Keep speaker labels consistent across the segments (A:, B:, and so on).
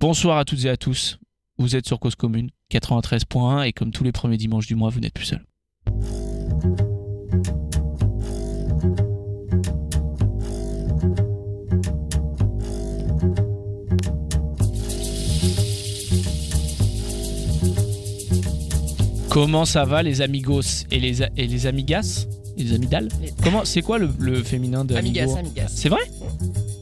A: Bonsoir à toutes et à tous. Vous êtes sur Cause Commune 93.1 et comme tous les premiers dimanches du mois, vous n'êtes plus seul. Comment ça va les amigos et les, a- et les amigas et les amidales
B: Les-
A: Comment c'est quoi le, le féminin de amigo
B: Amigas, amigas.
A: C'est vrai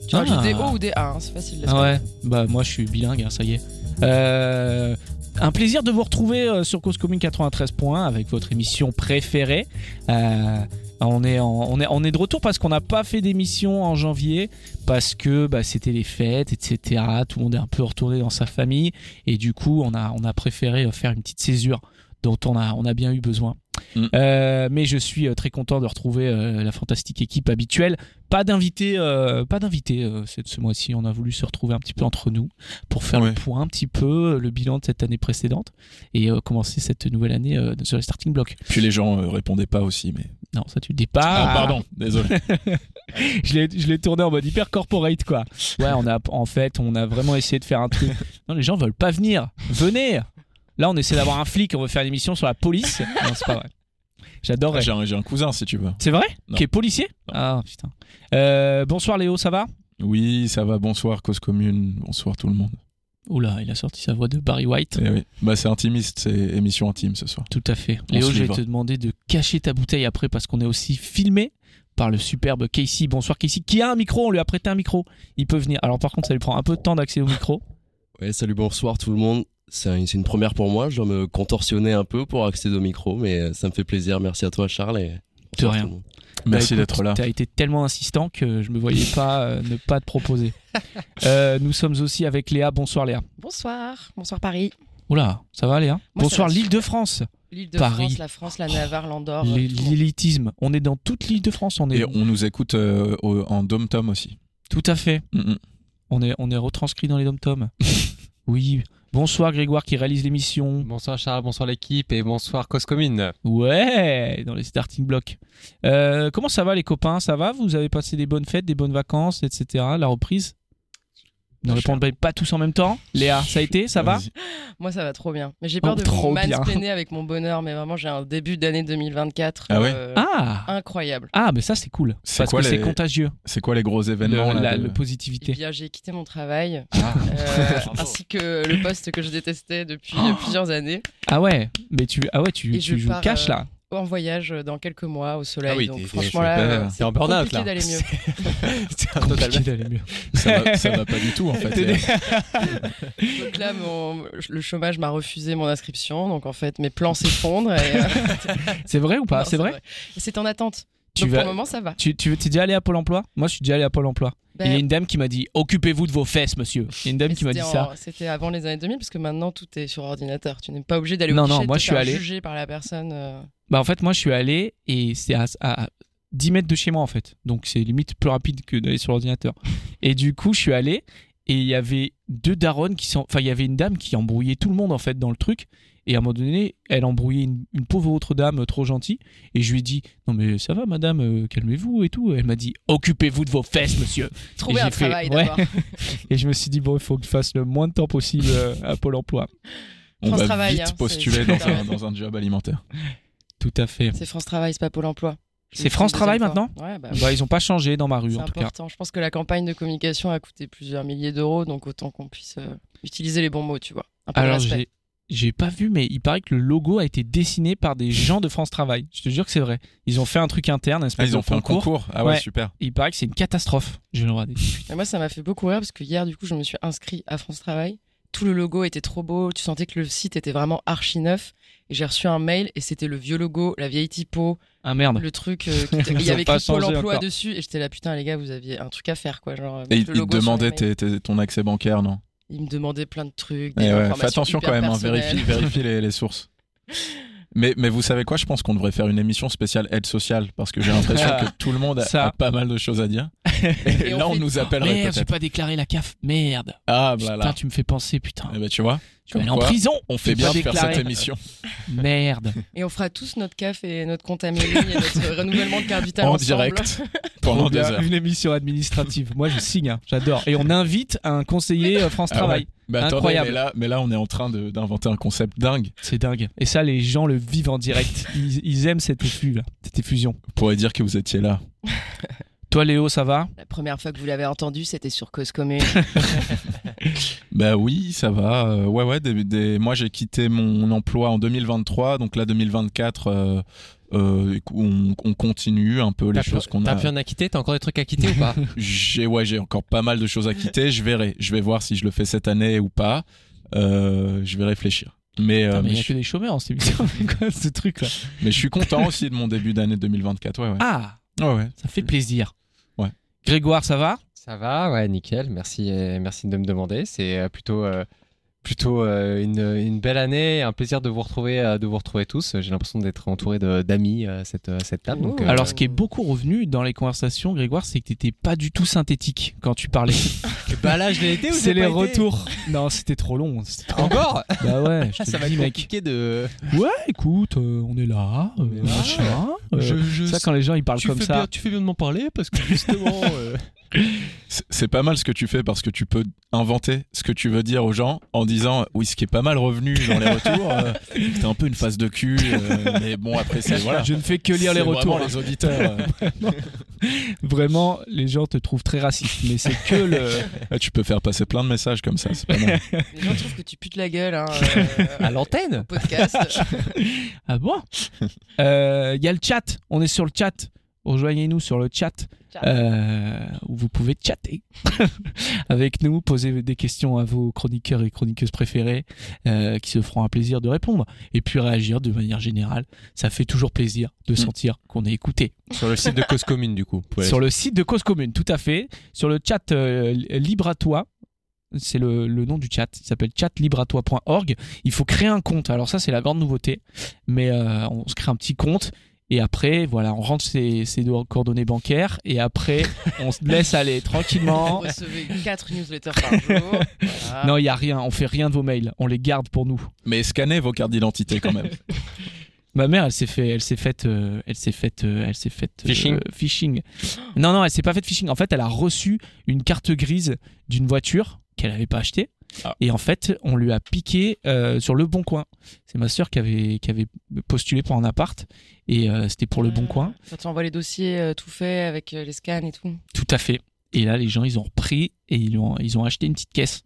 B: Tu rajoutes
A: Ah.
B: des O ou des A, hein, c'est facile.
A: Ah
B: l'espagnol.
A: ouais, bah moi je suis bilingue, hein, ça y est. Euh, un plaisir de vous retrouver euh, sur Cause Commune 93.1 avec votre émission préférée. Euh, on, est en- on, est, on est de retour parce qu'on n'a pas fait d'émission en janvier, parce que bah, c'était les fêtes, etc. Tout le monde est un peu retourné dans sa famille et du coup on a, on a préféré euh, faire une petite césure dont on a, on a bien eu besoin.
C: Mm.
A: Euh, mais je suis euh, très content de retrouver euh, la fantastique équipe habituelle pas d'invité euh, pas d'invité euh, cette- ce mois-ci on a voulu se retrouver un petit peu entre nous pour faire le
C: Ouais.
A: point un petit peu euh, le bilan de cette année précédente et euh, commencer cette nouvelle année euh, sur les starting blocks
C: Puis les gens euh, répondaient pas aussi, mais.
A: non ça tu le dis pas
C: Ah, pardon, désolé.
A: je l'ai je l'ai tourné en mode hyper corporate quoi ouais on a en fait on a vraiment essayé de faire un truc non les gens veulent pas venir venez là on essaie d'avoir un flic on veut faire une émission sur la police non c'est pas vrai j'adorerais
C: J'ai un, j'ai un cousin si tu veux.
A: c'est vrai
C: Ah, Non.
A: qui est policier
C: Non.
A: ah putain Euh, bonsoir Léo ça va
C: Oui, ça va, bonsoir, cause commune, bonsoir tout le monde.
A: Oula, il a sorti sa voix de Barry White.
C: Eh oui. Bah, c'est intimiste, c'est émission intime ce soir.
A: Tout à fait.
C: On
A: Léo,
C: se
A: je vais
C: livre.
A: te demander de cacher ta bouteille après parce qu'on est aussi filmé par le superbe Casey. Bonsoir Casey, qui a un micro, on lui a prêté un micro. Il peut venir. Alors par contre, ça lui prend un peu de temps d'accéder au micro.
D: Ouais, salut, bonsoir tout le monde. C'est un- c'est une première pour moi. Je dois me contorsionner un peu pour accéder au micro, mais euh, ça me fait plaisir. Merci à toi, Charles. Et... bonsoir
A: rien.
D: tout le monde.
C: Merci
A: Bah, écoute,
C: d'être là.
A: T'as été tellement insistant que je me voyais pas euh, ne pas te proposer. Euh, nous sommes aussi avec Léa. Bonsoir Léa.
B: Bonsoir, bonsoir Paris.
A: Oula, ça va Léa
B: Moi,
A: Bonsoir
B: ça va.
A: l'île de France.
B: L'île de
A: Paris.
B: France, la France, la Navarre, l'Andorre. euh, tout le monde.
A: L'élitisme. On est dans toute l'île de France. On est
C: Et on nous écoute euh, au- en dom-tom aussi.
A: tout à fait.
C: Mm, mm.
A: On est, on est retranscrit dans les dom-toms. oui. Bonsoir Grégoire qui réalise l'émission.
E: Bonsoir Charles, bonsoir l'équipe et bonsoir Cause Commune.
A: Ouais, dans les starting blocks. Euh, comment ça va les copains Ça va Vous avez passé des bonnes fêtes, des bonnes vacances, etc. La reprise Ne
B: Je-
A: répondez pas tous en même temps. Léa, ça a été Ça va
C: Vas-y.
B: Moi, ça va trop bien. Mais j'ai peur
A: Oh,
B: de
A: trop
B: vous
A: bien.
B: mansplainer avec mon bonheur, mais vraiment, j'ai un début d'année 2024
C: Ah ouais
B: euh,
A: Ah
B: incroyable.
A: Ah, mais ça c'est cool.
C: C'est
A: Parce
C: quoi
A: que c'est
C: les-
A: contagieux,
C: C'est quoi les gros
A: le,
C: événements là,
A: la-
C: de-
A: le
B: Eh
A: positivité.
B: bien, j'ai quitté mon travail,
C: Ah.
B: euh, ainsi que le poste que je détestais depuis
A: Oh.
B: euh, plusieurs années,
A: Ah ouais, mais tu, ah ouais, tu,
B: Et
A: tu
B: je
A: joues
B: pars,
A: cash
B: euh,
A: là.
B: en voyage euh, dans quelques mois au soleil.
D: Ah oui,
B: donc,
D: t'es- t'es
B: franchement, là,
C: super.
B: euh,
E: T'es en burn-out
B: compliqué
E: là.
B: d'aller mieux.
E: C'est un
B: euh,
A: Compliqué d'aller mieux.
C: ça, va, ça va pas du tout en fait.
A: T'es-
B: Donc là, mon- le chômage m'a refusé mon inscription, donc en fait, mes plans s'effondrent. et, euh,
A: C'est vrai ou pas
B: non,
A: Bah, C'est vrai,
B: Et C'est en attente.
A: Tu
B: donc
A: vas,
B: pour le moment, ça va.
A: tu, tu veux- t'es déjà allé à Pôle Emploi Moi, je suis déjà allé à Pôle Emploi.
B: Ben,
A: Il y a une dame qui m'a dit occupez-vous de vos fesses, monsieur. Il y a une dame
B: mais
A: qui m'a dit
B: c'était
A: ça.
B: en- C'était avant les années 2000, parce que maintenant tout est sur ordinateur. Tu n'es pas obligé d'aller au
A: Non,
B: guichet,
A: non,
B: de
A: moi,
B: te
A: je suis
B: faire
A: allé.
B: juger par la personne. euh,
A: Bah en fait moi je suis allé et c'est à, à 10 mètres de chez moi en fait. Donc c'est limite plus rapide que d'aller sur l'ordinateur. Et du coup je suis allé et il y avait deux daronnes qui sont... Enfin il y avait une dame qui embrouillait tout le monde en fait dans le truc. Et à un moment donné elle embrouillait une, une pauvre autre dame euh, trop gentille. Et je lui ai dit non mais ça va madame euh, calmez-vous et tout. Elle m'a dit occupez-vous de vos fesses monsieur.
B: Trouver
A: j'ai
B: un
A: fait-
B: travail
A: ouais.
B: d'abord.
A: Et je me suis dit bon il faut que je fasse le moins de temps possible euh, à Pôle Emploi.
C: On
B: France
C: va
B: Travail,
C: vite
B: hein,
C: postuler
B: c'est-
C: dans un, dans un job alimentaire.
A: Tout à fait.
B: C'est France Travail, c'est pas Pôle emploi. Je
A: C'est
B: le dis
A: France
B: une
A: Travail
B: deuxième fois.
A: maintenant
B: Ouais, bah,
A: Bah ils ont pas changé dans ma rue
B: c'est
A: en tout cas.
B: important. Je pense que la campagne de communication a coûté plusieurs milliers d'euros, donc autant qu'on puisse euh, utiliser les bons mots, tu vois. Un peu de
A: Alors
B: respect.
A: j'ai j'ai pas vu, mais il paraît que le logo a été dessiné par des gens de France Travail. Je te jure que c'est vrai. Ils ont fait un truc interne, un
C: Ah,
A: espèce
C: ils ont
A: de
C: fait un
A: concours.
C: concours. Ah ouais,
A: Ouais.
C: super.
A: Il paraît que c'est une catastrophe. Je le regardais.
B: Et moi, ça m'a fait beaucoup rire parce que hier, du coup, je me suis inscrit à France Travail. Tout le logo était trop beau. Tu sentais que le site était vraiment archi neuf. Et j'ai reçu un mail et c'était le vieux logo, la vieille typo,
A: Ah merde.
B: le truc. euh, qui était-
A: Ils
B: il y
A: ont
B: avait
A: pas
B: écrit Pôle
A: changé
B: emploi
A: encore.
B: dessus. Et j'étais là, putain, les gars, vous aviez un truc à faire, quoi. Genre, mettre
C: Et ils
B: le
C: ils
B: logo sur
C: te demandaient
B: les mails.
C: tes- tes- ton accès bancaire, non
B: Ils me demandaient plein de trucs. Des
C: Eh ouais,
B: informations
C: Fais attention
B: hyper
C: quand même, hein,
B: personnelles.
C: vérifie, vérifie les, les sources. Mais, mais vous savez quoi Je pense qu'on devrait faire une émission spéciale aide sociale parce que j'ai l'impression que tout le monde a,
A: Ah, Ça.
C: a pas mal de choses à dire.
B: Et
C: Et là,
B: on
C: on,
B: fait-
C: nous appellerait
A: Merde, j'ai
C: peut-être.
A: pas déclaré la CAF. Merde.
C: Ah,
A: putain,
C: voilà.
A: tu me fais penser, putain.
C: Eh ben, tu vois,
A: je vais aller en
C: quoi,
A: prison.
C: on fait
A: J'ai
C: bien
A: pas
C: de faire
A: déclaré.
C: cette émission.
A: Merde.
B: Et on fera tous notre CAF et notre compte Amélie et notre renouvellement de carte vitale
C: En
B: ensemble.
C: direct. pendant des
A: Bien,
C: heures.
A: Une émission administrative. Moi, je signe, hein. j'adore. Et on invite un conseiller euh, France
C: Ah ouais.
A: Travail.
C: Mais attendez,
A: Incroyable.
C: mais là, mais là, on est en train de- d'inventer un concept dingue.
A: C'est dingue. Et ça, les gens le vivent en direct. Ils, ils aiment cette, effu- là, cette effusion.
C: On pourrait dire que vous étiez là.
A: Toi, Léo, ça va
B: La première fois que vous l'avez entendu, c'était sur Cause Commune.
C: Bah oui, ça va. Euh, ouais, ouais. des- des- Moi, j'ai quitté mon emploi en 2023, donc là, 2024, euh, euh, on, on continue un peu les
E: T'as
C: choses
E: plus-
C: qu'on
E: t'as
C: a.
E: plus rien à quitter T'as encore des trucs à quitter ou pas
C: J'ai ouais, j'ai encore pas mal de choses à quitter. Je verrai. Je vais voir si je le fais cette année ou pas. Euh, je vais réfléchir. Mais, euh,
A: Putain, mais
C: mais,
A: il n'y a
C: je,
A: que des chômeurs en cette émission. Quoi, ce truc-là
C: mais je suis content aussi de mon début d'année 2024. Ouais, ouais.
A: Ah,
C: Ouais, ouais.
A: ça fait plaisir.
C: Ouais.
A: Grégoire, ça va
E: Ça va, ouais, nickel. Merci, euh, merci de me demander. C'est euh, plutôt, euh, plutôt euh, une, une belle année, un plaisir de vous retrouver, euh, de vous retrouver tous. J'ai l'impression d'être entouré de- d'amis euh, cette euh, cette table. Donc,
B: Ouh.
E: euh,
A: Alors, ce qui est beaucoup revenu dans les conversations, Grégoire, c'est que t'étais pas du tout synthétique quand tu parlais.
E: bah là, je l'ai été ou
A: c'est les retours. Non, c'était trop long. c'était trop-
E: Encore
A: Bah ouais, je te
E: Ça
A: le
E: va
A: dis,
E: être
A: mec.
E: compliqué de.
A: Ouais, écoute, euh, on est là. euh,
E: est là.
A: machin, euh, ça, quand les gens ils parlent comme ça.
E: tu fais bien de m'en parler parce que justement. euh,
C: C'est- C'est pas mal ce que tu fais parce que tu peux inventer ce que tu veux dire aux gens en disant oui ce qui est pas mal revenu dans les retours euh, c'était un peu une phase de cul euh, mais bon après c'est voilà
A: Je ne fais que lire les
C: C'est
A: retours.
C: vraiment
E: hein.
C: les auditeurs euh,
A: Vraiment, les gens te trouvent très raciste, mais c'est que le.
C: euh. tu peux faire passer plein de messages comme ça c'est pas mal
B: Les gens trouvent que tu putes la gueule, hein, euh,
E: à l'antenne
B: au podcast.
A: Ah bon Euh, Il y a le chat. On est sur le chat. Rejoignez-nous sur le chat
B: Chat.
A: euh, où vous pouvez chatter avec nous, poser des questions à vos chroniqueurs et chroniqueuses préférés euh, qui se feront un plaisir de répondre et puis réagir de manière générale. Ça fait toujours plaisir de sentir qu'on est écouté.
E: Sur le site de Cause Commune, du coup.
A: Sur le site de Cause Commune, tout à fait. Sur le chat euh, Libre à toi. C'est le, le nom du chat. Il s'appelle chatlibre-à-toi.org. Il faut créer un compte. Alors ça, c'est la grande nouveauté. Mais euh, on se crée un petit compte. Et après, voilà, on rentre ses, ses do- coordonnées bancaires. Et après, on se laisse aller
B: Vous
A: tranquillement.
B: recevez 4 newsletters par jour. Voilà.
A: Non, il n'y a rien. On fait rien de vos mails. On les garde pour nous.
C: mais scannez vos cartes d'identité quand même
A: Ma mère, elle s'est fait, elle s'est faite, euh, elle s'est faite, euh, elle s'est faite euh,
E: Phishing.
A: phishing. Non, non, elle s'est pas faite phishing. En fait, elle a reçu une carte grise d'une voiture qu'elle avait pas achetée.
C: Ah.
A: Et en fait, on lui a piqué euh, sur le Bon Coin. C'est ma sœur qui avait, qui avait postulé pour un appart et euh, c'était pour le Bon Coin.
B: Quand tu envoies les dossiers euh, tout faits avec euh, les scans et tout.
A: Tout à fait. Et là, les gens, ils ont repris et ils ont, ils ont acheté une petite caisse.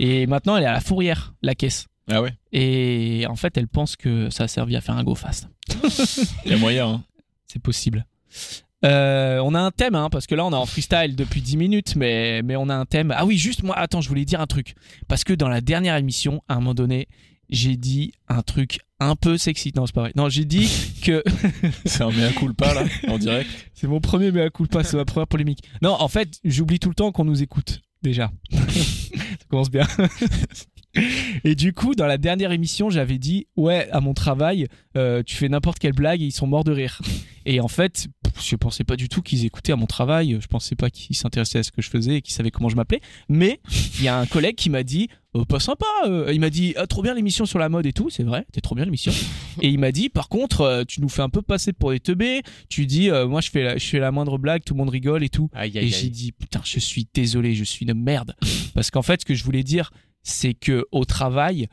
A: Et maintenant, elle est à la fourrière, la caisse.
C: ah ouais
A: Et en fait, elle pense que ça a servi à faire un go fast.
C: il y a moyen hein.
A: C'est possible. Euh, on a un thème, hein, parce que là on est en freestyle depuis 10 minutes, mais, mais on a un thème. Ah oui, juste moi, attends, je voulais dire un truc. Parce que dans la dernière émission, à un moment donné, j'ai dit un truc un peu sexy. Non, c'est pas vrai. Non, j'ai dit que.
C: c'est un mea culpa là en direct
A: c'est mon premier mea culpa, c'est ma première polémique. Non, en fait, j'oublie tout le temps qu'on nous écoute, déjà. Ça commence bien. Et du coup, dans la dernière émission, j'avais dit Ouais, à mon travail, euh, tu fais n'importe quelle blague et ils sont morts de rire. Et en fait, pff, je pensais pas du tout qu'ils écoutaient à mon travail, je pensais pas qu'ils s'intéressaient à ce que je faisais et qu'ils savaient comment je m'appelais. Mais il y a un collègue qui m'a dit Oh, Pas sympa euh. Il m'a dit Ah, Trop bien l'émission sur la mode et tout, c'est vrai, t'es trop bien l'émission. et il m'a dit Par contre, euh, tu nous fais un peu passer pour des teubés, tu dis euh, Moi, je fais, la, je fais la moindre blague, tout le monde rigole et tout.
E: Aïe,
A: Et j'ai dit putain, je suis désolé, je suis une merde. Parce qu'en fait, ce que je voulais dire, c'est que au travail,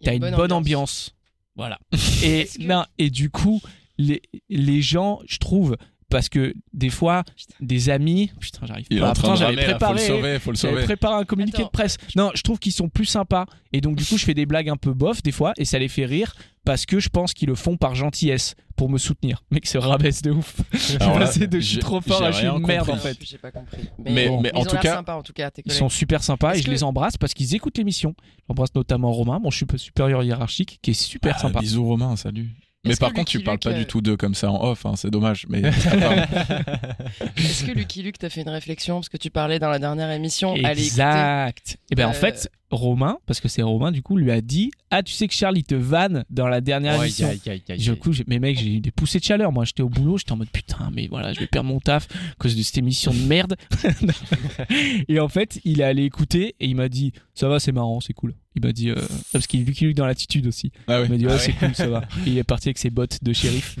B: Il y a
A: t'as une bonne, ambiance. Voilà. et
B: Est-ce que-
A: non, et du coup, les, les gens, je trouve, parce que des fois,
B: Putain.
A: des amis, putain, j'arrive
C: il est
A: pas.
C: en train
A: Bah, Pourtant,
C: de
A: j'avais
C: ramer, là. faut le
A: préparé.
C: sauver faut le
A: j'avais
C: sauver
A: préparé un communiqué
B: Attends.
A: de presse. Non, je trouve qu'ils sont plus sympas. Et donc, du coup, je fais des blagues un peu bof des fois, et ça les fait rire parce que je pense qu'ils le font par gentillesse pour me soutenir. Mec, ce rabaisse de ouf.
C: Alors là,
A: passé de je suis
C: j'ai-
A: trop fort
C: j'ai
A: à je suis
C: rien
A: une merde,
C: compris.
A: en fait.
B: J'ai pas compris.
C: Mais-
B: bon.
C: mais
B: Ils
C: en
B: ont
C: tout
B: l'air
C: cas,
B: sympas, en tout cas, tes
A: Ils
B: collègues.
A: sont super sympas et
B: Est-ce
A: je
B: que-
A: les embrasse parce qu'ils écoutent l'émission. J'embrasse notamment Romain, mon sup- supérieur hiérarchique, qui est super
C: Ah,
A: sympa.
C: bisous Romain salut mais
B: Est-ce
C: par
B: que
C: contre, tu
B: Lucky
C: parles
B: Luke,
C: pas
B: euh,
C: du tout d'eux comme ça en off, hein, c'est dommage. Mais à part-
B: Est-ce que Lucky Luke t'a fait une réflexion parce que tu parlais dans la dernière émission Allez, écoutez.
A: Exact. Et bien en
B: Euh,
A: fait, Romain, parce que c'est Romain, du coup, lui a dit Ah, tu sais que Charlie te vanne dans la dernière émission. Du coup, j'ai- mais mec, j'ai eu des poussées de chaleur. Moi, j'étais au boulot, j'étais en mode putain, mais voilà, je vais perdre mon taf à cause de cette émission de merde. et en fait, il est allé écouter et il m'a dit ça va, c'est marrant, c'est cool. Il m'a dit euh, parce qu'il est Lucky Luke dans l'attitude aussi.
C: Ah ouais.
A: Il m'a dit, ouais, c'est cool, ça va. Et il est parti avec ses bottes de shérif.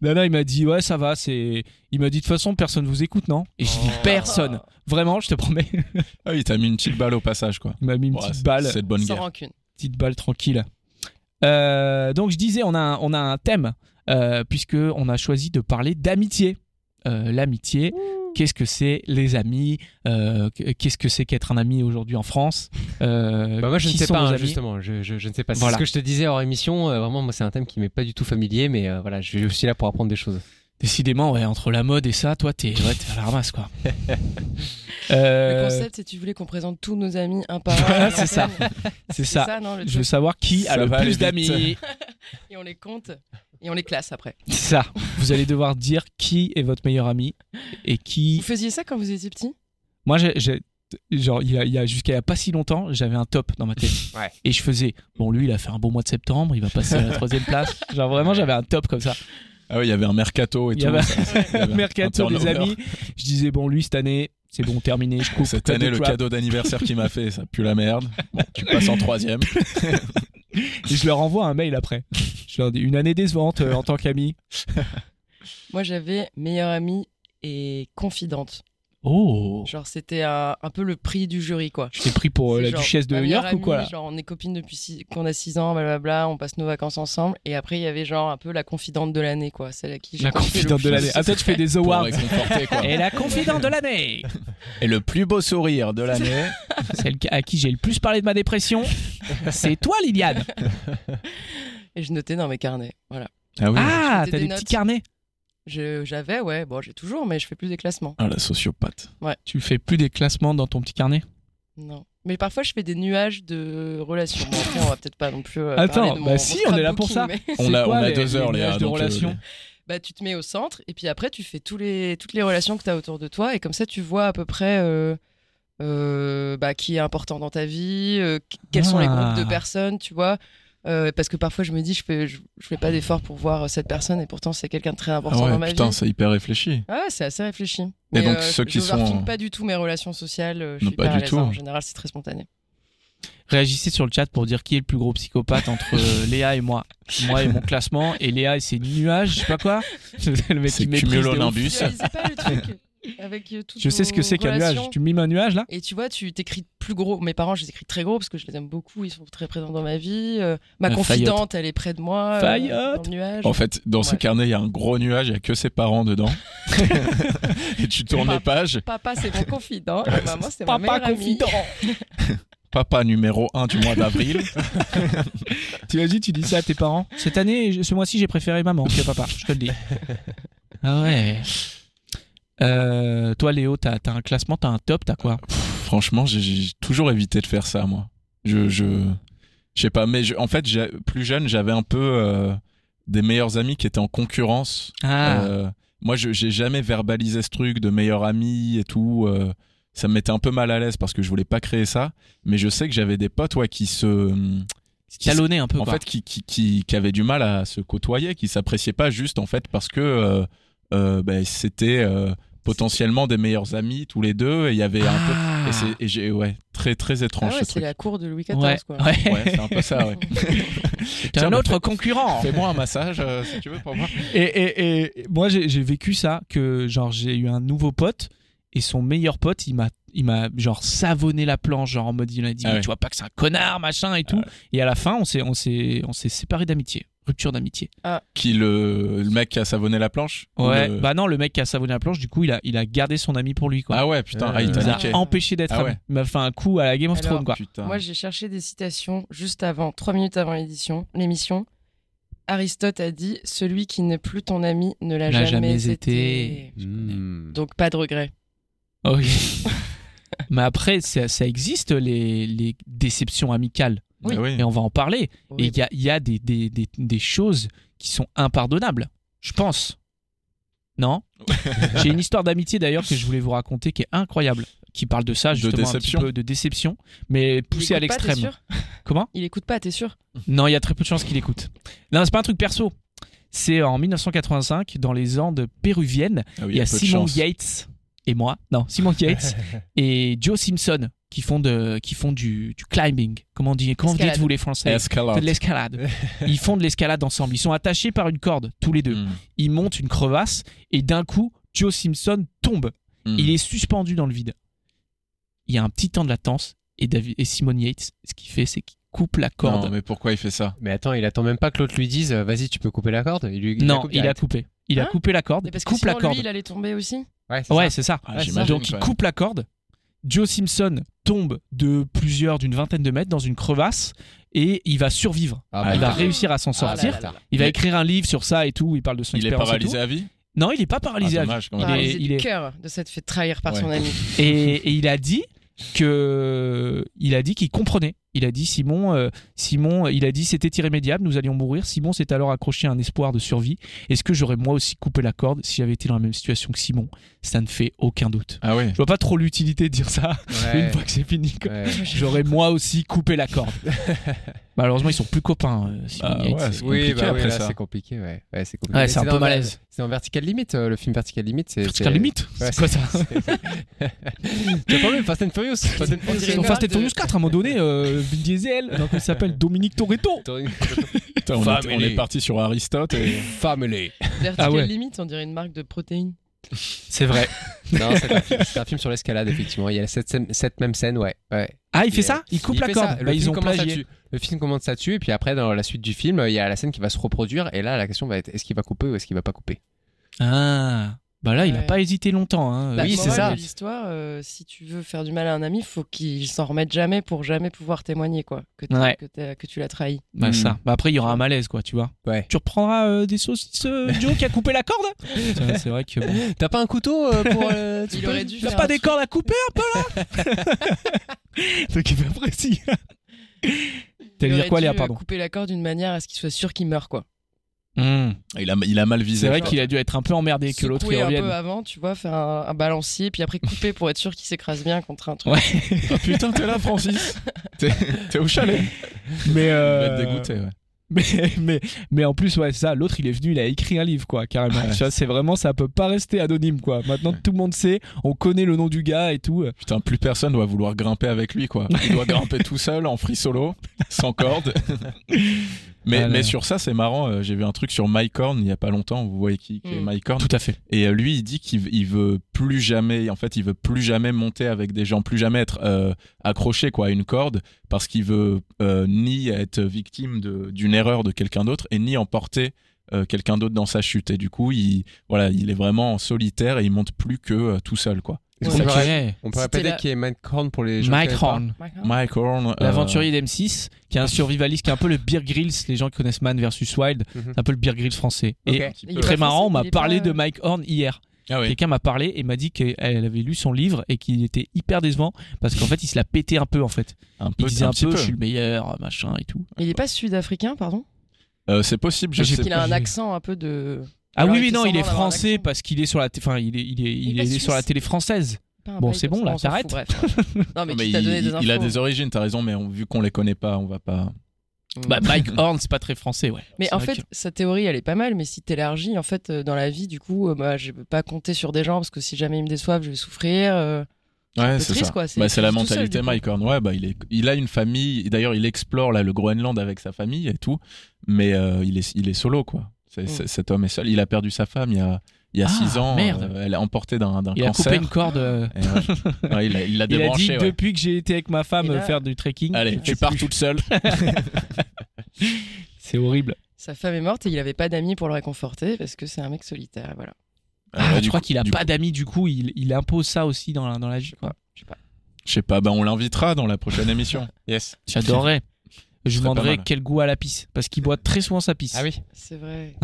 A: non, non, il m'a dit, ouais, ça va, c'est. il- Il m'a dit de toute façon, personne vous écoute, non Et j'ai dit
C: Oh.
A: personne. Vraiment, je te promets.
C: Ah oui, t'as mis une petite balle au passage, quoi.
A: Il m'a mis une
C: Ouais, c'est-
A: petite balle,
C: C'est de bonne
B: Sans
C: guerre.
B: rancune.
A: petite balle tranquille. Euh, donc je disais, on a un, on a un thème euh, puisque on a choisi de parler d'amitié. Euh, L'amitié, qu'est-ce que c'est les amis Euh, Qu'est-ce que c'est qu'être un ami aujourd'hui en France Euh,
E: Bah moi je
A: qui
E: ne sais
A: sont
E: pas
A: vos
E: hein,
A: amis
E: justement, je, je, je ne sais pas. C'est
A: Voilà.
E: ce que je te disais hors émission, euh, vraiment moi c'est un thème qui m'est pas du tout familier mais euh, voilà, je suis aussi là pour apprendre des choses.
A: Décidément, ouais, entre la mode et ça, toi, t'es ouais, t'es à la ramasse, quoi.
B: Le
A: Euh,
B: concept, c'est tu voulais qu'on présente tous nos amis un par un.
A: Voilà,
B: à la
A: c'est ça.
B: peine.
A: c'est
B: C'est
A: ça.
B: ça, non, le
A: Je veux
B: truc.
A: savoir qui a
C: Ça
A: le
C: va
A: plus
C: aller vite.
A: d'amis.
B: Et on les compte et on les classe après.
A: C'est ça. Vous allez devoir dire qui est votre meilleur ami et
B: Vous
A: qui.
B: faisiez ça quand vous étiez petit
A: Moi, j'ai- j'ai. Genre, il y a, il y a- jusqu'à il y a pas si longtemps, j'avais un top dans ma tête.
E: Ouais.
A: Et je faisais, bon, lui, il a fait un bon mois de septembre, il va passer à la troisième place. Genre, vraiment, j'avais un top comme ça.
C: Ah oui, il y avait un mercato et
A: Il y
C: tout.
A: avait-
C: Il y avait un
A: Mercato, les
C: turnover.
A: amis. Je disais, bon, lui, cette année, c'est bon, terminé, je coupe.
C: Cette
A: cut
C: année,
A: the
C: le
A: crap.
C: cadeau d'anniversaire qu'il m'a fait, ça pue la merde. Bon, tu passes en troisième.
A: Et je leur envoie un mail après. Je leur dis, une année décevante euh, en tant qu'ami.
B: Moi, j'avais meilleure amie et confidente.
A: Oh
B: Genre, c'était un, un peu le prix du jury, quoi.
A: Je t'ai pris pour euh,
B: C'est
A: la
B: genre,
A: duchesse de
B: ma
A: New York
B: meilleure
A: ou quoi
B: amie,
A: là
B: Genre, on est copines depuis six- qu'on a 6 ans, blablabla, on passe nos vacances ensemble. Et après, il y avait genre un peu la confidente de l'année, quoi. Celle à qui j'ai
A: La
B: confié le
A: confidente de
B: plus.
A: l'année. Ah, peut-être je fais des
C: Pour
A: awards.
C: réconforter, quoi.
A: Et la confidente de l'année
C: Et le plus beau sourire de l'année.
A: Celle à qui j'ai le plus parlé de ma dépression, c'est toi Liliane
B: Et je notais dans mes carnets. Voilà.
C: Ah oui.
A: Ah, t'as
B: je faisais des
A: des
B: notes.
A: petits carnets
B: Je- J'avais, ouais, bon, j'ai toujours, mais je fais plus des classements.
C: Ah, la sociopathe.
A: Tu fais plus des classements dans ton petit carnet
B: Non. Mais parfois, je fais des nuages de relations. Bon, après, on va peut-être pas non plus. euh,
A: Attends,
B: parler de mon-
A: bah
B: mon
A: si, on est là pour
B: scrapbooking,
A: ça.
B: mais-
C: On
A: C'est
C: a,
A: quoi
C: on a
A: les-
C: deux heures,
A: les
C: Léa.
A: nuages de
C: donc, euh,
A: relations
B: bah, tu te mets au centre et puis après tu fais tous les, toutes les relations que tu as autour de toi et comme ça tu vois à peu près euh, euh, bah, qui est important dans ta vie, euh, qu- quels sont les
A: Ah.
B: groupes de personnes, tu vois. Euh, parce que parfois je me dis je fais, je, je fais pas d'effort pour voir euh, cette personne et pourtant c'est quelqu'un de très
C: Ah
B: important
C: ouais,
B: dans ma
C: putain,
B: vie.
C: c'est hyper réfléchi.
B: Ah, ouais, c'est assez réfléchi. Et
C: donc, ceux qui
B: je
C: sont-
B: overthink pas du tout mes relations sociales. euh, Je
C: Non,
B: suis
C: pas
B: pas
C: du tout.
B: En général, c'est très spontané.
A: Réagissez sur le chat pour dire qui est le plus gros psychopathe entre euh, Léa et moi. Moi et mon classement, et Léa et ses nuages, je sais pas quoi. le mec
C: C'est
A: qui méprise des ouf.
C: cumulonimbus.
B: Visualisez pas le truc avec euh, toutes
A: Je sais ce que
B: vos
A: c'est qu'un nuage.
B: relations.
A: Tu mimes un nuage là
B: Et tu vois, tu t'écris plus gros. Mes parents, je les écris très gros parce que je les aime beaucoup. Ils sont très présents dans ma vie. Euh, ma
A: La
B: confidente, elle est près de moi. euh,
A: Faillotte.
B: dans le nuage.
C: En fait, dans ce
B: Ouais.
C: carnet, il y a un gros nuage, il n'y a que ses parents dedans. et tu tournes les pages.
B: Papa, c'est mon confident. et maman, c'est ma meilleure amie. Ah
C: Papa numéro 1 du mois d'avril.
A: Tu imagines, tu dis ça à tes parents. Cette année, je- ce mois-ci, j'ai préféré maman que papa, je te le dis. Ah ouais. Euh, toi, Léo, t'as t'as un classement, t'as un top, t'as quoi
C: Franchement, j'ai- j'ai toujours évité de faire ça, moi. Je, je, je sais pas, mais je- en fait, j'ai- plus jeune, j'avais un peu euh, des meilleurs amis qui étaient en concurrence.
A: Ah,
C: Euh, moi, je j'ai jamais verbalisé ce truc de meilleur ami et tout. euh, ça me mettait un peu mal à l'aise parce que je voulais pas créer ça. Mais je sais que j'avais des potes, ouais, qui se qui se-
A: talonné un peu.
C: en
A: quoi.
C: fait, qui, qui, qui, qui avaient du mal à se côtoyer, qui s'appréciaient pas juste en fait parce que euh, euh, ben, c'était euh, potentiellement des meilleurs amis tous les deux et il y avait un peu.
A: Ah.
C: Et, c'est- et j'ai ouais très très
B: Ah
C: étrange
B: ouais,
C: ce
B: c'est
C: truc.
B: la cour de Louis XIV.
A: Ouais,
B: quoi.
A: ouais.
C: Ouais, c'est un peu ça. Ouais.
A: T'es
C: Tiens,
A: un
C: bah,
A: autre
C: fais-
A: concurrent.
C: Fais-moi un massage euh, si tu veux pour voir.
A: Et, et- et moi, j'ai j'ai vécu ça, que genre j'ai eu un nouveau pote et son meilleur pote, il m'a, il m'a genre savonné la planche, genre en mode il m'a dit,
C: Ah
A: mais
C: ouais. Ah
A: tu vois pas que c'est un connard, machin et tout. Et à la fin, on s'est, on s'est, on s'est séparé d'amitié, rupture d'amitié.
C: Qui le, le mec qui a savonné la planche Ou
A: Ouais.
C: le-
A: Bah non, le mec qui a savonné la planche, du coup, il a, il a gardé son ami pour lui, quoi.
C: Ah ouais, putain, ah, il
A: il nous
C: t'a
A: a
C: niqué.
A: empêché d'être
C: Ah
A: ami.
C: ouais.
A: Il m'a fait un coup à la Game of
B: Alors,
A: Thrones, quoi.
C: Putain.
B: Moi, j'ai cherché des citations juste avant, trois minutes avant l'édition, l'émission. Aristote a dit Celui qui n'est plus ton ami ne l'a jamais, été.
E: Hmm.
B: Donc, pas de regret.
A: Ok. Mais après, ça, ça existe les, les déceptions amicales.
C: Ah oui.
A: Et on va en parler. Et il
B: Horrible.
A: y a, il y a des, des, des, des choses qui sont impardonnables, je pense. Non J'ai une histoire d'amitié d'ailleurs que je voulais vous raconter qui est incroyable, qui parle de ça,
C: De
A: justement,
C: déception.
A: un petit peu de déception, mais
B: Il
A: poussée à
B: écoute pas, t'es
A: l'extrême.
B: sûr
A: Comment
B: Il écoute pas, t'es sûr
A: Non, il y a très peu de chances qu'il écoute. Non, c'est pas un truc perso. C'est en 1985, dans les Andes péruviennes,
C: Ah oui,
A: il y a
C: peu de
A: Simon
C: chance.
A: Yates et moi, non, Simon Yates et Joe Simpson qui font, de, qui font du, du climbing. Comment, on dit, comment vous
B: Escalade.
A: dites-vous les Français
C: Escalade.
A: c'est de l'escalade. Ils font de l'escalade ensemble. Ils sont attachés par une corde, tous les deux.
C: Mm.
A: Ils montent une crevasse et d'un coup, Joe Simpson tombe.
C: Hmm.
A: Il est suspendu dans le vide. Il y a un petit temps de latence et, David, et Simon Yates, ce qu'il fait, c'est qu'il coupe la corde.
C: Non, mais pourquoi il fait ça
E: Mais attends, il attend même pas que l'autre lui dise euh, vas-y, tu peux couper la corde. Il lui, il la
A: non,
E: coupe
A: il a
E: direct.
A: coupé. Il a
B: Hein
A: coupé la corde.
B: Mais parce que
A: coupe la
B: sinon,
A: corde.
B: lui, il allait tomber aussi.
E: Ouais, c'est
A: Ouais,
E: ça.
A: c'est ça.
C: Ah,
B: Ouais,
C: j'imagine,
A: Donc il
C: quand
A: coupe la corde. Joe Simpson tombe de plusieurs, d'une vingtaine de mètres dans une crevasse et il va survivre.
E: Ah,
A: il va
E: bah,
B: d'accord.
A: réussir à s'en
B: Ah là
A: sortir.
B: là là là.
A: Il va écrire un livre sur ça et tout. où Il parle de son
C: même. Il est
A: expérience. et
C: paralysé à vie
A: tout. Non, il est pas paralysé.
C: ah,
A: à vie.
C: dommage, quand
A: Il
C: même.
B: Paralysé
A: est-
B: du cœur de s'être fait trahir par
C: Ouais.
B: son ami.
A: et, et il a dit que il a dit qu'il comprenait. Il a dit Simon, euh, Simon, il a dit c'était irrémédiable, nous allions mourir. Simon s'est alors accroché à un espoir de survie. Est-ce que j'aurais moi aussi coupé la corde si j'avais été dans la même situation que Simon Ça ne fait aucun doute.
C: Ah oui.
A: Je vois pas trop l'utilité de dire ça
E: Ouais.
A: une fois que c'est fini. quoi.
E: Ouais.
A: J'aurais moi aussi coupé la corde. Malheureusement, ils sont plus copains. euh, Simon
C: Bah,
A: Yates.
C: ouais, c'est
E: Oui,
C: compliqué
E: bah oui,
C: après
E: là,
C: ça.
E: c'est compliqué, ouais. Ouais, c'est compliqué.
A: Ouais,
E: Mais
A: c'est un
E: dans
A: peu
E: Ver-
A: malaise.
E: C'est en Vertical Limit, euh, le film Vertical Limit. C'est
A: Vertical Limit
E: Ouais,
A: C'est quoi ça
E: T'as pas vu Fast and Furious Fast and Furious.
A: Ils ont Fast and Furious 4 à un moment donné, euh, Vin Diesel, non, comment il s'appelle Dominique Toretto.
C: Putain, on, est- on
E: Family.
C: est parti sur Aristote et
E: Family.
B: Vertical
A: Ah ouais.
B: limite, on dirait une marque de protéines.
A: C'est vrai.
E: Non, c'est un, film- c'est un film sur l'escalade, effectivement. Il y a cette, scène- cette même scène, ouais. ouais.
A: Ah, il fait ça Il coupe la
E: fait
A: corde.
E: ça. Le
A: Bah,
E: film
A: ils ont
E: commence
A: plagié.
E: là-dessus. Le film commence là-dessus, et puis après, dans la suite du film, il y a la scène qui va se reproduire, et là, la question va être est-ce qu'il va couper ou est-ce qu'il va pas couper
A: Ah, bah là, il n'a
B: Ouais.
A: pas hésité longtemps. hein.
B: Bah,
A: oui,
B: morale
A: c'est ça.
B: de L'histoire, euh, si tu veux faire du mal à un ami, faut qu'il s'en remette jamais pour jamais pouvoir témoigner quoi, que, t'as-
A: Ouais.
B: que, t'as- que tu l'as trahi.
A: Bah,
C: Mm.
A: ça. Bah, après, il y aura un malaise, quoi, tu vois.
E: Ouais.
A: Tu reprendras euh, des saucisses, euh, Joe, qui a coupé la corde Putain, C'est vrai que. bon.
E: T'as pas un couteau euh, pour. euh, tu
B: Il
E: peux-
B: aurait dû
A: T'as
B: faire
A: pas
B: un
A: des
B: truc-
A: cordes à couper un peu là Donc, il fait apprécier.
B: il
A: T'allais dire
B: aurait
A: quoi,
B: dû,
A: Léa
B: euh,
A: Pardon.
B: couper la corde d'une manière à ce qu'il soit sûr qu'il meurt quoi.
A: Mm.
C: il a, il a mal visé.
A: C'est vrai
C: quoi.
A: qu'il a dû être un peu emmerdé que l'autre
B: Secouer
A: il
B: un peu
A: revienne.
B: avant, tu vois, faire un, un balancier, puis après couper pour être sûr qu'il s'écrase bien contre un truc.
A: Ouais.
C: Ah, putain, t'es là, Francis. T'es t'es au chalet.
A: Mais, euh,
C: Il va être dégoûté. Ouais.
A: mais, mais, mais en plus, ouais, c'est ça, l'autre il est venu, il a écrit un livre, quoi, carrément.
C: Ouais.
A: Tu vois, c'est vraiment, ça peut pas rester anonyme, quoi. Maintenant, tout le monde sait, on connaît le nom du gars et tout.
C: Putain, plus personne doit vouloir grimper avec lui, quoi. Il doit grimper tout seul, en free solo, sans corde. Mais,
A: Ah là là.
C: mais sur ça, c'est marrant. euh, J'ai vu un truc sur Mike Horn il y a pas longtemps. Vous voyez qui, qui est
B: Mm.
C: Mike Horn
A: Tout à fait.
C: Et euh, lui, il dit qu'il il veut plus jamais, en fait, il veut plus jamais monter avec des gens, plus jamais être euh, accroché quoi, à une corde, parce qu'il veut euh, ni être victime de- d'une erreur de quelqu'un d'autre et ni emporter euh, quelqu'un d'autre dans sa chute. Et du coup, il, voilà, il est vraiment en solitaire et il monte plus que euh, tout seul. quoi.
E: Est-ce
B: Ouais.
E: qu'on peut ré- On peut
B: C'était
E: répéter
B: la-
E: qui est Mike Horn pour les gens. qui
A: Mike
E: connaissent pas
A: Horn,
C: Mike Horn. euh,
A: l'aventurier d'M6, qui est un survivaliste, qui est un peu le Beer Grylls, les gens qui connaissent Man versus Wild,
E: Mhm.
A: c'est un peu le Beer Grylls français.
E: Ok.
A: Et
B: Il est
A: très
B: pas
A: marrant,
B: Bah, français,
A: on m'a
B: il est
A: parlé
B: pas,
A: de
B: euh,
A: Mike Horn hier.
C: Ah ouais.
A: Quelqu'un m'a parlé et m'a dit qu'elle avait lu son livre et qu'il était hyper décevant parce qu'en fait, il se la pétait un peu, en fait.
C: un
A: Il
C: peu,
A: disait
C: un
A: un
C: petit
A: peu,
C: peu.
A: je suis le meilleur, machin et tout.
B: Mais il est pas sud-africain, pardon
C: Euh, c'est possible, je
A: J'ai
C: sais
B: Qu'il
C: pas.
B: a
A: pas,
B: un
A: j'ai-
B: accent un peu de.
A: Ah
B: Alors,
A: oui,
B: il
A: oui,
B: fait
A: non, il
B: semblant
A: est
B: d'avoir un
A: français
B: accent.
A: parce qu'il est sur la, t- enfin, il est, il est, il
B: est
A: est
B: pas
A: sur la
B: suisse.
A: télé française.
B: Pas un
A: Bon,
B: bail
A: c'est
B: comme
A: bon,
B: ça,
A: là,
B: on s'en
A: t'arrêtes.
B: fout, bref. non, mais,
C: Mais
B: tu t'as
C: il,
B: donné des
C: il-
B: infos.
C: il a des origines, t'as raison, mais on- vu qu'on les connaît pas, on va pas.
B: Mm.
A: Bah, Mike Horn, c'est pas très français, ouais.
B: Mais
A: C'est
B: en
A: vrai
B: fait,
A: que-
B: sa théorie, elle est pas mal, mais si t'élargis, en fait, euh, dans la vie, du coup, euh, bah, je peux pas compter sur des gens parce que si jamais ils me déçoivent, je vais souffrir. euh.
C: Ouais,
B: peu
C: c'est
B: triste,
C: ça.
B: quoi. C'est-
C: Bah, c'est la
B: c'est tout seul,
C: mentalité
B: du coup.
C: Mike Horn. Ouais, bah, il, est, il a une famille. D'ailleurs, il explore là, le Groenland avec sa famille et tout. Mais euh, il, est, il est solo, quoi. C'est-
B: Mm.
C: c'est- cet homme est seul. Il a perdu sa femme il y a, il y a
A: Ah,
C: six ans.
A: merde.
C: euh, elle est emportée d'un d'un
A: il a
C: cancer.
A: coupé une corde. euh,
C: Et ouais. Ouais, il a, il a
A: Il a dit
C: débranché. ouais.
A: depuis que j'ai été avec ma femme
B: Et là-
A: euh, faire du trekking.
C: Allez,
A: je
C: tu
A: fais
C: pars
A: plus.
C: toute seule.
A: C'est horrible.
B: Sa femme est morte et il avait pas d'amis pour le réconforter parce que c'est un mec solitaire. et Voilà.
A: Ah,
C: Ouais,
A: je
C: du
A: crois
C: coup-
A: qu'il a
C: du
A: pas
C: coup,
A: d'amis du coup. Il, il impose ça aussi dans la, dans la vie. quoi.
B: Je sais pas.
C: Je sais pas. Bah, on l'invitera dans la prochaine émission. Yes.
A: J'adorerais. Je lui
C: serait pas
A: demanderais
C: mal.
A: quel goût a la pisse parce qu'il boit très souvent sa pisse.
E: Ah oui.
B: C'est vrai.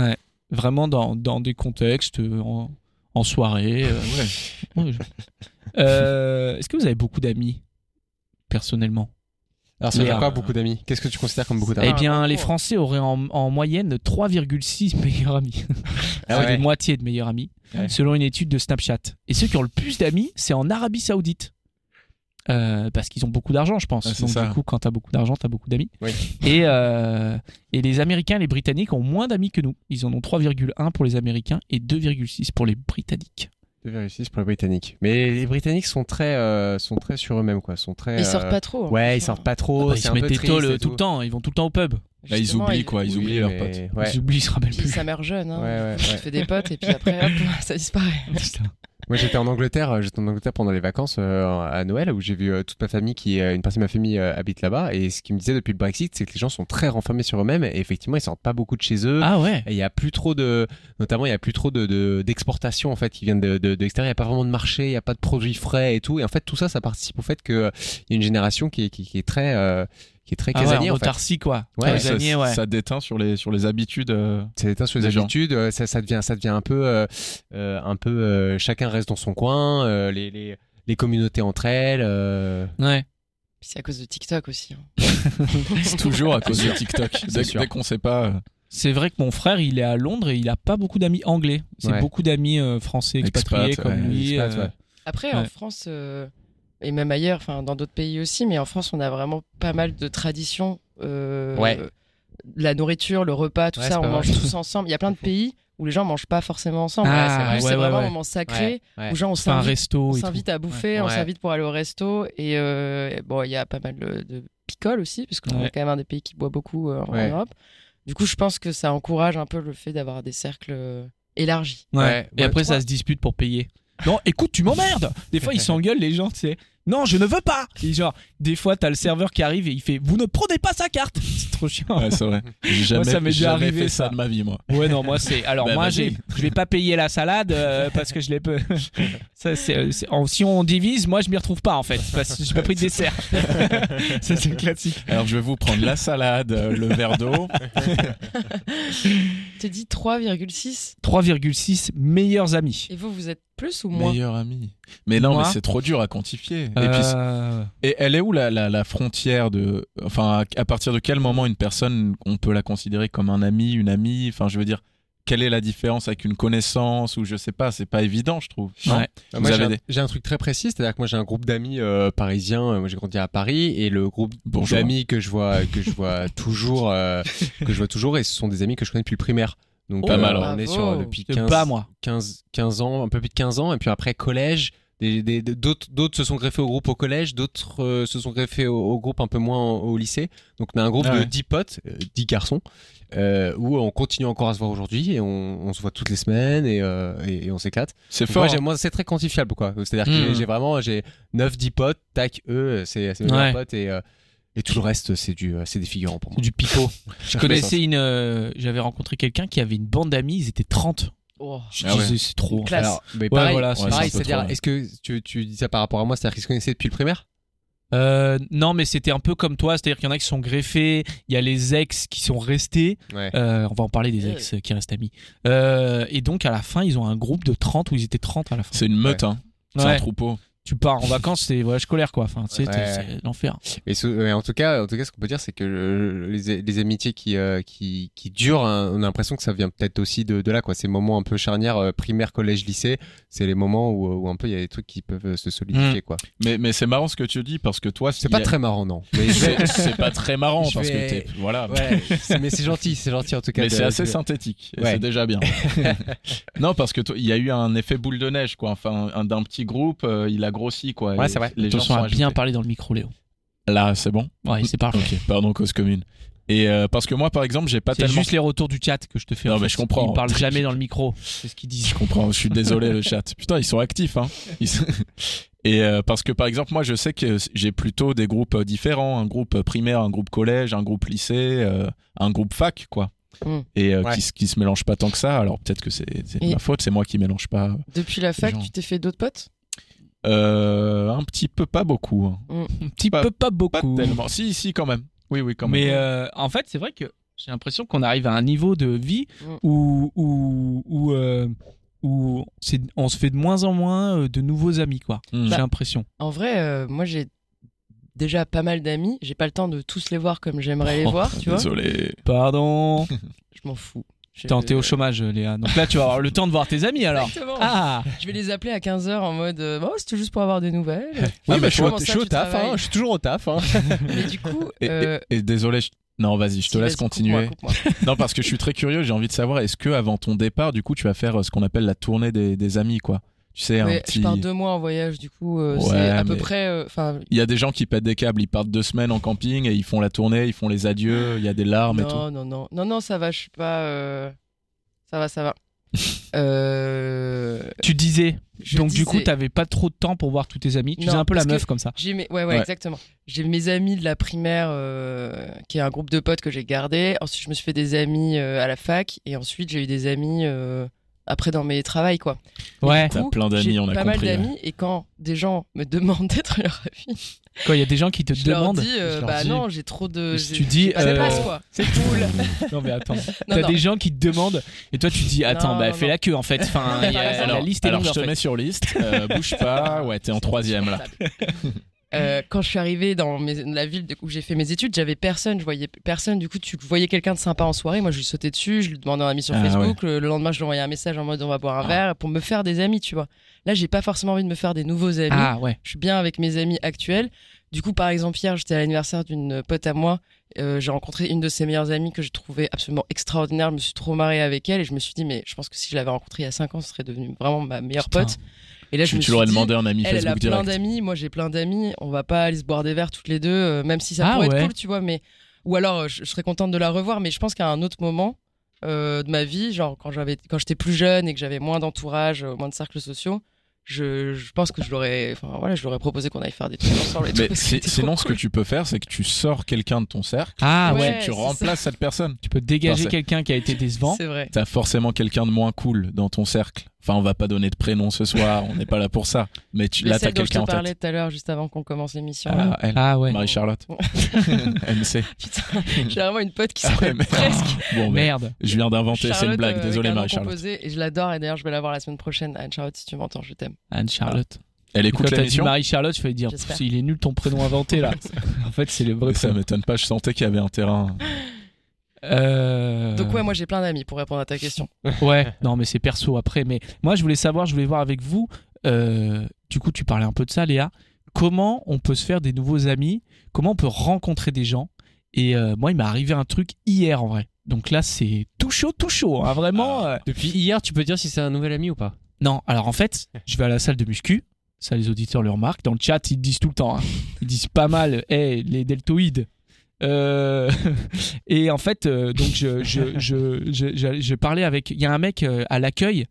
A: Vraiment dans, dans des contextes euh, en, en soirée. euh,
C: Ouais.
A: ouais, je- Euh, Est-ce que vous avez beaucoup d'amis personnellement
E: Alors, ça veut
A: Mais,
E: dire quoi,
C: euh,
E: beaucoup d'amis Qu'est-ce que tu considères comme beaucoup
B: Ah,
A: Eh
E: d'amis
B: un
A: bien,
B: bon
A: les
B: point.
A: Français auraient en, en moyenne 3,6 meilleurs amis.
E: Ah ouais. Ah
A: C'est une moitié de meilleurs amis,
C: Ouais.
A: selon une étude de Snapchat. Et ceux qui ont le plus d'amis, c'est en Arabie Saoudite. Euh, parce qu'ils ont beaucoup d'argent, je pense.
C: Ah, c'est
A: Donc,
C: ça.
A: du coup, quand t'as beaucoup d'argent, t'as beaucoup d'amis.
E: Oui.
A: Et, euh, et les Américains et les Britanniques ont moins d'amis que nous. Ils en ont 3,1 pour les Américains et 2,6 pour les Britanniques.
E: 2,6 pour les Britanniques. Mais les Britanniques sont très, euh, sont très sur eux-mêmes, quoi. Sont très.
B: Ils sortent
E: euh,
B: pas trop. hein,
E: Ouais, Ah ils
B: franchement.
E: sortent pas trop.
A: Bah, ils
E: Oh, c'est
A: se
E: un peu
A: mettent des
E: triste
A: tôles
E: et
A: tout le temps. Ils vont tout le temps au pub.
C: Là, ils
B: Justement,
C: oublient
B: il-
C: quoi, ils
E: Oui,
C: oublient leurs
E: mais-
C: potes.
E: Ouais.
A: J'oublie, ils se rappellent
B: Puis
A: plus.
B: ça meurt jeune, hein.
E: Ouais, ouais,
B: Tu
E: ouais.
B: fais des potes et puis après, hop, ça disparaît.
A: Putain.
E: Moi j'étais en Angleterre, euh, j'étais en Angleterre pendant les vacances euh, à Noël où j'ai vu euh, toute ma famille qui, euh, une partie de ma famille euh, habite là-bas et ce qu'ils me disaient depuis le Brexit c'est que les gens sont très renfermés sur eux-mêmes et effectivement ils sortent pas beaucoup de chez eux.
A: Ah ouais.
E: Et il y a plus trop de, notamment il y a plus trop de de- d'exportations en fait qui viennent de, de, de l'extérieur. Il y a pas vraiment de marché, il y a pas de produits frais et tout. Et en fait tout ça, ça participe au fait que euh, il y a une génération qui est qui, qui est très euh, qui est très
A: Ah ouais,
E: casanière
A: en
E: en fait.
A: autarcie quoi.
E: Ouais,
C: ça,
A: Casanier, ouais.
C: ça déteint sur les, sur les habitudes. euh,
E: C'est éteint sur les
C: Des gens.
E: habitudes. euh, Ça, ça devient ça devient un peu euh, euh, un peu euh, chacun reste dans son coin. euh, les, les les communautés entre elles. euh,
A: Ouais.
B: Puis c'est à cause de TikTok aussi. hein.
C: C'est toujours à cause de TikTok. Dès,
E: sûr.
C: dès qu'on sait pas. euh,
A: C'est vrai que mon frère, il est à Londres et il a pas beaucoup d'amis anglais. C'est
E: Ouais.
A: beaucoup d'amis euh, français expatriés
C: Expats,
A: comme
C: ouais,
A: lui.
E: expats,
A: euh,
E: ouais.
B: Après,
A: Ouais.
B: en France, euh, et même ailleurs, enfin dans d'autres pays aussi, mais en France, on a vraiment pas mal de traditions. euh,
E: Ouais.
B: La nourriture, le repas, tout
E: Ouais, c'est
B: ça, on
E: pas
B: mange
E: mal.
B: tous ensemble. Il y a plein de pays où les gens mangent pas forcément ensemble.
A: Ah,
B: Ouais, c'est vrai,
A: ouais,
B: c'est
A: ouais,
B: vraiment
A: ouais.
B: un moment sacré
E: Ouais, ouais.
B: où genre on
A: Enfin, un
B: s'invite
A: resto
B: On
A: et tout.
B: s'invite à bouffer, on
E: Ouais.
B: s'invite pour aller au resto. Et, euh, et bon, il y a pas mal de, de picoles aussi, parce qu'on
A: Ouais.
B: est quand même un des pays qui boit beaucoup euh, en
E: Ouais.
B: Europe. Du coup, je pense que ça encourage un peu le fait d'avoir des cercles euh, élargis.
A: Ouais.
E: Ouais,
A: Et
E: ouais,
A: après,
E: trois.
A: ça se dispute pour payer. Non, écoute, tu m'emmerdes. Des fois, ils s'engueulent, les gens, tu sais. Non, je ne veux pas. Et genre, des fois, t'as le serveur qui arrive et il fait Vous ne prenez pas sa carte. C'est trop chiant.
C: Ouais, c'est vrai. J'ai jamais,
A: ça m'est déjà
C: jamais
A: arrivé,
C: fait
A: ça.
C: ça de ma vie, moi.
A: Ouais, non, moi, c'est. Alors,
C: Bah,
A: moi,
C: vas-y.
A: j'ai... je vais pas payer la salade euh, parce que je l'ai peu. Ça, c'est, euh, c'est- en- Si on divise, moi, je m'y retrouve pas, en fait. Parce que j'ai pas pris de dessert. ça, c'est classique.
C: Alors je vais vous prendre la salade, euh, le verre d'eau.
B: Tu dit 3,6
A: 3,6 meilleurs amis.
B: et vous, vous êtes plus ou moins
C: Meilleur ami. Mais non,
A: Moi
C: mais c'est trop dur à quantifier. Et puis c'est-
A: Euh,
C: Et elle est où la, la, la frontière de. Enfin, à, à partir de quel moment une personne, on peut la considérer comme un ami, une amie Enfin, je veux dire, quelle est la différence avec une connaissance ou je sais pas, c'est pas évident, je trouve. non
A: Ouais.
E: Bah,
C: Vous
E: moi,
C: avez
E: j'ai un-
C: des-
E: j'ai un, truc très précis, c'est-à-dire que moi j'ai un groupe d'amis euh, parisiens. euh, Moi j'ai grandi à Paris et le groupe
C: Bonjour.
E: d'amis que je vois que je vois toujours euh, que je vois toujours et ce sont des amis que je connais depuis le primaire.
C: Oh
E: Donc
A: Pas
E: euh,
A: mal,
E: On
B: hein.
E: est sur
B: Bravo.
E: euh, depuis
A: c'est
E: 15,
A: pas moi.
E: 15 15 ans, un peu plus de 15 ans et puis après collège. des- des- des- D'autres d'autres se sont greffés au groupe au collège, d'autres euh, se sont greffés au, au groupe un peu moins au, au lycée. Donc on a un groupe
C: Ah ouais.
E: de 10 potes, euh, 10 garçons, euh, où on continue encore à se voir aujourd'hui et on, on se voit toutes les semaines et, euh, et- et on s'éclate.
C: C'est
E: Donc
C: fort. hein.
E: Moi, j'ai- moi, c'est très quantifiable, quoi. C'est-à-dire que
A: Mm.
E: j'ai- j'ai vraiment j'ai 9-10 potes, tac, eux, c'est c'est mes
A: Ouais.
E: meilleurs potes et, euh, et tout le reste, c'est du, euh, c'est des figurants pour moi.
A: Du pipeau.
E: Je
A: Je connaissais une. euh, J'avais rencontré quelqu'un qui avait une bande d'amis, ils étaient 30.
B: Oh,
A: Je
C: Ah ouais.
A: disais, c'est trop. en fait.
B: Classe.
E: Alors, mais
A: Ouais,
E: pareil,
A: voilà,
E: c'est
A: c'est
E: pareil,
C: un peu
E: c'est-à-dire,
C: trop,
E: est-ce que tu, tu dis ça par rapport à moi C'est-à-dire qu'ils se connaissaient depuis le primaire
A: Euh, non, mais c'était un peu comme toi, c'est-à-dire qu'il y en a qui sont greffés, il y a les ex qui sont restés.
E: Ouais.
A: Euh, on va en parler des ex qui restent amis. Euh, et donc, à la fin, ils ont un groupe de 30 où ils étaient 30 à la fin.
C: C'est une meute, hein. C'est
A: Ouais.
C: un troupeau.
A: Tu pars en vacances, c'est voyage scolaire quoi. Enfin, tu sais,
E: Ouais.
A: t'es- c'est l'enfer.
E: Et ce- ouais, en tout cas, en tout cas, ce qu'on peut dire, c'est que euh, les, les amitiés qui, euh, qui, qui durent, hein, on a l'impression que ça vient peut-être aussi de, de là, quoi. Ces moments un peu charnières, euh, primaire, collège, lycée, c'est les moments où, où un peu il y a des trucs qui peuvent euh, se solidifier, quoi.
C: Mais, mais c'est marrant ce que tu dis parce que toi,
E: C'est
C: il
E: pas
C: y a-
E: très marrant, non. Mais je vais-
C: C'est c'est pas très marrant
E: Je
C: parce
E: vais-
C: que t'es. Voilà.
E: Ouais, c'est- mais c'est gentil, c'est gentil en tout cas.
C: Mais
E: de-
C: c'est assez
E: de-
C: synthétique, et
E: Ouais.
C: c'est déjà bien. non, parce que toi, il y a eu un effet boule de neige, quoi. Enfin, un- d'un petit groupe, euh, il a grossi, quoi.
E: Ouais,
C: Et
E: c'est vrai.
C: Les gens
A: Attention
C: sont
A: à bien
C: ajoutés.
A: parler dans le micro, Léo.
C: Là, c'est bon.
A: Ouais, c'est parfait.
C: Ok, pardon, cause commune. Et euh, parce que moi, par exemple, j'ai pas
A: C'est
C: tellement.
A: juste les retours du chat que je te fais.
C: Non,
A: en
C: mais
A: fait.
C: je comprends.
A: Ils parlent jamais dans le micro. C'est ce qu'ils disent.
C: Je comprends, je suis désolé, le chat. Putain, ils sont actifs, hein. Ils sont- Et euh, parce que, par exemple, moi, je sais que j'ai plutôt des groupes euh, différents un groupe primaire, un groupe collège, un groupe lycée, euh, un groupe fac, quoi.
B: Mm.
C: Et euh,
E: Ouais.
C: qui, se- qui se mélangent pas tant que ça. Alors peut-être que c'est c'est de
B: Et-
C: ma faute, c'est moi qui mélange pas.
B: Depuis la fac,
C: gens.
B: tu t'es fait d'autres potes
C: Euh, un petit peu, pas beaucoup. hein.
B: Hmm.
A: Un petit
C: Pas-
A: peu, pas
C: Pas
A: beaucoup.
C: tellement. Si, si, quand même. Oui, oui, quand même.
A: Mais euh, en fait, c'est vrai que j'ai l'impression qu'on arrive à un niveau de vie
B: Mm.
A: où, où, où, euh, où c'est- on se fait de moins en moins euh, de nouveaux amis, quoi.
C: Mm.
B: Hmm. Bah,
A: J'ai l'impression.
B: En vrai, euh, moi, j'ai déjà pas mal d'amis. J'ai pas le temps de tous les voir comme j'aimerais les voir, tu vois.
C: Oh, Désolé.
A: Pardon.
B: Je m'en fous. Je-
A: Attends, T'es au chômage, euh, Léa. Donc là, tu vas avoir le temps de voir tes amis alors.
B: Exactement.
A: Ah
B: Je vais les appeler à 15h en mode euh, Bon, c'était juste pour avoir des nouvelles.
E: Oui,
C: Ah,
E: bah,
C: mais
E: je suis au,
B: comment ça,
E: je suis au
B: tu
E: taf,
B: travailles
E: hein, je suis toujours au taf. hein.
B: Mais du coup,
C: Et, et-
B: euh,
C: et désolé, je- non, vas-y, je
B: si,
C: te laisse
B: vas-y, coupe-moi,
C: continuer.
B: coupe-moi.
C: non, parce que je suis très curieux, j'ai envie de savoir, est-ce que avant ton départ, du coup, tu vas faire euh, ce qu'on appelle la tournée des, des amis, quoi Tu sais, un
B: Mais
C: petit.
B: Je pars deux mois en voyage, du coup, euh,
C: Ouais,
B: c'est à peu
C: mais-
B: près. euh, Enfin,
C: Il y a des gens qui pètent des câbles, ils partent deux semaines en camping et ils font la tournée, ils font les adieux, il y a des larmes et tout.
B: non, non, non, non, non, ça va, je suis pas. euh, Ça va, ça va. Euh,
A: Tu disais,
B: je
A: donc du
B: disais-
A: coup, t'avais pas trop de temps pour voir tous tes amis. Tu
B: Non,
A: faisais un peu la
B: parce que-
A: meuf comme ça.
B: J'ai mes... ouais, ouais,
C: Ouais.
B: exactement. J'ai mes amis de la primaire, euh, qui est un groupe de potes que j'ai gardé. Ensuite, je me suis fait des amis euh, à la fac. Et ensuite, j'ai eu des amis euh, après dans mes travails, quoi.
A: Ouais.
B: Du
C: T'as
B: coup,
C: plein d'amis,
B: j'ai
C: on a
B: pas
C: compris,
B: mal d'amis. Et quand des gens me demandent d'être leur ami,
A: Quand il y a des gens qui te
B: je leur
A: demandent.
B: dis, euh,
A: je leur
B: bah
A: dis-
B: non, j'ai trop de. j'ai-
A: tu dis.
B: Pas de
A: euh,
B: place, quoi.
A: C'est cool. non mais attends.
B: Non,
A: T'as
B: non.
A: des gens qui te demandent et toi tu dis attends
B: Non,
A: bah
B: non,
A: fais
B: non.
A: la queue en fait. Enfin il y a-
B: Alors-
A: la liste est
C: Alors
A: longue
C: je
A: en
C: te
A: fait.
C: mets sur liste, euh, bouge pas, ouais, t'es en troisième là.
B: Euh, quand je suis arrivée dans mes- la ville de- où j'ai fait mes études, j'avais personne, je voyais personne. Du coup, tu voyais quelqu'un de sympa en soirée, moi je lui sautais dessus, je lui demandais un ami sur
C: Ah,
B: Facebook. Le, le lendemain, je lui envoyais un message en mode on va boire un verre pour me faire des amis, tu vois. Là, j'ai pas forcément envie de me faire des nouveaux amis.
A: Ah ouais.
B: Je suis bien avec mes amis actuels. Du coup, par exemple, hier, j'étais à l'anniversaire d'une pote à moi. Euh, j'ai rencontré une de ses meilleures amies que je trouvais absolument extraordinaire. Je me suis trop marrée avec elle et je me suis dit, mais je pense que si je l'avais rencontrée il y a 5 ans, ce serait devenu vraiment ma meilleure
A: Putain.
B: pote. Et là, je
C: Tu,
B: me
C: tu
B: suis
C: l'aurais
B: dit,
C: demandé un ami
B: elle, elle a
C: Facebook
B: plein
C: direct.
B: d'amis, moi j'ai plein d'amis, on va pas aller se boire des verres toutes les deux, euh, même si ça
A: Ah
B: pourrait
A: ouais.
B: être cool, tu vois, mais... Ou alors, euh, je, je serais contente de la revoir, mais je pense qu'à un autre moment euh, de ma vie, genre quand j'avais, quand j'étais plus jeune et que j'avais moins d'entourage, euh, moins de cercles sociaux, je, je pense que je l'aurais, enfin voilà, je l'aurais proposé qu'on aille faire des trucs ensemble et tout,
C: Mais
B: parce que
C: si-
B: c'était
C: sinon,
B: trop
C: ce que
B: cool.
C: tu peux faire, c'est que tu sors quelqu'un de ton cercle,
A: Ah ouais.
B: Ouais.
C: tu
B: c'est
C: remplaces cette personne.
A: Tu peux dégager
C: Parfait.
A: quelqu'un qui a été décevant.
B: C'est vrai.
C: T'as forcément quelqu'un de moins cool dans ton cercle. Enfin, on va pas donner de prénom ce soir, on n'est pas là pour ça. Mais tu,
B: Mais
C: là, t'as
B: celle dont je
C: quelqu'un
B: te
C: en
B: parlais
C: tête.
B: tout à l'heure, juste avant qu'on commence l'émission. là.
C: Ah, elle,
A: Ah ouais.
C: Marie-Charlotte.
B: Bon.
C: MC.
B: Putain, j'ai vraiment une pote qui
C: Ah ouais,
B: s'appelle
C: merde.
B: presque. ben.
C: Bon, mais
A: Merde.
C: je viens d'inventer, c'est une
B: Charlotte, euh,
C: blague.
B: avec
C: Désolé,
B: un nom
C: Marie-Charlotte.
B: composé, Et je l'adore, et d'ailleurs, je vais la voir la semaine prochaine. Anne-Charlotte, si tu m'entends, je t'aime.
A: Anne Charlotte.
C: Elle
A: Écoute,
C: écoute
A: quand t'as dit
C: l'émission
A: Marie-Charlotte, je fallait dire
B: J'espère.
A: pff, il est nul ton prénom inventé là. en fait, c'est les vrais
C: Ça
A: prénoms.
C: m'étonne pas, je sentais qu'il y avait un terrain.
A: Euh,
B: Donc
C: Hmm.
B: ouais, moi j'ai plein d'amis pour répondre à ta question.
A: ouais, non, mais c'est perso après. Mais moi, je voulais savoir, je voulais voir avec vous. euh, du coup, tu parlais un peu de ça, Léa. Comment on peut se faire des nouveaux amis Comment on peut rencontrer des gens Et euh, moi, il m'est arrivé un truc hier en vrai. Donc là, c'est tout chaud, tout chaud. hein, vraiment. euh,
E: Depuis hier, tu peux dire si c'est un nouvel ami ou pas.
A: Non, alors en fait, je vais à la salle de muscu. Ça, les auditeurs le remarquent. Dans le chat, ils le disent tout le temps. hein. Ils disent pas mal, hey, les deltoïdes. Euh, Et en fait, euh, donc je, je, je, je, je- je parlais avec. Il y a un mec euh, à l'accueil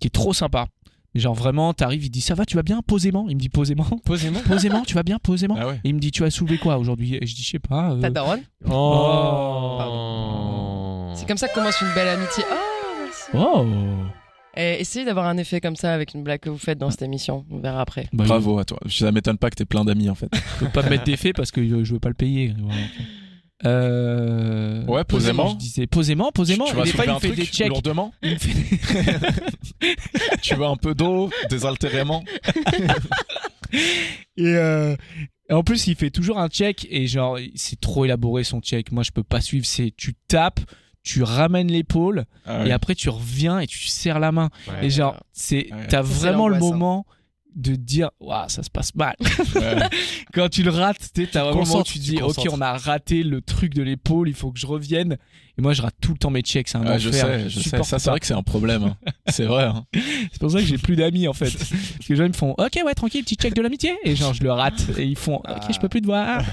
A: qui est trop sympa. Mais Genre vraiment, t'arrives, il dit ça va, tu vas bien, posément. Il me dit posément,
E: Posez-moi.
A: posément, tu vas bien, posément.
C: Ah ouais
A: Et il me dit tu as soulevé quoi aujourd'hui Et je dis je sais pas.
C: Hmm.
A: euh,
B: Ta daronne
E: Oh.
C: Hmm.
B: C'est comme ça que commence une belle amitié. Oh, merci.
A: Oh.
B: Et essayez d'avoir un effet comme ça avec une blague que vous faites dans cette émission. On verra après.
A: Bah,
C: Bravo à toi. Ça m'étonne pas que t'aies plein d'amis en fait.
A: Je peux pas me mettre d'effet parce que euh, je veux pas le payer. Voilà. Euh,
C: Ouais, posément.
A: Je disais posément, posément.
C: tu
A: Et
C: vas
A: des fois, il
C: soulever
A: me
C: un
A: fait
C: truc
A: des checks.
C: lourdement
A: Il me fait-
C: Tu veux un peu d'eau Désaltérément
A: Et euh, et en plus, il fait toujours un check et genre, c'est trop élaboré son check. Moi, je peux pas suivre. C'est tu tapes, tu ramènes l'épaule
C: Ah
A: et
C: ouais.
A: après tu reviens et tu serres la main.
E: Ouais.
A: et genre, c'est
C: Ouais.
A: t'as
B: Ça, c'est
A: vraiment le
B: l'angoisse, hein.
A: moment de dire waouh ça se passe mal
C: Ouais.
A: quand tu le rates tu sais, t'as vraiment le moment où
C: concentres,
A: tu
C: tu
A: dis
C: te
A: ok
C: concentres.
A: on a raté le truc de l'épaule il faut que je revienne et moi je rate tout le temps mes checks c'est un
C: Ah,
A: enfer
C: je sais, je sais.
A: supporte
C: Ça, c'est
A: pas.
C: vrai que c'est un problème. hein. C'est vrai. hein.
A: C'est pour ça que j'ai plus d'amis en fait. Parce que les gens ils me font Ok, ouais, tranquille, petit check de l'amitié. Et genre, je le rate. Et ils font Ok, je peux plus te voir.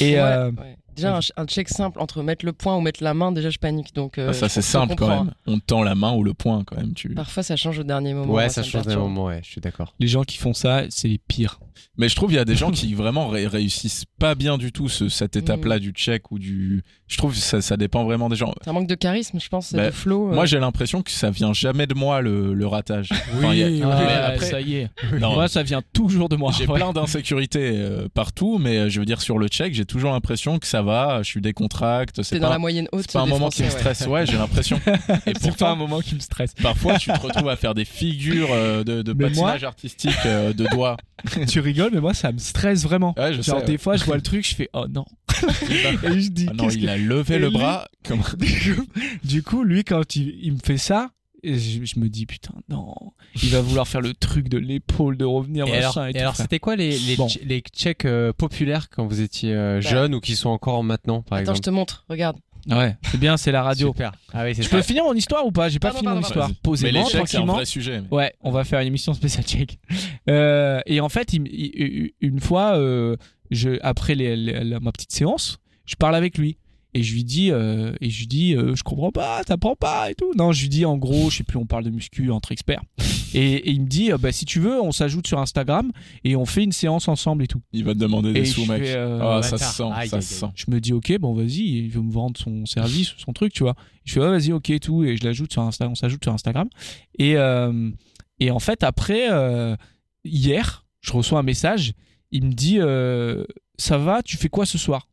A: Et
B: Ouais,
A: euh,
B: ouais. Déjà, un, un check simple entre mettre le poing ou mettre la main, déjà je panique. Donc, euh,
C: Ah, ça,
B: je-
C: c'est
B: je
C: simple quand
B: comprends,
C: même. On te tend la main ou le poing quand même. Tu...
B: hein. Parfois, ça change au dernier moment.
E: Ouais,
B: Moi,
E: ça
B: me
E: change d'un
B: perturbe.
E: moment, ouais, je suis d'accord.
A: les gens qui font ça, c'est les pires.
C: Mais je trouve il y a des gens qui vraiment ré- réussissent pas bien du tout ce- cette
A: Mm.
C: étape-là du check ou du. Je trouve que ça, ça dépend vraiment des gens.
B: C'est un manque de charisme, je pense,
C: Bah,
B: de flow. euh.
C: Moi, j'ai l'impression que ça vient jamais de moi le, le ratage. Enfin, il y a-
E: Oui,
C: mais
A: Ah,
C: après-
A: ça y est.
C: Non.
A: Moi, ça vient toujours de moi.
C: J'ai
A: Ouais.
C: plein d'insécurité euh, partout, mais euh, je veux dire sur le check, j'ai toujours l'impression que ça va, je suis décontracté,
B: T'es
C: c'est
B: dans
C: pas,
B: la moyenne haute.
C: c'est pas un
B: des
C: moment
B: Français,
C: qui me
B: ouais.
C: stresse, ouais, j'ai l'impression. Et
A: C'est pas un
C: pourtant,
A: moment qui me stresse.
C: parfois tu te retrouves à faire des figures euh, de, de
A: Mais moi-
C: patinage artistique euh, de doigts.
A: tu rigoles, mais moi, ça me stresse vraiment.
C: Ouais, je
A: Genre,
C: sais,
A: des
C: ouais.
A: fois, je vois le truc, je fais Oh non. Et je dis
C: Ah non,
A: Qu'est-ce
C: il
A: que-
C: a levé le
A: Et
C: bras. Comme...
A: Du coup- du coup, lui, quand il, il me fait ça, et je, je me dis putain non, il va vouloir faire le truc de l'épaule, de revenir
E: Et
A: machin
E: alors,
A: et
E: et
A: tout.
E: alors, c'était quoi les, les,
A: Bon.
E: che- les checks euh, populaires quand vous étiez euh, jeune ou qui sont encore maintenant, par
B: Attends, je
E: exemple
B: te montre, regarde.
A: Ouais, c'est bien, c'est la radio.
E: Super. Ah oui, c'est
A: Je
E: ça.
A: peux finir mon histoire ou pas J'ai pas
B: Pardon,
A: fini mon
B: pardon,
A: histoire.
C: Mais
A: Posez-moi
C: l'échec, c'est un
A: tranquillement.
C: vrai sujet. mais-
A: Ouais, on va faire une émission spéciale tchèque. Euh, et en fait, il m- il- il- une fois, euh, je, après les- les- la- ma petite séance, je parle avec lui. Et je lui dis, euh, et je lui dis euh, je comprends pas, t'apprends pas et tout. Non, je lui dis en gros, je sais plus, on parle de muscu entre experts. Et, et il me dit, euh, bah, si tu veux, on s'ajoute sur Instagram et on fait une séance ensemble et tout.
C: Il va te demander des
A: Et
C: sous,
A: je
C: mec.
A: fais, euh,
C: Ah, ça
E: bâtard.
C: se sent,
E: Aïe,
C: ça
E: aïe,
C: se
E: aïe.
C: sent.
A: je me dis ok bon vas-y il veut me vendre son service son truc tu vois je fais ouais, vas-y ok et tout et je l'ajoute sur Insta on s'ajoute sur Instagram et euh, et en fait après euh, hier je reçois un message il me dit euh, ça va tu fais quoi ce soir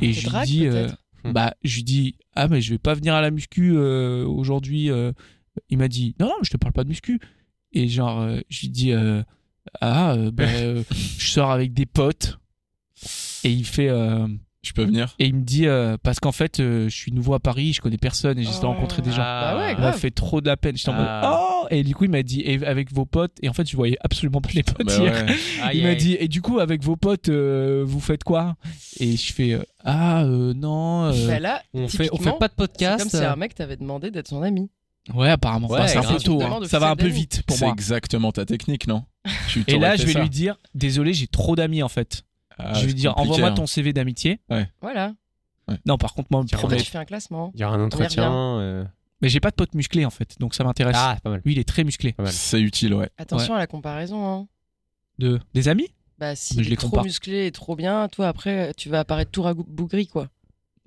A: et
B: Te
A: je lui
B: drague,
A: dis euh,
B: peut-être
E: Hmm.
A: bah je lui dis ah mais je vais pas venir à la muscu euh, aujourd'hui euh. il m'a dit non non mais je te parle pas de muscu et genre euh, je lui dis euh, ah euh, bah, euh, je sors avec des potes et il fait euh,
C: Je peux venir
A: et il me dit, euh, parce qu'en fait, euh, je suis nouveau à Paris, je connais personne et j'essaie de
B: Oh.
A: rencontrer des gens.
E: Ah,
B: Bah ouais,
A: Ça m'a
B: grave.
A: fait trop de la peine. J'étais en mode,
E: Ah.
A: oh Et du coup, il m'a dit, et avec vos potes, et en fait, je voyais absolument plus les potes
C: Bah
A: hier.
C: ouais.
E: Aïe,
A: Il m'a
E: aïe.
A: dit, et du coup, avec vos potes, euh, vous faites quoi Et je fais, euh, ah, euh, non. euh,
B: Bah là,
E: On fait, on
B: typiquement,
E: fait pas de
B: c'est
E: podcast.
B: comme si un mec t'avait demandé d'être son ami.
A: euh, Ouais, apparemment.
E: Ouais,
A: Enfin, c'est un
E: grave.
A: peu tôt.
B: Tu
A: hein.
B: demandes
A: Ça va un peu
B: officiel d'amis.
A: vite pour
C: C'est
A: moi.
C: exactement ta technique, non Tu
A: Et
C: t'aurais
A: là,
C: fait
A: je vais
C: ça.
A: lui dire, désolé, j'ai trop d'amis en fait.
C: Ah,
A: je vais lui
C: c'est
A: dire,
C: compliqué,
A: envoie-moi
C: hein.
A: ton CV d'amitié.
B: Voilà.
A: Non, par contre, moi,
E: Tiens,
A: premier-
B: Après,
E: mais-
B: tu fais un classement.
E: Il y aura un entretien. euh.
A: mais j'ai pas de potes musclés en fait, donc ça m'intéresse.
E: Ah, c'est pas mal.
A: Lui, il est très musclé.
E: Pas mal.
C: hein. C'est utile, ouais.
B: Attention à la comparaison. Hein.
A: De... Des amis
B: Bah si
A: Mais je
B: il
A: les
B: est trop
A: compare.
B: musclé et trop bien, toi après tu vas apparaître tout ragout- bougri quoi.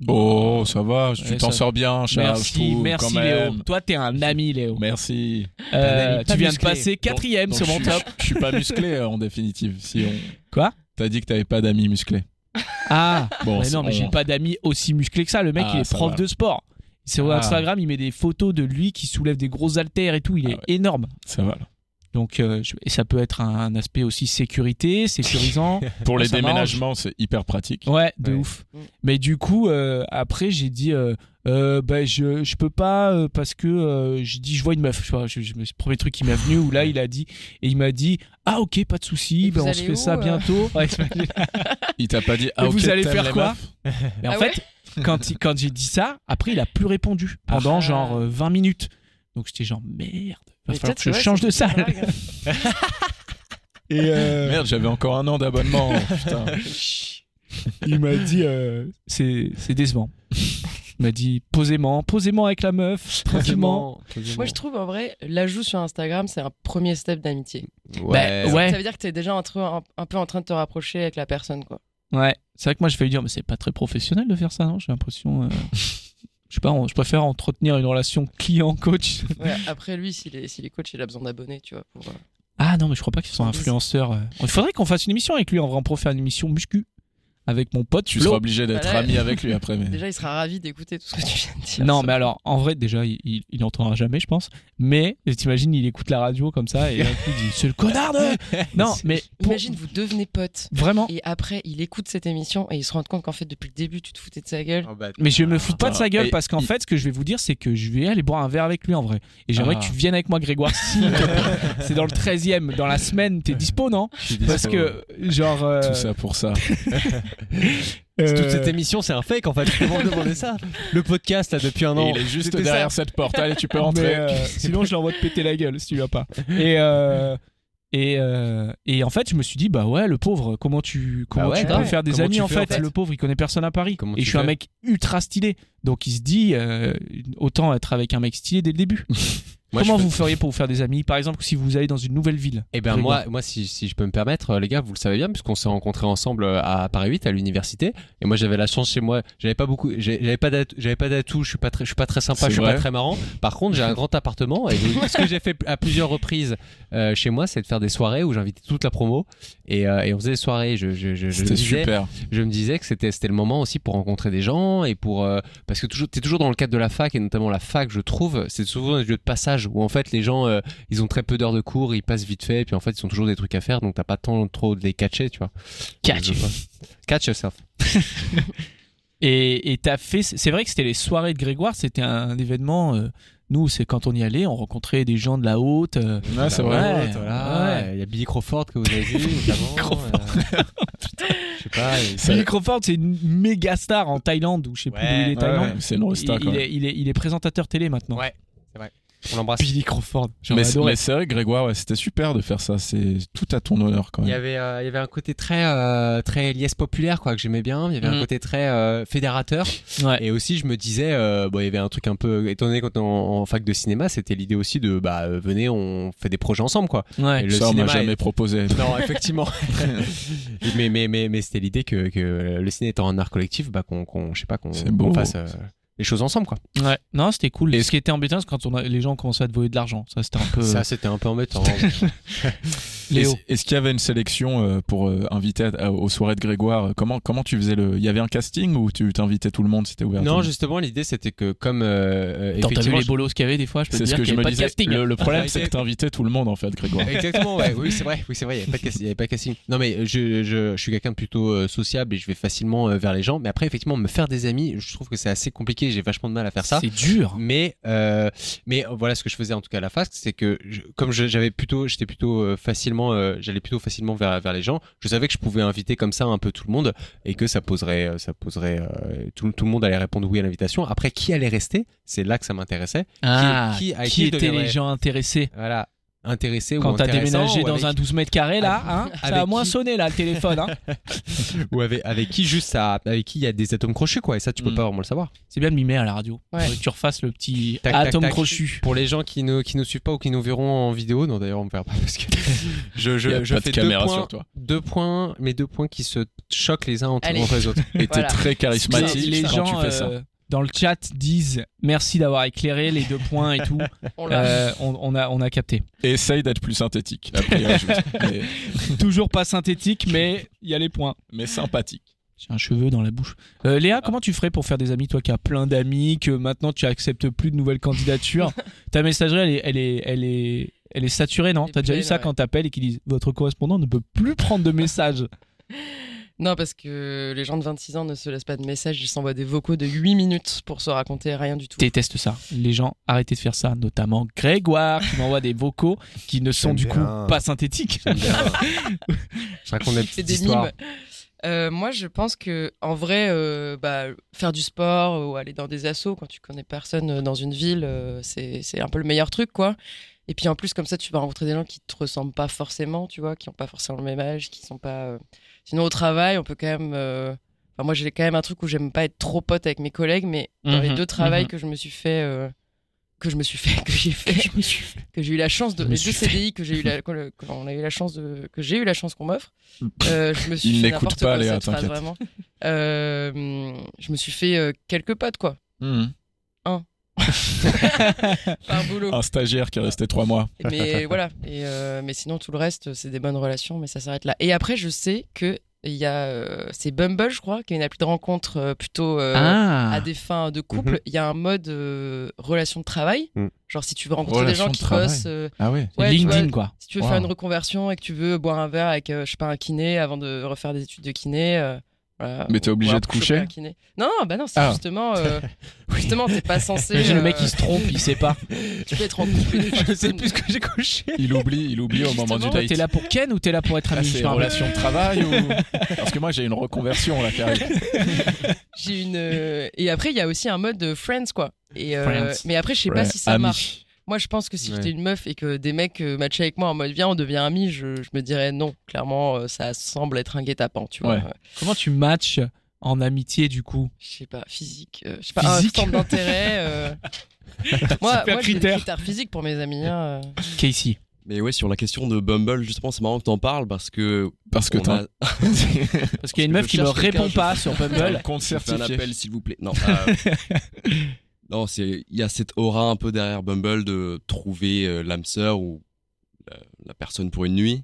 C: Oh, ça va, tu
A: Ouais,
C: t'en
A: ça-
C: sors bien, Charles. je
A: Merci,
C: trouve,
A: merci
C: quand même.
A: Léo. Toi, t'es un ami, Léo.
C: Merci.
A: Euh,
E: Un ami pas
A: tu viens
E: musclé.
A: de passer quatrième
C: Donc,
A: sur mon
C: je,
A: top.
C: Je, je suis pas musclé euh, en définitive. Si on...
A: Quoi
C: T'as dit que t'avais pas d'amis musclés.
A: Ah,
C: Bon,
A: mais non, mais
C: on-
A: j'ai pas d'amis aussi musclé que ça. Le mec,
C: Ah,
A: il est
C: ça
A: prof
C: va.
A: de sport. Sur
E: Ah.
A: Instagram, il met des photos de lui qui soulève des grosses haltères et tout. Il est
C: Ah ouais.
A: énorme.
C: Ça va.
A: Donc, euh, je- et ça peut être un, un aspect aussi sécurité, sécurisant.
C: Pour les
A: Ça m'arrange.
C: déménagements, c'est hyper pratique.
A: ouais, de
E: Ouais.
A: ouf.
B: Mm.
A: Mais du coup, euh, après, j'ai dit, euh, euh, bah, je, je peux pas euh, parce que euh, je dis, je vois une meuf. Je sais pas, je- je- le premier truc qui m'est venu où là, il a dit, et il m'a dit, ah ok, pas de souci,
B: Et
A: bah,
B: vous
A: on se
B: allez
A: fait
B: où,
A: ça
B: euh
A: bientôt. Ouais,
C: Il t'a pas dit. Ah,
A: Et vous
C: ok,
A: allez
C: t'aimes
A: faire
C: les
A: quoi
C: meufs
A: Mais en
B: Ah
A: fait, quand, il- quand j'ai dit ça, après, il a plus répondu pendant
B: Ah.
A: genre euh, 20 minutes. Donc j'étais genre merde, va
B: Mais
A: falloir
B: peut-être,
A: que je
B: ouais,
A: change
B: c'est
A: de
B: une petite
A: salle.
B: drague, hein.
A: Et euh,
C: Merde, j'avais encore un an d'abonnement. Putain.
A: il m'a dit euh, c'est c'est décevant. Il m'a dit posément, posément avec la meuf, tranquillement.
B: Moi je trouve en vrai l'ajout sur Instagram c'est un premier step d'amitié.
A: Bah,
E: ouais.
A: ouais,
B: Ça veut dire que t'es déjà un, tr- un- un peu en train de te rapprocher avec la personne quoi.
A: ouais. C'est vrai que moi je vais lui dire mais c'est pas très professionnel de faire ça, non J'ai l'impression. euh, Je sais pas, on- je préfère entretenir une relation client-coach.
B: Ouais, après lui s'il est, s'il est coach il a besoin d'abonnés tu vois. pour, euh,
A: Ah non, mais je crois pas qu'ils sont influenceurs. euh. Il faudrait qu'on fasse une émission avec lui. En vrai, on pourrait faire une émission muscu avec mon pote.
C: Tu
A: Flo.
C: seras obligé d'être
B: Voilà.
C: ami avec lui après. Mais...
B: Déjà il sera ravi d'écouter tout ce que tu viens de dire.
A: Non,
B: Ça-
A: mais alors, en vrai, déjà, il- il il n'entendra jamais, je pense. Mais t'imagines, il écoute la radio comme ça et d'un coup, il dit C'est le connard de. Non, mais pour-
B: Imagine vous devenez potes
A: vraiment.
B: et après il écoute cette émission et il se rend compte qu'en fait depuis le début tu te foutais de sa gueule.
E: Oh,
A: Mais je me
E: Ah,
A: fous pas de sa gueule
C: Et
A: parce qu'en
C: il-
A: fait, ce que je vais vous dire, c'est que je vais aller boire un verre avec lui en vrai. Et j'aimerais
C: Ah.
A: que tu viennes avec moi, Grégoire. Si, c'est dans le 13 e dans la semaine, t'es dispo, non Parce que, genre. euh,
C: Tout ça pour ça.
A: euh,
E: Toute cette émission, c'est un fake en fait. Comment me demander ça Le podcast là depuis un
C: Et
E: an.
C: il est juste
E: c'était
C: derrière cette porte. Allez, tu peux
A: Mais,
C: rentrer.
A: euh, sinon, je l'envoie te péter la gueule si tu vas pas. Et, euh, et, euh, et en fait, je me suis dit, bah ouais, le pauvre, comment tu, comment
E: Bah ouais,
A: tu peux
B: grave.
A: faire des
E: Comment
A: amis
E: tu
A: en,
E: fais,
A: fait,
E: en fait
A: Le pauvre, il connaît personne à Paris.
E: Comment
A: et
E: tu
A: je suis un
E: fais
A: mec ultra stylé. Donc il se dit, euh, autant être avec un mec stylé dès le début.
E: Moi,
A: comment
E: je fais-
A: vous feriez pour vous faire des amis Par exemple, si vous allez dans une nouvelle ville.
E: Eh ben
A: Très
E: moi, moi si, si je peux me permettre, euh, les gars, vous le savez bien, puisqu'on s'est rencontrés ensemble euh, à Paris 8 à l'université, et moi j'avais la chance chez moi, j'avais pas beaucoup, j'ai- j'avais pas d'atout, j'avais pas d'atout, je suis pas très, je suis pas très sympa,
C: C'est
E: je suis
C: vrai.
E: pas très marrant. Par contre, j'ai un grand appartement, et j'ai- ce que j'ai fait à plusieurs reprises euh, chez moi, c'est de faire des soirées où j'invitais toute la promo, et, euh, et on faisait des soirées. Je, je, je, je me
C: C'était
E: disais,
C: super.
E: je me disais que c'était c'était le moment aussi pour rencontrer des gens et pour euh, parce que toujours t'es toujours dans le cadre de la fac et notamment la fac je trouve c'est souvent un lieu de passage où en fait les gens euh, ils ont très peu d'heures de cours ils passent vite fait et puis en fait ils ont toujours des trucs à faire donc t'as pas tant trop de les catcher tu vois
A: Catch.
E: Je sais pas. catch yourself
A: Et et t'as fait. C'est vrai que c'était les soirées de Grégoire, c'était un événement. euh, nous, c'est quand on y allait, on rencontrait des gens de la haute. euh,
C: Ouais, c'est
A: Ouais.
C: vrai.
E: voilà, il y a Billy Crawford que vous avez vu notamment, euh, sais pas. et-
A: Billy Crawford, c'est une méga star en Thaïlande ou je sais plus
E: Ouais,
A: où il est
E: ouais,
A: Thaïlande.
E: ouais.
C: C'est une resta,
A: il,
C: quand
A: il
C: même.
A: est, il est- il est présentateur télé maintenant.
E: Ouais. On l'embrasse.
A: Billy Crawford, j'aurais
C: Mais c'est
A: adoré.
C: mais c'est vrai, Grégoire, ouais, c'était super de faire ça. C'est tout à ton honneur quand
E: Il y
C: même.
E: avait, euh, il y avait un côté très, euh, très liesse populaire quoi, que j'aimais bien. Il y avait
A: Mm.
E: un côté très euh, fédérateur.
A: Ouais.
E: Et aussi, je me disais, euh, bon, il y avait un truc un peu étonné quand on en fac de cinéma, c'était l'idée aussi de, bah, euh, venez, on fait des projets ensemble, quoi.
A: Ouais.
E: Et le
C: ça, on m'a
E: cinéma
C: jamais
E: est-
C: proposé.
E: Non, effectivement. mais mais, mais, mais c'était l'idée que, que le ciné étant un art collectif, bah, qu'on, qu'on- je sais pas, qu'on,
C: C'est beau.
E: qu'on fasse euh, les choses ensemble, quoi.
A: Ouais. Non, c'était cool. Et
E: Et
A: ce qui était embêtant, c'est quand on a- les gens commençaient à te voler de l'argent. Ça, c'était un peu.
E: Ça, c'était un peu embêtant. hein,
A: Léo.
C: Est-ce- Est-ce qu'il y avait une sélection euh, pour euh, inviter à- à- aux soirées de Grégoire Comment comment tu faisais le Il y avait un casting ou tu t'invitais tout le monde C'était ouvert. à tout
E: non,
C: le monde
E: justement, l'idée, c'était que comme, euh, euh,
A: Attends, t'as vu
E: effectivement,
A: les bolos qu'il y avait des fois Je peux te
C: C'est ce
A: dire
C: que
A: qu'il
C: je
A: y avait
C: me
A: pas
C: disais.
A: de casting.
C: Le, le problème,
E: Ouais,
C: c'est
E: c'est-
C: que t'invitais tout le monde en fait, Grégoire.
E: Exactement, ouais, oui, c'est vrai, oui, c'est vrai, il n'y avait pas de cas- il y avait pas de casting. Non, mais je, je, je suis quelqu'un de plutôt euh, sociable et je vais facilement euh, vers les gens. Mais après, effectivement, me faire des amis, je trouve que c'est assez compliqué, j'ai vachement de mal à faire ça.
A: C'est dur.
E: Mais, euh, mais voilà ce que je faisais en tout cas à la FASC, c'est que je- comme je- j'avais plutôt, j'étais plutôt euh, facilement, euh, j'allais plutôt facilement vers, vers les gens, je savais que je pouvais inviter comme ça un peu tout le monde et que ça poserait, euh, ça poserait, euh, tout, le- tout le monde allait répondre oui à l'invitation. Après, qui allait rester C'est là que ça m'intéressait.
A: Ah,
E: qui- à
A: qui
E: qui
A: étaient les
E: deviendrait-
A: gens intéressés
E: Voilà, intéressé ou
A: Quand t'as
E: intéressant,
A: déménagé
E: ou
A: dans
E: avec-
A: un 12 mètres carrés, là, hein, ça a
E: avec
A: moins
E: qui
A: sonné, là, le téléphone. hein.
E: ou avec, avec qui juste ça, avec qui il y a des atomes crochus quoi et ça tu peux
C: Mm.
E: pas vraiment le savoir
A: C'est bien de mimer à la radio.
B: Ouais.
A: Faudrait que tu refasses le petit
E: Tac, tac,
A: atome
E: tac.
A: crochu.
E: pour les gens qui ne qui nous suivent pas ou qui nous verront en vidéo non d'ailleurs on me verra pas parce que je
C: Il y a
E: je, je
C: pas de
E: fais deux
C: caméra
E: points
C: sur toi.
E: deux points mais deux points qui se choquent les uns entre,
B: Allez.
E: entre les autres
C: Et t'es
B: Voilà.
C: très charismatique
A: Les, les
C: quand
A: gens
C: tu fais ça.
A: euh, dans le chat disent merci d'avoir éclairé les deux points et tout.
B: On l'a.
A: Euh, on, on a, on a capté.
C: Essaye d'être plus synthétique. Après, euh, je- mais,
A: Toujours pas synthétique, mais il y a les points.
C: mais sympathique.
A: J'ai un cheveu dans la bouche. Euh, Léa, comment tu ferais pour faire des amis, toi qui as plein d'amis, que maintenant tu acceptes plus de nouvelles candidatures Ta messagerie, elle est, elle est, elle est, elle est saturée, non
B: Elle est
A: T'as déjà eu
B: pleine,
A: ça
B: ouais.
A: quand t'appelles et qu'ils disent votre correspondant ne peut plus prendre de messages.
B: Non, parce que les gens de 26 ans ne se laissent pas de messages, ils s'envoient des vocaux de 8 minutes pour se raconter rien du tout.
A: Déteste ça. Les gens, arrêtez de faire ça, notamment Grégoire qui m'envoie des vocaux qui ne sont
E: J'aime
A: du coup
E: bien.
A: pas synthétiques.
E: je raconte des
B: C'est
E: petites
B: des
E: histoires
B: mimes. Euh, moi, je pense que en vrai, euh, bah, faire du sport ou aller dans des assos quand tu connais personne euh, dans une ville, euh, c'est c'est un peu le meilleur truc, quoi. Et puis en plus, comme ça, tu vas rencontrer des gens qui te ressemblent pas forcément, tu vois, qui n'ont pas forcément le même âge, qui sont pas. euh, Sinon, au travail, on peut quand même. euh, Enfin, moi, j'ai quand même un truc où j'aime pas être trop pote avec mes collègues, mais dans les
A: Mhm,
B: deux travails
A: mhm.
B: que je me suis fait, euh, que je me suis fait, mmh que j'ai fait, que j'ai eu la chance de
A: Je me
B: les
A: suis
B: deux
A: fait.
B: CDI que j'ai eu la, qu'on qu'on a eu la chance de, que j'ai eu la chance qu'on m'offre. Euh, je me suis
C: Hmm. Il
B: fait
C: n'écoute
B: n'importe
C: pas,
B: quoi,
C: Léa,
B: cette phrase,
C: t'inquiète.
B: vraiment. Euh, hum, je me suis fait euh, quelques potes quoi,
D: Hmm.
C: Mhm.
B: par boulot.
C: Un stagiaire qui est resté trois mois.
B: Mais voilà. Et, euh, mais sinon tout le reste, c'est des bonnes relations, mais ça s'arrête là. Et après, je sais que il y a, euh, c'est Bumble, je crois, qui est une appli de rencontre euh, plutôt. euh,
A: Ah,
B: à des fins
C: Mhm.
B: de couple, il y a un mode euh, relation de travail.
E: Mm.
B: Genre, si tu veux rencontrer des
C: Relation
B: gens
C: de
B: qui
C: travail.
B: bossent, euh,
C: Ah ouais.
A: C'est
B: ouais, tu
A: LinkedIn
B: vois,
A: quoi.
B: si tu veux
C: Wow.
B: faire une reconversion et que tu veux boire un verre avec, euh, je sais pas, un kiné avant de refaire des études de kiné. euh, voilà,
C: Mais t'es
B: ou-
C: obligé
B: ou
C: de
B: choper
C: coucher
B: un kiné. Non, non, bah non, c'est
C: Ah.
B: justement. euh, Justement, t'es pas censé.
A: Imagine le
B: euh,
A: mec il se trompe, il sait pas.
B: Tu peux être en couple. des fois,
E: je sais
B: tu peux-
E: plus ce que j'ai couché
C: Il oublie, il oublie au moment du
B: Justement,
A: Toi, t'es
C: date.
A: là pour Ken ou t'es là pour être
C: Ah,
A: ami
C: c'est
A: Je me rappelle.
C: relation de travail ou Parce que moi j'ai une reconversion là qui arrive.
B: J'ai une. euh, Et après, il y a aussi un mode de Friends, quoi. Et, euh,
A: Friends.
B: Mais après, je sais pas
C: Ouais,
B: si ça
C: ami.
B: marche. Moi, je pense que si
E: Ouais.
B: j'étais une meuf et que des mecs euh, matchaient avec moi en mode viens, on devient amis, je, je me dirais non. Clairement, euh, ça semble être un guet-apens, tu vois.
C: Ouais.
B: Euh,
A: Comment tu matches en amitié du coup
B: Je sais pas, physique, euh, je sais pas, un
A: Physique
B: centre d'intérêt. euh. moi,
A: Super
B: moi j'ai des
A: critère.
B: critères physiques pour mes amis. hein, euh.
A: Casey
D: Mais ouais, sur la question de Bumble, justement, c'est marrant que t'en parles parce que.
C: Parce que
D: on
C: t'as
D: a-
A: Parce qu'il y a une meuf
D: Parce que
A: qui
D: je
A: me
D: cherche quelqu'un,
A: répond
D: je-
A: pas sur
C: t'as
A: Bumble.
C: un compte
D: Je fais un
C: certifié.
D: appel, s'il vous plaît. Non. euh, non, c'est il y a cette aura un peu derrière Bumble de trouver euh, l'âme sœur ou la, la personne pour une nuit.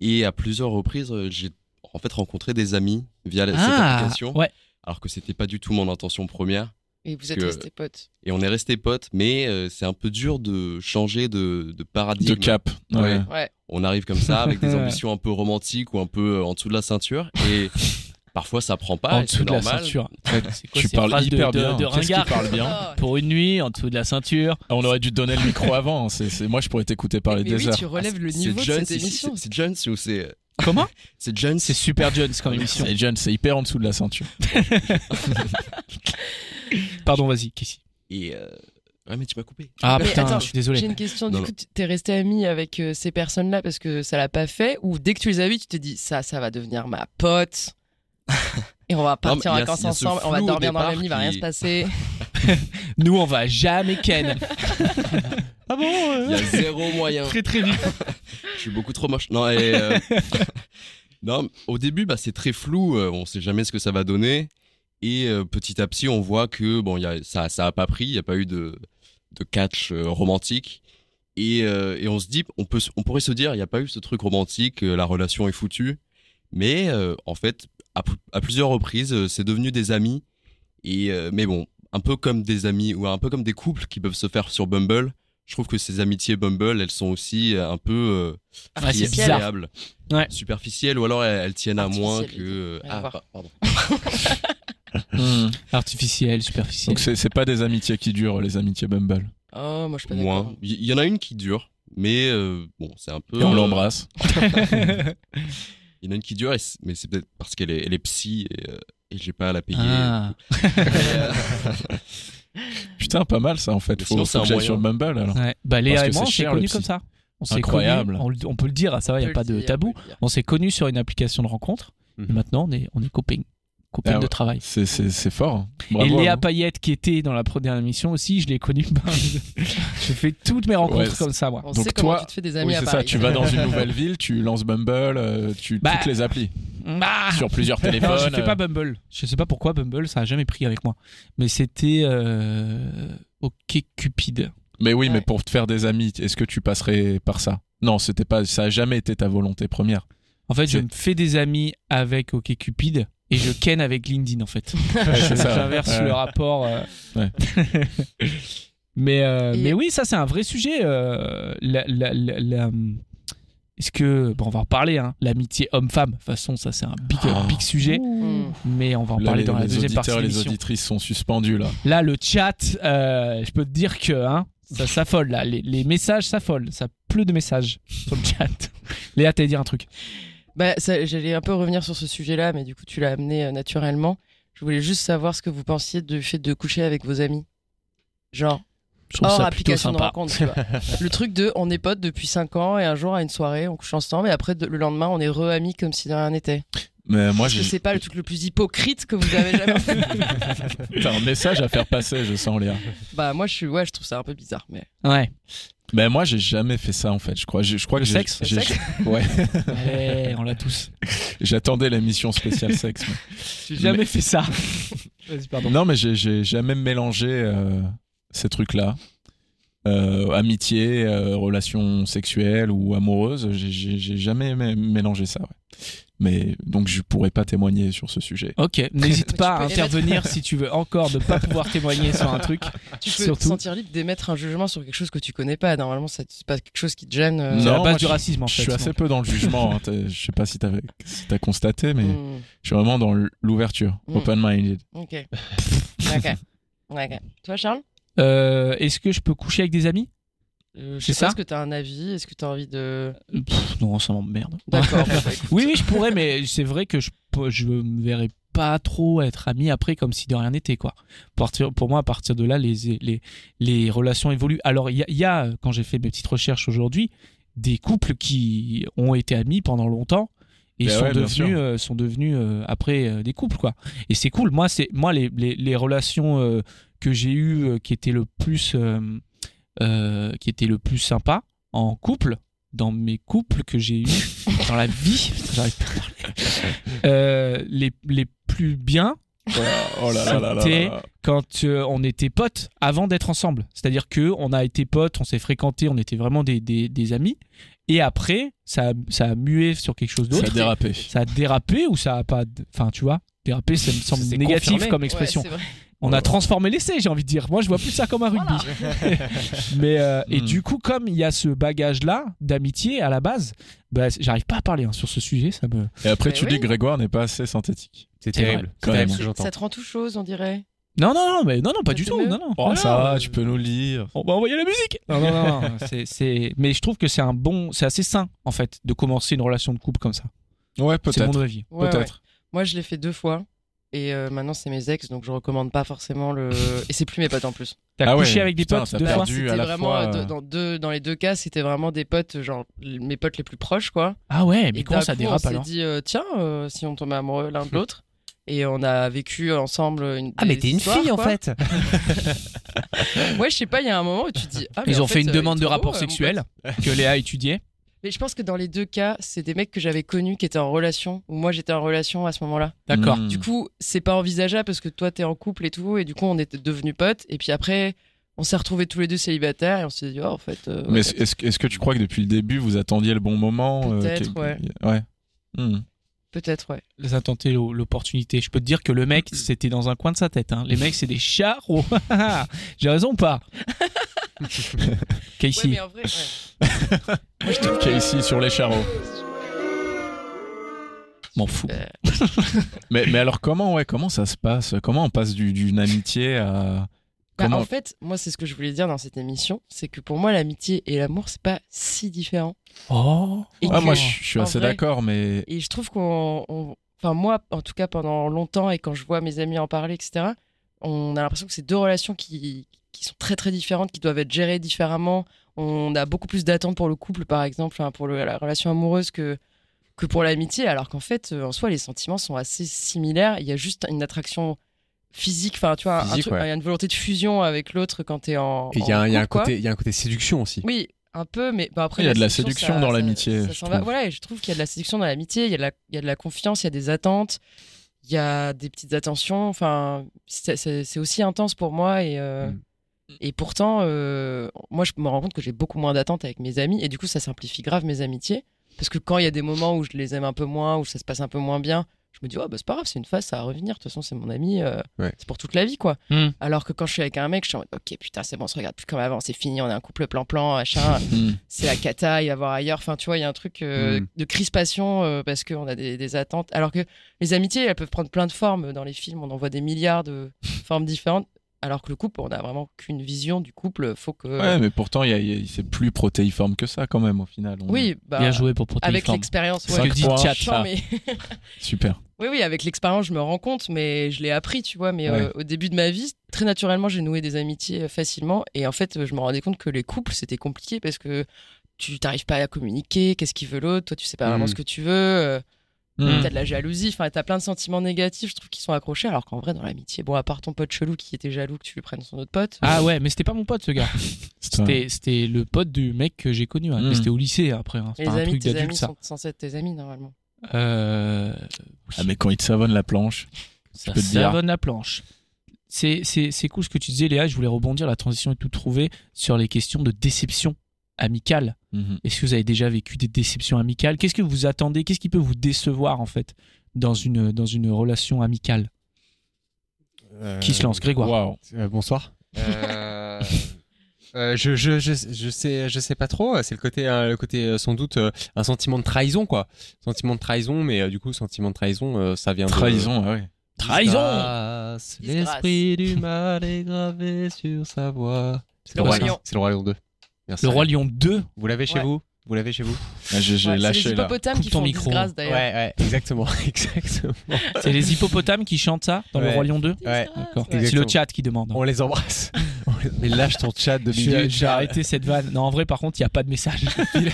D: Et à plusieurs reprises, euh, j'ai en fait rencontré des amis via la- cette
A: Ah,
D: application,
A: ouais.
D: alors que c'était pas du tout mon intention première.
B: Et vous êtes
D: que-
B: restés potes.
D: Et on est restés potes, mais euh, c'est un peu dur de changer de, de
C: De
D: paradigme.
C: cap.
D: Ouais.
C: Ouais.
B: Ouais.
D: On arrive comme ça avec des ambitions un peu romantiques ou un peu euh, en dessous de la ceinture. Et parfois, ça prend pas.
A: en
D: et c'est
A: dessous de la
D: normal.
A: ceinture. Ah, C'est quoi
C: Tu
A: ces
C: parles
A: phrases de-
C: hyper
A: de-
C: bien.
A: de
C: Qu'est-ce qui
A: ringard
C: parle bien
B: Ah,
A: Pour une nuit, en dessous de la ceinture.
C: On aurait dû te donner le micro avant. C'est, c'est- Moi, je pourrais t'écouter parler
B: mais
C: des
B: oui,
C: heures.
B: tu relèves le
D: Ah, C'est
B: niveau de
D: Jones
B: cette
D: ici,
B: émission.
D: C'est euh, c'est Jones ou c'est
A: Comment
D: C'est Jones.
A: C'est super Jones comme émission.
C: C'est jeune, c'est hyper en dessous de la ceinture.
A: Pardon, vas-y, Casey.
D: Et euh, ouais, mais tu m'as coupé.
A: Ah
B: Mais
A: putain,
B: attends,
A: je suis désolé.
B: J'ai une question.
D: Non,
B: du
D: non.
B: coup, tu- t'es resté ami avec euh, ces personnes-là parce que ça l'a pas fait ou dès que tu les as vues, tu t'es dit ça, ça va devenir ma pote et on va partir en
D: mais il y a-
B: vacances
D: il y a ce
B: ensemble, on va
D: flou au
B: dormir dans le même
D: départ
B: lit, il va rien
D: qui-
B: se passer.
A: Nous, on va jamais Ken. ah bon
D: Il y a zéro moyen.
A: Très très vite.
D: Je suis beaucoup trop moche. Non, et, euh, non au début, bah, c'est très flou. euh, on sait jamais ce que ça va donner. Et euh, petit à petit, on voit que bon, il y a, ça ça a pas pris. Il n'y a pas eu de, de catch euh, romantique. Et, euh, et on se dit, on, peut, se- on pourrait se dire, il n'y a pas eu ce truc romantique, euh, la relation est foutue. Mais euh, en fait, à, pl- à plusieurs reprises, euh, c'est devenu des amis. Et, euh, mais bon, un peu comme des amis ou un peu comme des couples qui peuvent se faire sur Bumble. Je trouve que ces amitiés Bumble, elles sont aussi euh, un peu euh,
A: Ouais, Ah, c'est
D: friables,
A: bizarre. Ouais.
D: superficielles, ou alors elles, elles tiennent à moins
B: Artificielles,
D: que.
B: rien à voir.
D: pa- pardon.
A: Hmm. Artificiel, superficiel.
C: Donc c'est c'est pas des amitiés qui durent, les amitiés Bumble.
B: Oh, moi je suis pas d'accord.
D: Moins. Il y, il y en a une qui dure, mais euh, bon, c'est un peu.
C: Et on
D: euh,
C: l'embrasse.
D: Il y en a une qui dure, et c- mais c'est peut-être parce qu'elle est, elle est psy et, euh, et j'ai pas à la payer.
A: Ah.
D: Mais, euh,
C: Putain, pas mal ça en fait.
D: Mais
C: Faut,
D: sinon,
C: faut
D: c'est
C: que
D: un
C: j'aille
D: moyen.
C: sur Bumble alors.
A: Ouais. Bah, Léa
C: Parce que
A: et moi, on
C: c'est
A: s'est
C: cher, le
A: connus
C: psy.
A: comme ça. On s'est
C: Incroyable.
A: connus, on le- on, peut le dire, ah, ça va, il n'y a pas de tabou. On s'est connus sur une application de rencontre.
E: Mhm.
A: Et maintenant, on est, on est copines. Copines
C: Ah
A: de
C: ouais.
A: travail.
C: C'est- C'est c'est fort. hein. Bravo,
A: et Léa
C: hein.
A: Payette, qui était dans la première émission aussi, je l'ai connue. par- je fais toutes mes
C: Ouais,
A: rencontres
C: c'est-
A: comme ça, moi.
B: On
C: Donc
B: sait comment
C: toi-
B: tu te fais des amis
C: Oui,
B: à
C: c'est ça.
B: Paris.
C: Tu vas dans une nouvelle ville, tu lances Bumble, euh, tu
A: Bah.
C: toutes les applis
A: Ah
C: sur plusieurs téléphones.
A: Non, je fais
C: euh,
A: pas Bumble. Je sais pas pourquoi Bumble, ça a jamais pris avec moi. Mais c'était euh, OK Cupid.
C: Mais oui, mais
B: Ouais.
C: pour te faire des amis, est-ce que tu passerais par ça Non, c'était pas. Ça a jamais été ta volonté première.
A: En fait, je
C: C'est-
A: me fais des amis avec OK Cupid et je ken avec LinkedIn en fait.
C: c'est ça.
A: J'inverse
C: Ouais.
A: le rapport. euh.
C: Ouais.
A: mais euh,
B: Et-
A: mais oui, ça c'est un vrai sujet. euh, la- la- la- la- hum, Est-ce que bon, on va en parler. Hein, L'amitié homme-femme. De toute façon, ça c'est un big,
C: Oh.
A: big sujet.
B: Mm.
A: Mais on va en
C: Là,
A: parler
C: les,
A: dans la
C: les
A: deuxième partie.
C: auditeurs,
A: de
C: les
A: l'émission.
C: auditrices sont suspendus là.
A: Là, le chat, euh, je peux te dire que hein, ça s'affole. Là, les, les messages s'affolent. Ça pleut de messages sur le chat. Léa, t'allais dire un truc.
B: Bah, ça, j'allais un peu revenir sur ce sujet-là, mais du coup, tu l'as amené euh, naturellement. Je voulais juste savoir ce que vous pensiez du fait de coucher avec vos amis. Genre,
A: Je trouve
B: hors
A: ça plutôt
B: application de
A: sympa.
B: rencontre, tu vois. Le truc de on est potes depuis 5 ans et un jour à une soirée, on couche ensemble et après de- le lendemain, on est re-amis comme si de rien n'était.
C: Mais moi,
B: Parce que
C: j'ai
B: c'est pas le truc le plus hypocrite que vous avez jamais fait.
C: t'as un message à faire passer, je sens Léa.
B: bah, moi, je, suis, ouais, je trouve ça un peu bizarre, mais.
A: Ouais.
C: Ben moi, j'ai jamais fait ça en fait. Je crois, je, je crois
A: Le
C: que j'ai-
A: sexe, le
C: j'ai-
A: sexe
C: ouais.
A: Ouais, on l'a tous.
C: J'attendais la mission spéciale sexe. mais-
A: J'ai jamais fait ça. Vas-y, pardon.
C: Non, mais j'ai- j'ai jamais mélangé euh, ces trucs-là. Euh, amitié, euh, relation sexuelle ou amoureuse, j'ai- j'ai j'ai jamais mé- mélangé ça. ouais. Mais donc je pourrais pas témoigner sur ce sujet.
A: Ok, n'hésite
B: Tu
A: pas à
B: peux émettre-
A: intervenir si tu veux encore ne pas pouvoir témoigner sur un truc.
B: Tu peux te
A: Surtout-
B: sentir libre d'émettre un jugement sur quelque chose que tu connais pas. Normalement, ça- c'est pas quelque chose qui te gêne. euh,
A: C'est
C: Non,
A: la
C: moi,
A: base du
C: je-
A: racisme en
C: je
A: fait.
C: suis assez
A: non.
C: peu dans le jugement. hein. T'as- je sais pas si t'as si t'as constaté, mais
B: hmm,
C: je suis vraiment dans l'ouverture,
B: Mm.
C: open-minded.
B: Ok. ok. Ok. Toi, Charles
A: Euh, Est-ce que je peux coucher avec des amis
B: Euh, je
A: C'est
B: sais pas,
A: ça
B: Est-ce que t'as un avis Est-ce que t'as envie de.
A: Pff, Non, ça m'emmerde.
B: D'accord. bon, bah, écoute.
A: Oui, oui, je pourrais, mais c'est vrai que je peux- je me verrais pas trop être ami après comme si de rien n'était quoi. Partir, pour moi, à partir de là, les les les relations évoluent. Alors il y a, il y a, quand j'ai fait mes petites recherches aujourd'hui, des couples qui ont été amis pendant longtemps et
C: Ben
A: sont,
C: ouais, bien
A: devenus,
C: sûr.
A: euh, sont devenus euh, après euh, des couples quoi. Et c'est cool. Moi, c'est moi les les, les relations euh, que j'ai eues euh, qui étaient le plus euh, euh, qui étaient le plus sympa en couple dans mes couples que j'ai eu dans la vie, putain, j'arrive pas à parler. Euh, les, les plus bien
C: Oh là là là là là
A: C'était-
C: là.
A: quand euh, on était potes avant d'être ensemble. C'est-à-dire que on a été potes, on s'est fréquentés, on était vraiment des, des, des amis. Et après, ça, a- ça a mué sur quelque chose
C: Ça a
A: d'autre.
C: dérapé.
A: Ça a dérapé ou ça a pas. d- Enfin, tu vois, dérapé, ça me semble
E: C'est
A: négatif
E: confirmé.
A: comme expression.
B: Ouais, c'est vrai.
A: on a transformé l'essai, j'ai envie de dire. Moi, je vois plus ça comme un rugby. Mais euh, et
C: Hmm.
A: du coup, comme il y a ce bagage-là d'amitié à la base, bah, c- j'arrive pas à parler hein, sur ce sujet. Ça me.
C: Et après
B: Mais
C: tu
B: oui.
C: dis que Grégoire n'est pas assez synthétique.
E: C'est
A: C'est vrai.
E: terrible. C'est
C: Quand
E: terrible
C: même.
E: ce que j'entends.
B: Ça te rend tout chose, on dirait.
A: Non, non, non, mais non, non, pas
B: Ça
A: du
B: fait
A: tout.
B: mieux
A: Non, non.
C: Oh, ça
A: Voilà.
C: va, tu peux nous le lire.
A: bah, On va envoyer la musique. Non, non, non. non, c'est, c'est... Mais je trouve que c'est un bon, c'est assez sain en fait de commencer une relation de couple comme ça.
C: Ouais,
A: C'est mon
C: peut-être.
A: avis.
B: Ouais, ouais.
C: Peut-être.
B: Moi, je l'ai fait deux fois. Et euh, maintenant, c'est mes ex, donc je recommande pas forcément le. Et c'est plus mes potes en plus.
A: T'as
C: Ah ouais,
A: couché avec des
C: putain,
A: potes
C: ça
A: deux
C: perd
A: fois
C: du-
B: c'était
C: à la
B: vraiment
C: fois,
B: euh, de-
C: euh,
B: dans deux dans les deux cas, c'était vraiment des potes, genre l- mes potes les plus proches, quoi.
A: Ah ouais, mais
B: Et
A: comment
B: d'un
A: ça
B: coup,
A: dérape
B: On
A: alors Hmm.
B: s'est dit euh, tiens, euh, si on tombait amoureux l'un de l'autre. Et on a vécu ensemble une.
E: Ah, mais
B: des
E: t'es une
B: histoires,
E: fille en
B: quoi.
E: fait
B: Ouais, je sais pas, il y a un moment où tu te dis. Ah, mais
A: Ils
B: en
A: ont fait une
B: euh,
A: demande
B: il est
A: de
B: trop
A: rapport
B: beau, euh, mon
A: sexuel que Léa étudiait.
B: Mais je pense que dans les deux cas, c'est des mecs que j'avais connus qui étaient en relation, ou moi j'étais en relation à ce moment-là.
A: D'accord.
C: Mm.
B: Du coup, c'est pas envisageable parce que toi t'es en couple et tout, et du coup on était devenus potes, et puis après on s'est retrouvés tous les deux célibataires, et on s'est dit, oh en fait. euh,
C: Mais
B: ouais,
C: est-ce est-ce que- est-ce que tu crois que depuis le début, vous attendiez le bon moment euh,
B: Peut-être,
C: que-
B: ouais.
C: Ouais. Hmm.
B: Peut-être, ouais.
A: Les a tenté l'o- l'opportunité. Je peux te dire que le mec, c'était dans un coin de sa tête. hein. Les mecs, c'est des charros. J'ai raison ou pas Casey.
B: Ouais, mais en vrai, ouais.
C: Casey sur les charreaux.
A: M'en fous.
B: Euh,
C: Mais, mais alors comment ouais comment ça se passe Comment on passe du- d'une amitié à
B: Bah,
C: comment
B: en fait, moi c'est ce que je voulais dire dans cette émission, c'est que pour moi l'amitié et l'amour c'est pas si différent.
A: Oh.
B: Et
C: Ah
B: que-
C: moi je je suis
B: en
C: assez
B: vrai-
C: d'accord mais
B: Et je trouve qu'on. on- Enfin, moi, en tout cas, pendant longtemps, et quand je vois mes amis en parler, etc., on a l'impression que c'est deux relations qui, qui sont très, très différentes, qui doivent être gérées différemment. On a beaucoup plus d'attentes pour le couple, par exemple, hein, pour le- la relation amoureuse que, que pour l'amitié, alors qu'en fait, euh, en soi, les sentiments sont assez similaires. Il y a juste une attraction physique, enfin, tu vois, un
E: Physique,
B: truc-
E: ouais.
B: il y a une volonté de fusion avec l'autre quand t'es en.
E: Et il y, a
B: en
E: un- il y a un
B: couple, quoi.
E: côté- il y a un côté séduction aussi.
B: Oui, un peu, mais bah, après.
C: Il y a de la séduction
B: ça-
C: dans
B: ça-
C: l'amitié,
B: ça
C: je
B: s'en va.
C: trouve.
B: Voilà, et je trouve qu'il y a de la séduction dans l'amitié, il, y a de la- il y a de la confiance, il y a des attentes, il y a des petites attentions. Enfin, c'est c'est- c'est aussi intense pour moi. Et, euh,
E: Mm.
B: et pourtant, euh, moi, je me rends compte que j'ai beaucoup moins d'attentes avec mes amis. Et du coup, ça simplifie grave mes amitiés. Parce que quand il y a des moments où je les aime un peu moins, où ça se passe un peu moins bien, je me dis, oh, bah, c'est pas grave, c'est une phase, ça va revenir. De toute façon, c'est mon ami, euh,
E: Ouais.
B: c'est pour toute la vie, quoi.
C: Hmm.
A: Mm.
B: Alors que quand je suis avec un mec, je suis en mode, ok, putain, c'est bon, on se regarde plus comme avant, c'est fini, on est un couple plan-plan, machin,
C: hmm.
B: c'est la cata, il va voir ailleurs. Enfin, tu vois, il y a un truc euh,
E: Mm.
B: de crispation euh, parce qu'on a des, des attentes. Alors que les amitiés, elles peuvent prendre plein de formes. Dans les films, on en voit des milliards de formes différentes. Alors que le couple, on n'a vraiment qu'une vision du couple. Faut que.
C: ouais mais pourtant il y a- il y a- c'est plus protéiforme que ça quand même au final. On-
B: oui, bah,
A: Bien joué pour protéger
B: avec l'expérience.
C: C'est ce que dit
B: franchement,
C: Tchat,
B: mais-
C: Super.
B: Oui, oui, avec l'expérience, je me rends compte, mais je l'ai appris, tu vois. Mais euh, au début de ma vie, très naturellement, j'ai noué des amitiés euh, facilement. Et en fait, euh, je me rendais compte que les couples, c'était compliqué parce que tu t'arrives pas à communiquer, qu'est-ce qu'il veut l'autre, toi, tu sais pas vraiment
E: Mm.
B: ce que tu veux, euh,
A: Mm.
B: t'as de la jalousie, enfin, t'as plein de sentiments négatifs, je trouve, qui sont accrochés. Alors qu'en vrai, dans l'amitié, bon, à part ton pote chelou qui était jaloux que tu lui prennes son autre pote.
A: Ah ouais, mais c'était pas mon pote ce gars.
C: Ouais.
A: C'était, c'était le pote du mec que j'ai connu. hein.
C: Mm.
A: Mais c'était au lycée après. hein. C'est
B: les
A: pas un
B: amis,
A: truc
B: tes amis
A: d'adulte ça.
B: sont censés être tes amis, normalement.
A: Euh,
C: Ah mais quand il te savonne la planche.
A: ça
C: peux te dire.
A: savonne la planche. C'est, c'est, c'est cool ce que tu disais Léa. Je voulais rebondir. La transition est tout trouvée sur les questions de déception amicale.
C: Mhm.
A: Est-ce que vous avez déjà vécu des déceptions amicales Qu'est-ce que vous attendez Qu'est-ce qui peut vous décevoir en fait dans une, dans une relation amicale Qui se lance
B: Ah.
A: Grégoire
C: Waouh.
E: Euh, bonsoir. Euh, euh, je, je, je, je sais je sais pas trop. C'est le côté euh, le côté euh, sans doute euh, un sentiment de trahison quoi. Sentiment de trahison, mais euh, du coup sentiment de trahison, euh, ça vient de-
C: Trahison ah ouais. ouais.
A: Trahison
E: Disgrâce,
B: Disgrâce.
E: L'esprit du mal est gravé sur sa voix. C'est
B: Le
E: pas
B: Roi
E: ça
B: Lion.
E: C'est le roi lion 2. Merci.
A: Le Roi Lion 2
E: Vous l'avez chez
B: Ouais.
E: vous. Vous l'avez chez vous.
C: Ah, J'ai j'ai
B: Ouais, c'est
C: lâché
B: les
C: là.
B: hippopotames
A: Coupe
B: qui
A: ton
B: font
A: micro.
B: disgrâce,
E: Ouais,
B: d'ailleurs.
E: ouais, exactement, exactement.
A: C'est les hippopotames qui chantent ça dans Le
E: Ouais.
A: Roi Lion 2
E: Ouais.
A: D'accord.
E: Ouais.
A: C'est le
E: Exactement.
A: chat qui demande.
E: On les embrasse. On les- Mais lâche ton chat de
A: J'ai-
E: milieu.
A: J'ai arrêté cette vanne. Non, en vrai, par contre, il n'y a pas de message. Il,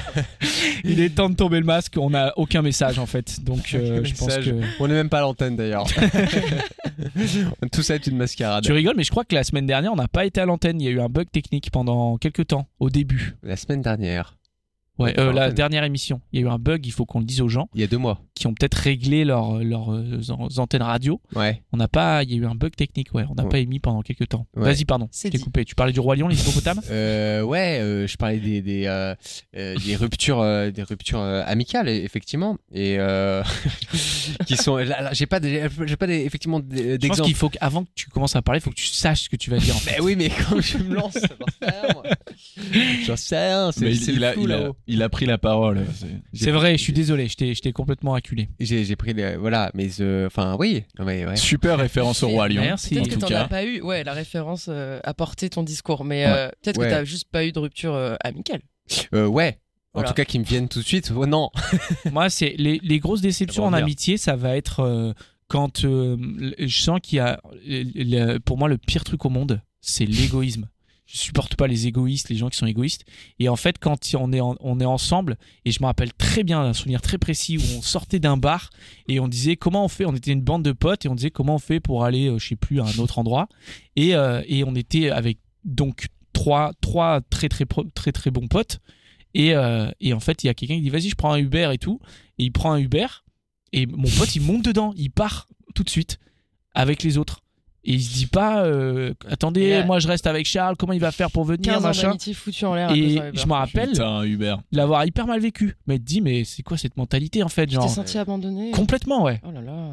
A: il est temps de tomber le masque. On n'a aucun message en fait. Donc, euh,
E: Aucun
A: je pense
E: message.
A: que.
E: On n'est même pas à l'antenne d'ailleurs. Tout ça est une mascarade.
A: Tu rigoles, mais je crois que la semaine dernière, on n'a pas été à l'antenne. Il y a eu un bug technique pendant quelques temps, au début.
E: La semaine dernière,
A: Ouais,
E: Pas à
A: euh, la
E: l'antenne.
A: dernière émission. Il y a eu un bug, il faut qu'on le dise aux gens,
E: il y a deux mois.
A: qui ont peut-être réglé leurs leurs, euh, an- antennes radio.
E: Ouais.
A: On n'a pas. Il y a eu un bug technique, ouais. On n'a
E: Ouais.
A: pas émis pendant quelques temps.
E: Ouais.
A: Vas-y, pardon.
B: C'est
A: Je t'ai
B: dit.
A: coupé. Tu parlais du Roi Lion, les hippopotames
E: Euh, ouais, euh, je parlais des des, euh, euh, des ruptures euh, des ruptures euh, amicales e- effectivement et euh, qui sont là, là, j'ai pas des- j'ai pas des- effectivement des- euh,
A: Je pense
E: d'exemples.
A: qu'il faut qu'avant que tu commences à parler, il faut que tu saches ce que tu vas dire. en fait.
E: Eh oui, mais quand je me lance, j'en sais rien, moi. J'en sais rien, c'est
C: Mais
E: c'est
C: il,
E: le
C: il a,
E: flou,
C: il, a,
E: là-haut.
C: il a pris la parole. c'est-
A: C'est vrai, je suis désolé, je t'ai je t'ai complètement acculé.
E: J'ai j'ai pris les- voilà, mais euh, enfin oui, non mais ouais.
C: Super référence au roi lion.
A: Merci.
C: En
B: Peut-être que
C: tout
B: t'en
C: cas.
B: as pas eu, ouais, la référence euh, à porter ton discours, mais
C: Ouais.
B: euh, peut-être
E: Ouais.
B: que t'as juste pas eu de rupture euh, amicale.
E: Euh, ouais. En
B: Voilà.
E: tout cas, qui me viennent tout de suite. Oh non
A: Moi, c'est les, les grosses déceptions
E: Ça va
A: en
E: revenir.
A: amitié, ça va être euh, quand euh, l- je sens qu'il y a, le- le- pour moi, le pire truc au monde, c'est l'égoïsme. Je supporte pas les égoïstes, les gens qui sont égoïstes. Et en fait, quand on est, en- on est ensemble, et je me rappelle très bien un souvenir très précis où on sortait d'un bar et on disait comment on fait, on était une bande de potes et on disait comment on fait pour aller, euh, je sais plus, à un autre endroit. Et, euh, et on était avec donc trois, trois très très pro- très très bons potes. Et, euh, et en fait, il y a quelqu'un qui dit vas-y, je prends un Uber et tout. Et il prend un Uber et mon pote il monte dedans, il part tout de suite avec les autres. Et il se dit pas euh, attendez,
B: Et là-
A: moi je reste avec Charles, comment il va faire pour venir,
B: 15 ans
A: machin.
B: d'amitié foutu en l'air. à cause
A: Et
B: d'un Uber.
A: je me rappelle
C: Putain, Hubert.
A: l'avoir hyper mal vécu. Mais te dis mais c'est quoi cette mentalité en fait,
B: Tu t'es
A: genre euh,
B: senti abandonné.
A: complètement ouais.
B: Oh là là.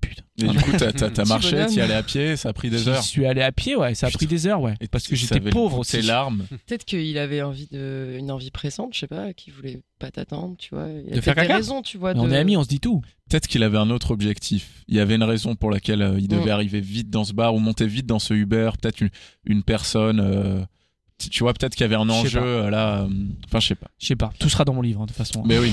A: Putain.
C: Et du coup, t'as- t'as t'as
B: Petit
C: marché,
B: bonhomme.
C: t'y allais à pied, ça a pris des
A: J'y
C: heures.
A: suis allé à pied ouais, ça a
C: Putain.
A: pris des heures ouais,
C: Et
A: parce que
C: ça
A: j'étais
C: avait le
A: pauvre
C: coup de
A: aussi.
C: Tes larmes.
B: Peut-être qu'il avait envie de... une envie pressante, je sais pas, qu'il voulait pas t'attendre, tu vois. Il a
A: De faire
B: peut-être des
A: caca.
B: raisons, tu vois.
A: Mais on
B: de-
A: est amis, on se dit tout.
C: Peut-être qu'il avait un autre objectif. Il y avait une raison pour laquelle euh, il devait
B: Mm.
C: arriver vite dans ce bar ou monter vite dans ce Uber. Peut-être une, une personne. euh, tu- tu vois, peut-être qu'il y avait un
A: Je sais
C: enjeu
A: pas.
C: euh, là. euh, Enfin, je sais pas.
A: Je sais pas, tout sera dans mon livre hein, de toute façon.
C: Mais oui.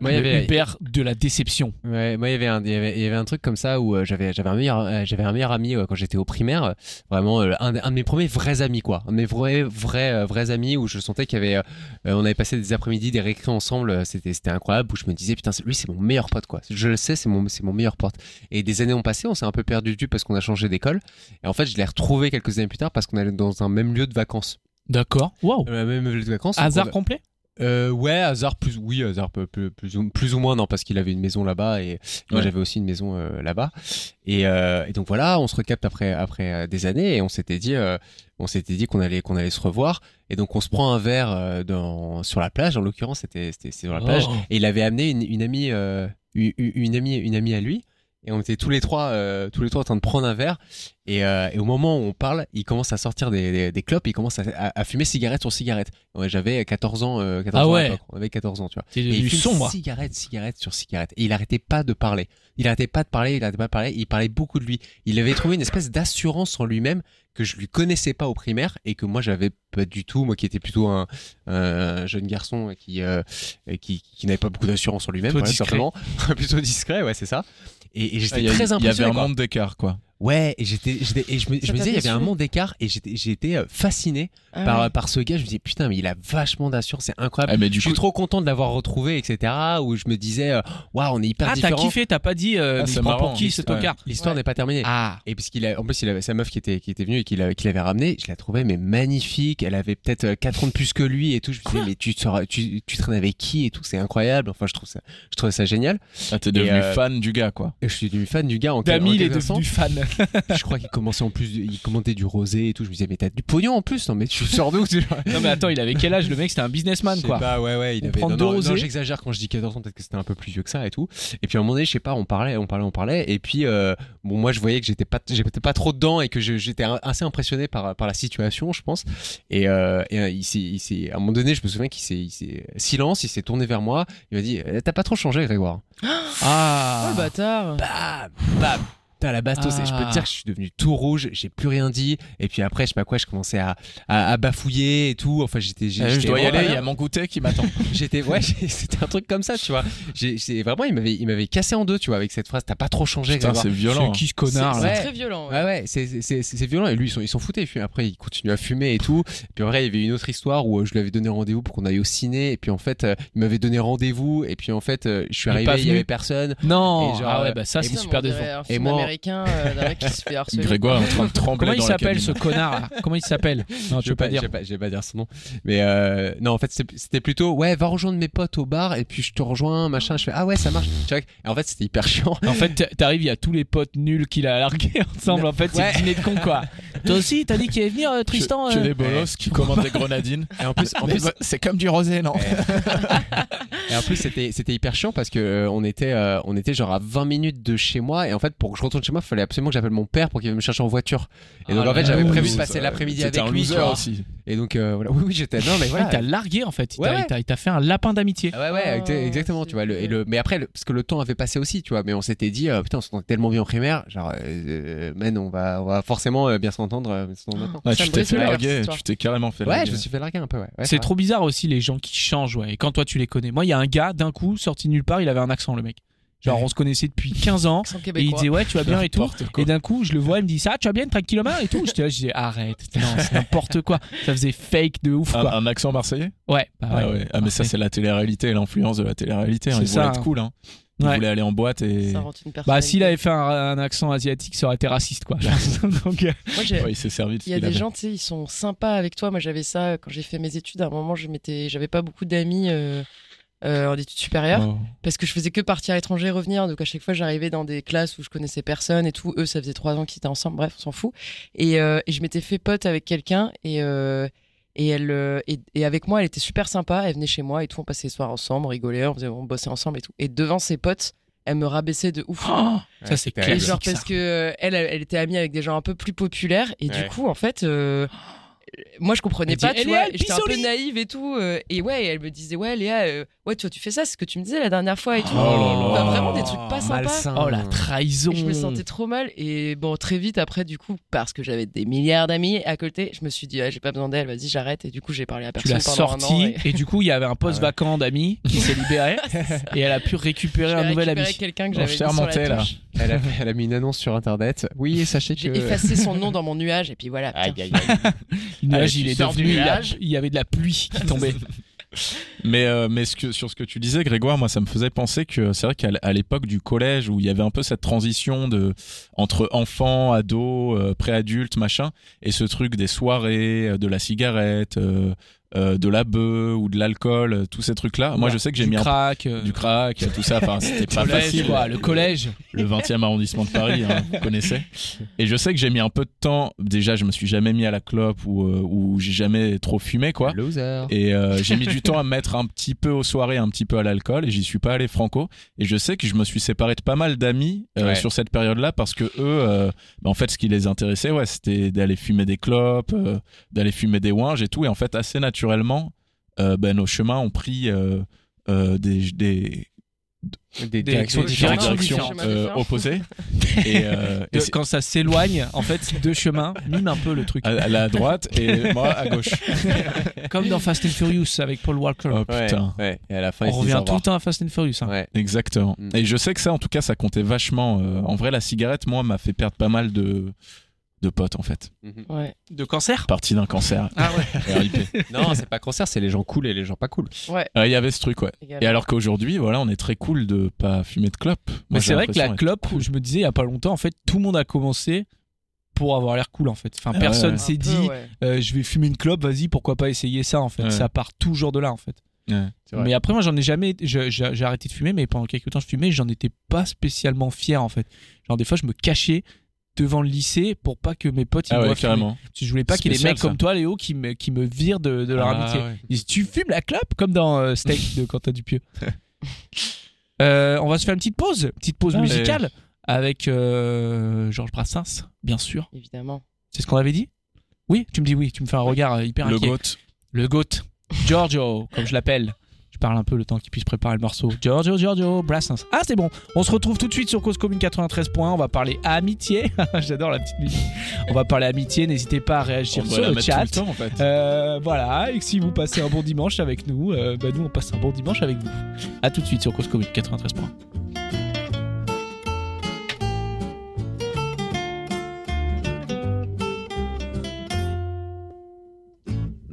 E: Moi, il y
A: Le
E: avait-
A: Uber de la déception.
E: Ouais, moi il y avait un, il y avait, il y avait un truc comme ça où euh, j'avais, j'avais un meilleur, euh, j'avais un meilleur ami ouais, quand j'étais au primaire, euh, vraiment euh, un, de- un de mes premiers vrais amis quoi, un de mes vrais, vrais, euh, vrais amis où je sentais qu'il y avait, euh, euh, on avait passé des après-midi, des récrés ensemble, euh, c'était, c'était incroyable où je me disais putain c'est- lui c'est mon meilleur pote quoi, je le sais c'est mon, c'est mon meilleur pote. Et des années ont passé, on s'est un peu perdu du vue parce qu'on a changé d'école et en fait je l'ai retrouvé quelques années plus tard parce qu'on allait dans un même lieu de vacances,
A: D'accord. Waouh.
E: Euh, même lieu de vacances.
A: Hasard
E: on-
A: complet
E: euh, ouais, hasard plus, oui, hasard peu- peu- plus, ou, plus ou moins, non, parce qu'il avait une maison là-bas et moi
C: Ouais.
E: j'avais aussi une maison euh, là-bas. Et, euh, et donc voilà, on se recapte après après euh, des années et on s'était dit, euh, on s'était dit qu'on allait qu'on allait se revoir. Et donc on se prend un verre euh, dans sur la plage. En l'occurrence, c'était c'était c'était
A: Oh.
E: sur la plage. Et il avait amené une, une amie, euh, une, une amie, une amie à lui. Et on était tous les trois, euh, tous les trois en train de prendre un verre. Et, euh, et au moment où on parle, il commence à sortir des, des, des clopes, il commence à, à- à fumer cigarette sur cigarette. Ouais, J'avais 14 ans, euh, 14
A: Ah
E: ans à
A: ouais.
E: l'époque. On avait 14 ans, tu vois.
A: C'est
E: Et il
A: du
E: fume
A: sombre.
E: cigarette, cigarette sur cigarette. Et il arrêtait pas de parler. Il arrêtait pas de parler, il arrêtait pas de parler. Il parlait beaucoup de lui. Il avait trouvé une espèce d'assurance en lui-même que je lui connaissais pas au primaire et que moi j'avais pas du tout. Moi qui étais plutôt un, un jeune garçon qui euh, et qui, qui n'avait pas beaucoup d'assurance en lui-même,
A: Plutôt
E: voilà,
A: discret.
E: simplement. plutôt discret, ouais, c'est ça. Et, et
C: Ah, il
E: j'étais
C: y a-
E: très
C: Il y avait
E: impressionné.
C: un
E: quoi.
C: monde d'écart, quoi.
E: Ouais, et j'étais, j'étais- et je me, je
B: Ça
E: me disais, il y
B: t'a
E: avait un
B: déçu
E: monde d'écart, et j'étais, j'étais euh, fasciné
B: Ah
E: par,
B: ouais.
E: par ce gars. Je me disais, putain, mais il a vachement d'assurance, c'est incroyable.
C: Ah, mais du
E: je suis
C: coup,
E: trop content de l'avoir retrouvé, etc. Où je me disais, euh, waouh, on est hyper
A: Ah, t'as
E: différents.
A: kiffé, t'as pas dit euh,
C: Ah,
A: mais
C: c'est
A: il prend
C: marrant.
A: pour qui ce
C: Ouais.
A: tocard
E: L'histoire
B: Ouais.
E: n'est pas terminée.
A: Ah,
E: Et parce qu'il a, en plus, il avait sa meuf qui était, qui était venue et qui l'avait, qui l'avait ramenée, je la trouvais mais magnifique. Elle avait peut-être euh, quatre ans de plus que lui et tout. Je me disais, mais tu, te seras- tu, tu traînes avec qui et tout, c'est incroyable. Enfin, je trouve ça, je trouvais ça génial.
C: ah, t'es devenu
E: euh,
C: fan du gars, quoi.
E: Et je suis devenu fan du gars en en
A: Dami, il est
E: quelques instants.
A: devenu fan.
E: je crois qu'il commençait en plus, de- il commentait du rosé et tout. Je me disais, mais t'as du pognon en plus, non mais tu sors d'où tu vois
A: non, mais attends, il avait quel âge Le mec, c'était un businessman,
E: Je sais
A: quoi.
E: Pas, ouais, ouais, il
A: On
E: avait.
A: prend
E: Non,
A: deux
E: non, non,
A: rosés.
E: j'exagère quand je dis 14 ans, peut-être que c'était un peu plus vieux que ça et tout. Et puis à un moment donné, je sais pas, on parlait, on parlait, on parlait. Et puis, euh, bon, moi, je voyais que j'étais pas, j'étais pas trop dedans et que je- j'étais un- assez impressionné par, par la situation, je pense. Et, euh, et, euh, il s'est, il s'est- à un moment donné, je me souviens qu'il s'est, il s'est- silence, il s'est tourné vers moi. Il m'a dit, Euh, t'as pas trop changé, Grégoire.
B: Oh,
A: Ah,
B: le bâtard.
E: Bam, bam. Putain, la bastos, et je peux te
A: Ah.
E: dire que je suis devenu tout rouge, j'ai plus rien dit, et puis après, je sais pas quoi, je commençais à, à, à bafouiller et tout. Enfin, j'étais.
A: Ah,
C: Euh,
E: j'étais
C: je dois y
E: vraiment
A: hein.
C: aller,
E: pas
C: il y
E: bien.
C: a mon goûter qui m'attend.
E: J'étais ouais, j'ai- c'était un truc comme ça, tu vois. J'ai j'ai- vraiment il m'avait il m'avait cassé en deux, tu vois, avec cette phrase. T'as pas trop changé.
C: Putain,
E: Grégoire.
C: c'est violent.
A: C'est qui ce connard,
E: Ouais.
A: là
B: C'est très violent. ouais.
E: Ouais ouais, c'est- c'est c'est- c'est violent et lui ils s'en- ils s'en foutaient. Puis après il continue à fumer et tout. Puis après il y avait une autre histoire où euh, je lui avais donné rendez-vous pour qu'on aille au ciné et puis en fait euh, il m'avait donné rendez-vous et puis en fait euh, je suis
A: Il est
E: arrivé
A: pas
E: il y
A: venu.
E: avait personne.
A: Non
E: Et genre,
A: Ah
E: euh,
A: ouais, bah ça, c'est
B: Putain, mais
A: super
B: on dirait
A: décevant.
B: Un film
E: moi-
B: américain euh, d'un mec qui se fait harceler.
C: hein. Grégoire est en train de trembler
A: Comment il
C: dans la
A: s'appelle
C: cabine.
A: ce connard là Comment il s'appelle Non, tu veux
E: Je vais
A: pas dire.
E: je vais pas, je vais pas dire son nom. Mais euh, non, en fait, c'était c'était plutôt ouais, va rejoindre mes potes au bar et puis je te rejoins, machin. Je fais ah ouais, ça marche. Tu vois, et en fait, c'était hyper chiant.
A: En fait, t- t'arrives, il y a tous les potes nuls qu'il a largués ensemble. En fait, c'est
E: Ouais.
A: le dîner de con, quoi. Toi aussi, t'as dit qu'il allait venir, euh, Tristan
C: Que, que
A: euh,
C: les bolos qui commandent des grenadines.
E: Et en plus, en
C: Mais
E: plus,
C: bah, c'est comme du rosé, non
E: Et en plus, c'était c'était hyper chiant parce que euh, on était euh, on était genre à 20 minutes de chez moi et en fait pour que je retourne chez moi, il fallait absolument que j'appelle mon père pour qu'il vienne me chercher en voiture. Et donc
A: Ah
E: en fait,
A: là
E: j'avais
A: là,
E: prévu
A: oui,
E: de passer l'après-midi
C: C'était
E: avec
C: un
E: lui.
C: loser
E: tu vois.
C: aussi.
E: Et donc euh, voilà, oui oui, j'étais non mais
A: Ouais,
E: voilà.
A: il t'a largué en fait, il
E: Ouais,
A: t'a-
E: ouais.
A: il t'a il t'a fait un lapin d'amitié.
E: Ah Ouais, ouais, exa-
B: Ah,
E: exactement, tu vois. Le, et le, mais après, le- parce que le temps avait passé aussi, tu vois. Mais on s'était dit, euh, putain, on s'entend tellement bien en primaire, genre, euh, euh, man, on va, on va forcément euh, bien s'entendre euh, bien s'entendre maintenant.
C: Ouais,
B: Ça
C: tu
B: me
C: t'es
B: brise
C: fait
B: le cœur,
A: Ah,
C: larguer,
B: cette histoire.
C: tu t'es carrément fait
E: Ouais,
C: larguer.
E: je me suis fait larguer un peu, ouais. Ouais,
A: c'est
E: vrai.
A: trop bizarre aussi les gens qui changent, ouais. Et quand toi tu les connais. Moi, il y a un gars, d'un coup, sorti nulle part, il avait un accent, le mec. Genre, on se connaissait depuis 15 ans.
B: Accent
A: Et il
B: québécois.
A: disait, ouais, tu vas bien et tout.
C: N'importe quoi.
A: Et d'un coup, je le vois, il me dit, ça, tu vas bien, 30 km et tout. J'étais là, je disais, arrête, non, c'est n'importe quoi. Ça faisait fake de ouf,
C: Un,
A: quoi.
C: un accent marseillais
A: Ouais, bah
C: Ah ouais. Ah, mais ça,
A: Parfait.
C: c'est la télé-réalité, l'influence de la télé-réalité. hein.
A: C'est
C: Ils voulaient
A: ça,
C: être
A: hein.
C: cool. Hein. Ils
A: Ouais.
C: voulaient aller en boîte et.
B: Ça rend une personne.
A: Bah, s'il avait fait un, un accent asiatique, ça aurait été raciste, quoi. Donc, euh,
B: Moi, j'ai-
C: Ouais, il s'est servi de ce
B: Il y a
C: qu'il
B: des
C: avait.
B: gens, tu sais, ils sont sympas avec toi. Moi, j'avais ça euh, quand j'ai fait mes études. À un moment, je m'étais, j'avais pas beaucoup d'amis euh, euh, en études supérieures
C: Oh.
B: parce que je faisais que partir à l'étranger, et revenir. Donc à chaque fois, j'arrivais dans des classes où je connaissais personne et tout. Eux, ça faisait trois ans qu'ils étaient ensemble. Bref, on s'en fout. Et, euh, et je m'étais fait pote avec quelqu'un et euh, et elle euh, et, et avec moi, elle était super sympa. Elle venait chez moi et tout. On passait les soirs ensemble, on rigolait, on, faisait, on bossait ensemble et tout. Et devant ses potes, elle me rabaissait de ouf.
A: oh,
E: Ouais,
A: ça, c'est
E: c'était
B: Et
A: clair.
E: terrible.
B: genre
A: ça.
B: parce que euh, elle, elle était amie avec des gens un peu plus populaires et
E: Ouais.
B: du coup en fait. euh, moi, je comprenais
A: Elle dit,
B: pas, tu
A: Elle est
B: vois.
A: elle,
B: J'étais un peu
A: Pisoli
B: naïve et tout. euh, et ouais, elle me disait, ouais, Léa, euh, ouais, toi, tu fais ça, c'est ce que tu me disais la dernière fois et tout.
C: Oh là là.
B: Enfin, vraiment des trucs pas sympas.
E: Malsain.
A: Oh, la trahison.
B: Et je me sentais trop mal. Et bon, très vite après, du coup, parce que j'avais des milliards d'amis à côté, je me suis dit, ah, j'ai pas besoin d'elle, vas-y, j'arrête. Et du coup, j'ai parlé à
A: Tu
B: personne.
A: l'as
B: pendant un an,
A: sorti,
B: et-
A: et... du coup, il y avait un poste
E: Ah ouais.
A: vacant d'amis qui s'est libéré, et elle a pu récupérer
B: J'ai
A: un nouvel
B: récupéré
A: ami.
B: quelqu'un que
C: Bon,
B: j'avais
C: je
B: mis
C: t'ai
B: sur la
C: remonté, là.
B: touche.
E: Elle a, elle a mis une annonce sur internet. Oui, sachez que.
B: J'ai effacé son nom dans mon nuage et puis voilà.
E: Aïe,
B: putain.
E: aïe, aïe.
A: Le nuage,
C: tu
A: il est
C: sors
A: devenu,
C: du
A: il a-
C: nuage.
A: il y avait de la pluie qui tombait.
C: Mais, euh, mais ce que, sur ce que tu disais, Grégoire, moi, ça me faisait penser que c'est vrai qu'à l- à l'époque du collège où il y avait un peu cette transition de, entre enfants, ados, euh, pré-adultes, machin, et ce truc des soirées, euh, de la cigarette, euh, euh, de la bœuf ou de l'alcool, euh, tous ces trucs-là. Moi,
A: Voilà.
C: je sais que j'ai
A: Du
C: mis un
A: crack, euh,
C: du crack, tout ça. Enfin, c'était pas
A: collège,
C: facile.
A: quoi, le collège.
C: le 20e arrondissement de Paris, hein, vous connaissez. Et je sais que j'ai mis un peu de temps. Déjà, je me suis jamais mis à la clope ou, euh, ou j'ai jamais trop fumé, quoi.
E: Loser.
C: Et euh, j'ai mis du temps à me mettre un petit peu aux soirées, un petit peu à l'alcool, et j'y suis pas allé franco. Et je sais que je me suis séparé de pas mal d'amis euh,
E: Ouais.
C: sur cette période-là parce que eux, euh, bah, en fait, ce qui les intéressait, ouais, c'était d'aller fumer des clopes, euh, d'aller fumer des ouinges et tout. Et en fait, assez naturellement, euh, bah, nos chemins ont pris euh, euh, des, des,
E: Des
A: Des-
E: directions
A: des-
E: différentes.
A: directions
C: directions
B: différentes.
C: euh, opposées. et, euh, et
A: De-
C: c'est-
A: quand ça s'éloigne, en fait, c'est deux chemins mime un peu le truc.
C: à, à la droite et moi à gauche.
A: Comme dans Fast and Furious avec Paul Walker.
C: Oh
E: Ouais,
C: putain.
E: ouais. Et à la fin,
A: On
E: ils se disent
A: revient tout
E: au
A: le
E: revoir.
A: temps à Fast and Furious. hein.
E: Ouais.
C: Exactement.
E: Mm.
C: Et je sais que ça, en tout cas, ça comptait vachement. euh, en vrai, la cigarette, moi, m'a fait perdre pas mal de, de potes, en fait.
E: Mhm.
B: Ouais.
A: De cancer
C: Parti d'un cancer.
A: Ah ouais.
C: RIP. Euh,
E: Non, c'est pas cancer, c'est les gens cool et les gens pas cool.
C: Il y avait ce truc, ouais. Et alors qu'aujourd'hui, voilà, on est très cool de pas fumer de clope. Moi,
A: Mais
C: j'ai
A: c'est vrai que la
C: l'impression
A: clope, je me disais il y a pas longtemps, en fait, tout le monde a commencé pour avoir l'air cool en fait. Enfin,
C: Ah ouais,
A: personne
C: ouais.
A: s'est dit euh, je vais fumer une clope, vas-y, pourquoi pas essayer ça en fait.
C: Ouais.
A: Ça part toujours de là en fait.
C: d'être- Ouais.
E: C'est vrai.
A: Mais après, moi, j'en ai jamais. je- je- J'ai arrêté de fumer, mais pendant quelques temps, je fumais. J'en étais pas spécialement fier, en fait. Genre, des fois, je me cachais devant le lycée pour pas que mes potes ils
C: Ah
A: me
C: ouais,
A: voient fumer.
C: carrément.
A: Parce que je voulais pas qu'il y ait des
C: Spécial,
A: mecs
C: ça.
A: comme toi, Léo, qui me, qui me virent de, de leur
C: Ah,
A: amitié.
C: ouais.
A: Ils disent, tu fumes la clope comme dans euh, Steak de Quentin Dupieux. Euh, on va se faire une petite pause, petite pause
C: Allez.
A: musicale avec euh, Georges Brassens, bien sûr.
B: Évidemment.
A: C'est ce qu'on avait dit Oui, tu me dis oui, tu me fais un regard euh, hyper
C: Le
A: inquiet.
C: goat.
A: Le GOAT, Giorgio, comme je l'appelle. Je parle un peu le temps qu'il puisse préparer le morceau. Giorgio, Giorgio, Brassens. Ah, c'est bon. On se retrouve tout de suite sur Cause Commune 93.1. On va parler amitié. J'adore la petite musique. On va parler amitié. N'hésitez pas à réagir
C: On va
A: sur
C: la
A: le
C: mettre
A: chat.
C: tout le temps, en fait.
A: Euh, voilà. Et si vous passez un bon dimanche avec nous, euh, bah, nous, on passe un bon dimanche avec vous. À tout de suite sur Cause Commune 93.1.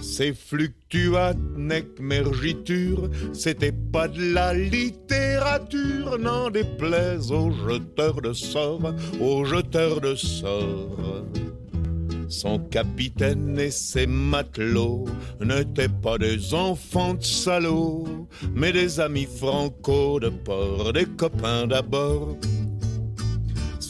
F: Ces fluctuates nec mergiture, c'était pas de la littérature, n'en déplaise aux jeteurs de sorts, aux jeteurs de sorts. Son capitaine et ses matelots n'étaient pas des enfants de salauds, mais des amis franco de port, des copains d'abord.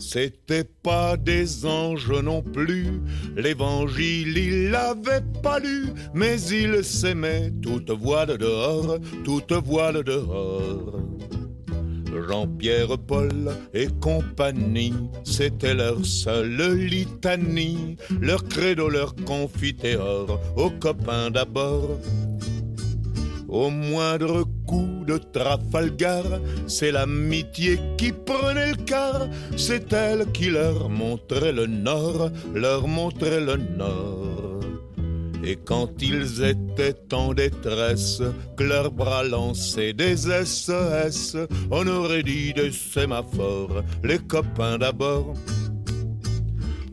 F: C'était pas des anges non plus, l'évangile il l'avait pas lu, mais ils s'aimaient toute voile dehors, toute voile dehors. Jean-Pierre Paul et compagnie, c'était leur seule litanie, leur credo, leur confiteor, aux copains d'abord. Au moindre coup de Trafalgar, c'est l'amitié qui prenait le quart, c'est elle qui leur montrait le nord, leur montrait le nord. Et quand ils étaient en détresse, que leurs bras lançaient des SES, on aurait dit des sémaphores, les copains d'abord.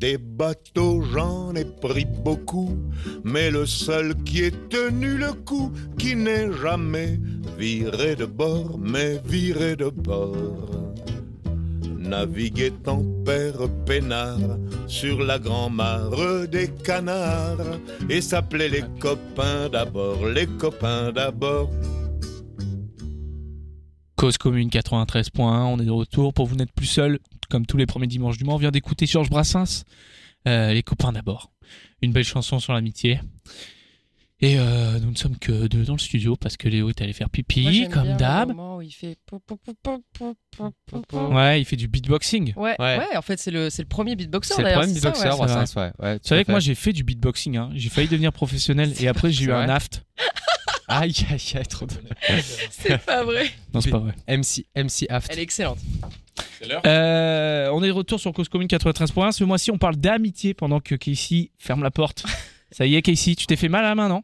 F: Des bateaux, j'en ai pris beaucoup, mais le seul qui ait tenu le coup, qui n'est jamais viré de bord, mais viré de bord. Naviguait en père peinard sur la grand-mare des canards et s'appelait les copains d'abord, les copains d'abord.
A: Cause commune 93.1, on est de retour pour vous n'êtes plus seul, comme tous les premiers dimanches du mois. On vient d'écouter Georges Brassens, euh, Les copains d'abord. Une belle chanson sur l'amitié. Et euh, nous ne sommes que deux dans le studio parce que Léo est allé faire pipi,
B: Moi, j'aime bien
A: comme
B: le
A: d'hab.
B: moment où il fait pou, pou, pou, pou, pou, pou, pou, pou. Ouais.
A: Ouais, il fait du beatboxing.
B: Ouais.
E: Ouais.
B: en fait, c'est le, c'est le premier beatboxer
E: C'est le
B: d'ailleurs.
E: premier
B: c'est ça,
E: beatboxer,
B: ouais.
A: ouais,
E: Brassens, ouais. ouais,
A: Tu
E: tout à
A: savais que moi
E: fait.
A: j'ai fait du beatboxing, hein. j'ai failli devenir professionnel et après j'ai eu
E: C'est
A: un
E: vrai
A: aft.
E: Aïe, aïe, aïe, trop de.
B: C'est pas vrai.
A: Non, c'est pas vrai.
E: MC, MC Aft.
B: Elle est excellente.
A: Euh, on est de retour sur Cause Commune 93.1. Ce mois-ci, on parle d'amitié pendant que Casey ferme la porte. Ça y est, Casey, tu t'es fait mal à la main, non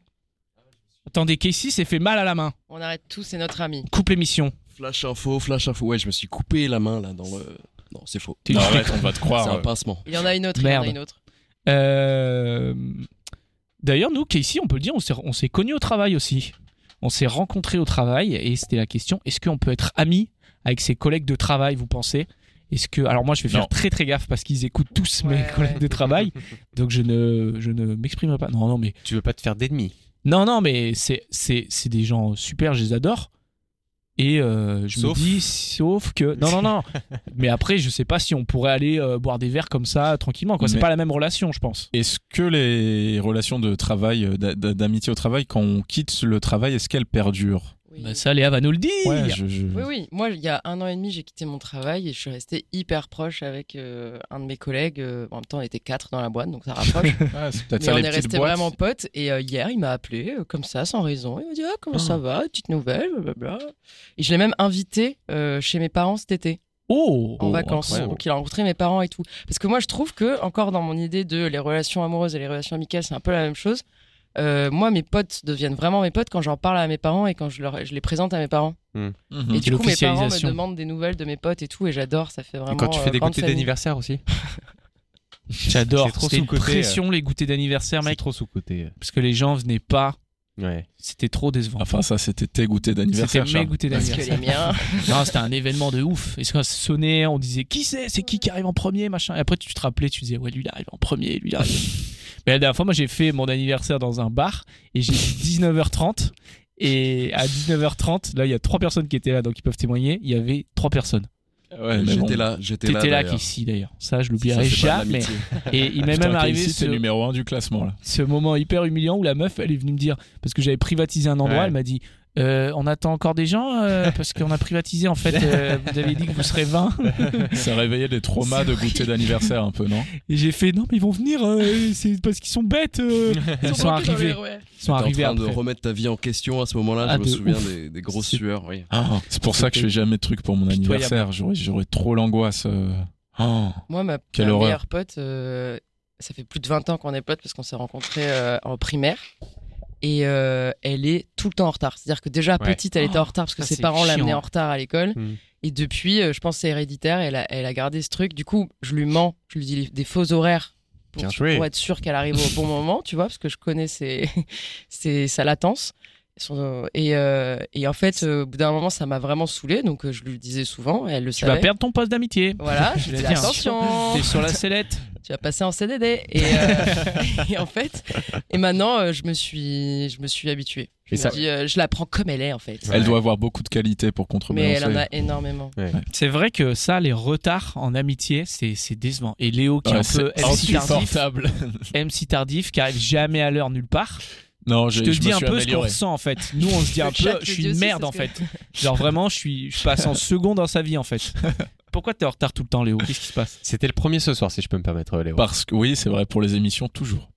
A: Attendez, Casey s'est fait mal à la main.
B: On arrête tout, c'est notre ami.
A: Coupe l'émission.
D: Flash info, flash info. Ouais, je me suis coupé la main là dans le. Non, c'est faux.
A: T'es
B: Ah
C: Non,
A: une
C: arrête, on va te
D: C'est un
C: croire.
D: pincement.
B: Il y en a une autre, il y en
A: Merde.
B: a une autre.
A: Euh, D'ailleurs, nous, Casey, on peut le dire, on s'est- on s'est connus au travail aussi. On s'est rencontrés au travail et c'était la question est-ce qu'on peut être ami avec ses collègues de travail, vous pensez est-ce que alors moi je vais faire
C: Non.
A: très très gaffe parce qu'ils écoutent tous mes
B: Ouais,
A: collègues
B: ouais.
A: de travail donc je ne je ne m'exprimerai pas non non mais
E: Tu veux pas te faire d'ennemis
A: Non, non, mais c'est, c'est, c'est des gens super, je les adore. Et euh, je
E: Sauf.
A: me dis, sauf que. Non, non, non. mais après, je sais pas si on pourrait aller euh, boire des verres comme ça tranquillement. Quoi. C'est
C: Mais-
A: pas la même relation, je pense.
C: Est-ce que les relations de travail, euh, d'a- d'a- d'amitié au travail, quand on quitte le travail, est-ce qu'elles perdurent
B: Oui.
A: Bah, ça, Léa va nous le dire.
C: je, je-
B: Oui, oui. Moi, il y a un an et demi, j'ai quitté mon travail et je suis resté hyper proche avec euh, un de mes collègues. Euh, en même temps, on était quatre dans la boîte, donc ça rapproche.
C: Ah, c'est peut-être
B: Mais
C: ça,
B: on
C: les
B: est
C: petites
B: resté
C: boîtes.
B: vraiment potes. Et euh, hier, il m'a appelé euh, comme ça, sans raison. Il m'a dit Ah, comment ça va Petite nouvelle, blablabla. Et je l'ai même invité euh, chez mes parents cet été.
A: Oh
B: en
C: Oh,
B: vacances.
C: incroyable.
B: Donc il a rencontré mes parents et tout. Parce que moi je trouve que, encore dans mon idée de les relations amoureuses et les relations amicales, c'est un peu la même chose. Euh, moi mes potes deviennent vraiment mes potes quand j'en parle à mes parents et quand je, leur, je les présente à mes parents.
C: Mhm.
B: Et
E: Mmh.
A: C'est
B: du coup mes parents me
A: l'officialisation.
B: demandent des nouvelles de mes potes et tout et j'adore, ça fait vraiment...
E: Et quand tu
B: euh,
E: fais des
B: grande
E: goûters
B: famille.
E: d'anniversaire aussi.
A: J'adore.
E: C'est trop
A: C'était une
E: sous-coté, euh.
A: pression les goûters d'anniversaire,
E: C'est
A: mec,
E: trop sous-côté.
A: parce que les gens venaient pas.
E: Ouais.
A: C'était trop décevant.
C: Enfin, ça, c'était tes goûters
A: c'était
C: d'anniversaire.
A: mes
C: Charles.
A: goûters
B: Parce que les
A: d'anniversaire.
B: miens...
A: Non, c'était un événement de ouf. Et ça sonnait, on disait qui c'est, c'est qui qui arrive en premier, machin. Et après, tu te rappelais, tu disais ouais, lui il arrive en premier, lui il arrive. Mais la dernière fois, moi j'ai fait mon anniversaire dans un bar et j'ai dit 19h30. Et à 19h30, là il y a trois personnes qui étaient là, donc ils peuvent témoigner. Il y avait trois personnes.
C: Ouais, mais
D: J'étais
C: bon.
D: là, j'étais là.
A: T'étais là,
D: d'ailleurs.
A: qu'ici d'ailleurs. Ça, je
D: Ça,
A: l'oublierai
D: c'est pas de
A: jamais.
D: l'amitié.
A: Et il m'est
C: Putain,
A: même arrivé
C: Casey,
A: ce,
C: c'est numéro 1 du classement là.
A: ce moment hyper humiliant où la meuf, elle est venue me dire, parce que j'avais privatisé un endroit,
E: Ouais.
A: elle m'a dit. Euh, on attend encore des gens euh, parce qu'on a privatisé en fait. euh, vous avez dit que vous serez 20
C: Ça réveillait des traumas de goûter d'anniversaire un peu, non
A: Et j'ai fait non mais ils vont venir, euh, c'est parce qu'ils sont bêtes. euh. Ils sont
B: bloqués dans les
A: arrivés.
B: ruelles.
A: Ils sont
D: T'es en
A: arrivés
D: train de
A: après.
D: remettre ta vie en question à ce moment-là,
A: Ah,
D: je me
A: de
D: souviens
A: ouf.
D: des, des grosses
A: C'est-
D: sueurs. Oui.
C: C'est pour ça que je fais jamais de trucs pour mon
A: Ah, Pitoyable.
C: anniversaire. J'aurais, j'aurais trop l'angoisse. euh. Oh.
B: Moi, ma,
C: Quelle
B: ma
C: horreur.
B: meilleure pote, euh, ça fait plus de 20 ans qu'on est potes parce qu'on s'est rencontrés euh, en primaire. Et euh, elle est tout le temps en retard. C'est-à-dire que déjà
E: Ouais.
B: petite, elle était en retard parce que
A: Oh, ça,
B: ses
A: c'est
B: parents l'amenaient
A: chiant.
B: en retard à l'école.
E: Mm.
B: Et depuis, euh, je pense que c'est héréditaire. Elle a, elle a gardé ce truc. Du coup, je lui mens. Je lui dis les- des faux horaires pour,
E: Bien joué.
B: pour être sûr qu'elle arrive au bon moment, tu vois, parce que je connais ses, ses- sa latence. Son- et, euh, et en fait, euh, au bout d'un moment, ça m'a vraiment saoulé. Donc, euh, je lui disais souvent. Et elle le
A: Tu vas
B: savait.
A: perdre ton poste d'amitié.
B: Voilà, je
A: Je l'ai
B: lui dis
A: dit, hein.
B: attention.
A: T'es sur la sellette.
B: tu vas passer en CDD et, euh, et en fait et maintenant euh, je me suis je me suis habituée je
E: Et
B: me
E: ça-
B: dis euh, je la prends comme elle est en fait
E: Ouais.
C: Elle doit avoir beaucoup de qualités pour contrebalancer.
B: mais elle en a énormément
A: C'est vrai que ça, les retards en amitié, c'est c'est décevant. Et Léo qui
C: Ouais,
A: est un peu
C: c'est
A: MC tardif,
C: insupportable.
A: MC tardif, qui arrive jamais à l'heure nulle part.
C: Non,
A: Je
C: j'ai-
A: te
C: je me
A: dis un
C: suis
A: peu ce qu'on
C: amélioré.
A: ressent en fait. Nous, on se dit un
B: Le chat
A: peu,
B: te
A: je
B: dit
A: suis une
B: aussi,
A: merde en
B: parce
A: fait. Genre vraiment, je suis, je passe en second dans sa vie en fait. Pourquoi t'es en retard tout le temps, Léo Qu'est-ce qui se passe
E: C'était le premier ce soir, si je peux me permettre, euh, Léo.
C: Parce que oui, c'est vrai pour les émissions toujours.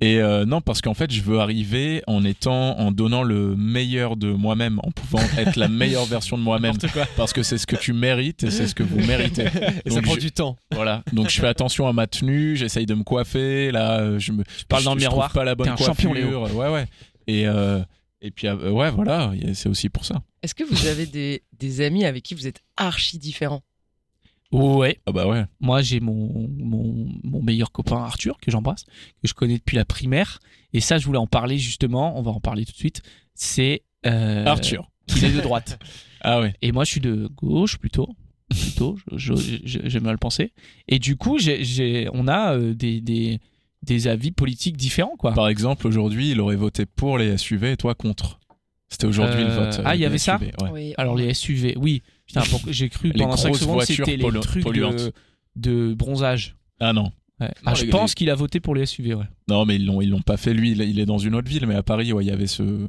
C: Et euh, non, parce qu'en fait, je veux arriver en étant, en donnant le meilleur de moi-même, en pouvant être la meilleure version de moi-même, parce que c'est ce que tu mérites et c'est ce que vous méritez.
E: Et
C: Donc, je-
E: du temps.
C: Voilà. Donc je fais attention à ma tenue, j'essaye de me coiffer. Là, euh, je me je,
A: parles dans le
C: je trouve
A: miroir.
C: Pas la bonne
A: T'es un
C: coiffure.
A: champion, Léo.
C: Ouais, ouais. Et euh, et puis euh, ouais, voilà. y- C'est aussi pour ça.
B: est-ce que vous avez des, des amis avec qui vous êtes archi différents
A: Ouais.
C: Ah bah ouais.
A: Moi, j'ai mon, mon, mon meilleur copain Arthur, que j'embrasse, que je connais depuis la primaire. Et ça, je voulais en parler justement. On va en parler tout de suite. C'est. euh,
C: Arthur.
A: Il est de droite.
C: Ah ouais.
A: Et moi, je suis de gauche plutôt. Plutôt, je- je- je- j'ai mal pensé. Et du coup, j'ai j'ai- on a euh, des, des, des avis politiques différents, quoi.
C: Par exemple, aujourd'hui, il aurait voté pour les SUV et toi contre. C'était aujourd'hui le
A: Euh,
C: vote. euh,
A: ah, il y
C: des
A: avait ça
C: SUV, ouais.
B: Oui.
A: Alors, les SUV, oui. Putain, pour- j'ai cru
C: Les
A: pendant 5
C: grosses
A: secondes
C: voitures
A: c'était les
C: pollu-
A: trucs de,
C: polluantes.
A: de bronzage.
C: Ah non.
A: Ouais.
C: Non,
A: Ah, je
C: les-
A: pense qu'il a voté pour les SUV, ouais.
C: Non, mais ils l'ont, ils l'ont pas fait. Lui, il, il est dans une autre ville, mais à Paris, ouais, il y avait ce,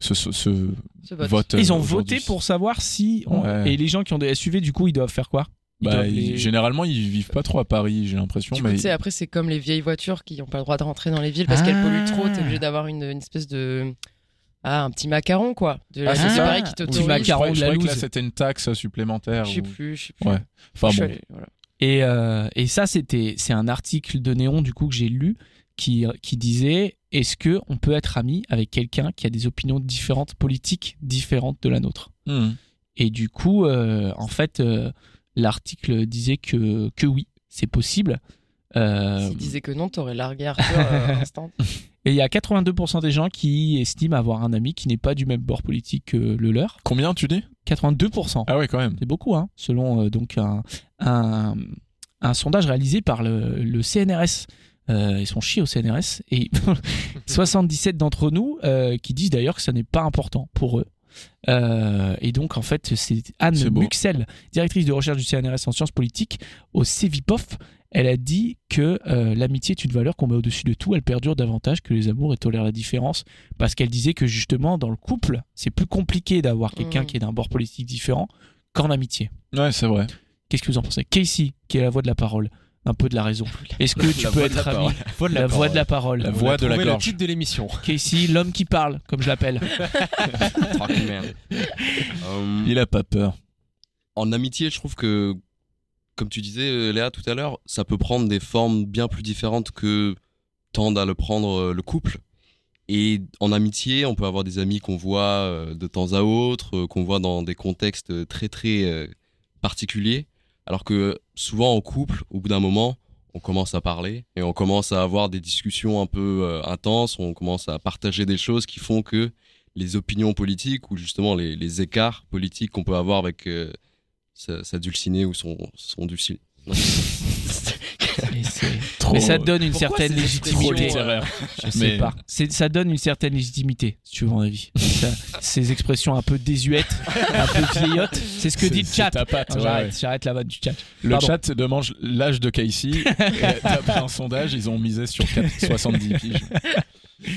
C: ce, ce, ce
B: ce vote.
C: vote. euh,
A: Ils ont
C: aujourd'hui.
A: voté pour savoir si. on-
C: Ouais.
A: Et les gens qui ont des SUV, du coup, ils doivent faire quoi Ils
C: Bah,
A: doivent
C: ils-
A: les-
C: Généralement, ils vivent pas trop à Paris, j'ai l'impression.
B: Du coup,
C: mais
B: tu sais, après, c'est comme les vieilles voitures qui n'ont pas le droit de rentrer dans les villes parce qu'elles
A: Ah.
B: polluent trop. T'es obligé d'avoir une, une espèce de. Ah, un petit macaron, quoi. De la
C: Ah, c'est
B: société
C: ça.
B: Paris qui
A: Petit
B: t'autorise.
C: Je croyais,
A: macaron de
C: je
A: la
C: croyais que là,
A: loose.
C: c'était une taxe supplémentaire.
B: Je sais
C: ou-
B: plus, je sais plus.
C: Ouais. Enfin,
B: Je suis
C: bon.
B: allée- voilà.
A: Et, euh, et ça, c'était, c'est un article de Néon du coup que j'ai lu qui, qui disait est-ce que on peut être ami avec quelqu'un qui a des opinions différentes, politiques différentes de la nôtre
C: Hmm.
A: Et du coup, euh, en fait, euh, l'article disait que que oui, c'est possible. Euh,
B: S'il disait que non, t'aurais largué Arthur euh, instant.
A: et il y a 82% des gens qui estiment avoir un ami qui n'est pas du même bord politique que le leur.
C: Combien tu dis
A: 82%.
C: Ah ouais, quand même.
A: C'est beaucoup, hein, selon euh, donc un, un, un sondage réalisé par le, le CNRS. Euh, ils sont chiés au CNRS. Et 77 d'entre nous euh, qui disent d'ailleurs que ça n'est pas important pour eux. Euh, et donc, en fait, c'est Anne
C: C'est beau.
A: Muxel, directrice de recherche du CNRS en sciences politiques au CEVIPOF. Elle a dit que euh, l'amitié est une valeur qu'on met au-dessus de tout. Elle perdure davantage que les amours et tolère la différence. Parce qu'elle disait que justement, dans le couple, c'est plus compliqué d'avoir quelqu'un
B: Mm.
A: qui est d'un bord politique différent qu'en amitié.
C: Ouais, c'est vrai.
A: Qu'est-ce que vous en pensez Casey, qui est la voix de la parole, un peu de la raison. Est-ce que tu
D: La
A: peux
D: voix de la
A: être ami
D: parole.
E: Voix
A: La voix de la parole.
C: La voix de la
E: le
C: gorge.
E: titre de l'émission.
A: Casey, l'homme qui parle, comme je l'appelle.
D: Fuck, merde. Euh,
C: Il a pas peur.
D: en amitié, je trouve que, comme tu disais, euh, Léa, tout à l'heure, ça peut prendre des formes bien plus différentes que tendent à le prendre euh, le couple. Et en amitié, on peut avoir des amis qu'on voit euh, de temps à autre, euh, qu'on voit dans des contextes euh, très très euh, particuliers. Alors que souvent en couple, au bout d'un moment, on commence à parler et on commence à avoir des discussions un peu euh, intenses, on commence à partager des choses qui font que les opinions politiques ou justement les, les écarts politiques qu'on peut avoir avec euh, sa, sa dulcinée ou son, son dulciné.
A: mais ça donne une
B: Pourquoi
A: certaine
B: cette
A: légitimité.
B: expression, euh,
A: Je sais
C: Mais-
A: pas. C'est- Ça donne une certaine légitimité, si tu veux mon avis. Ça- ces expressions un peu désuètes, un peu vieillottes, c'est ce que dit le
C: C'est-
A: chat.
C: c'est ta patte,
A: Ah,
C: ouais,
A: J'arrête,
C: ouais.
A: j'arrête la vanne du chat.
C: Le
A: Pardon.
C: chat demande l'âge de Casey. et t'as pris un sondage, ils ont misé sur 4- 70 piges.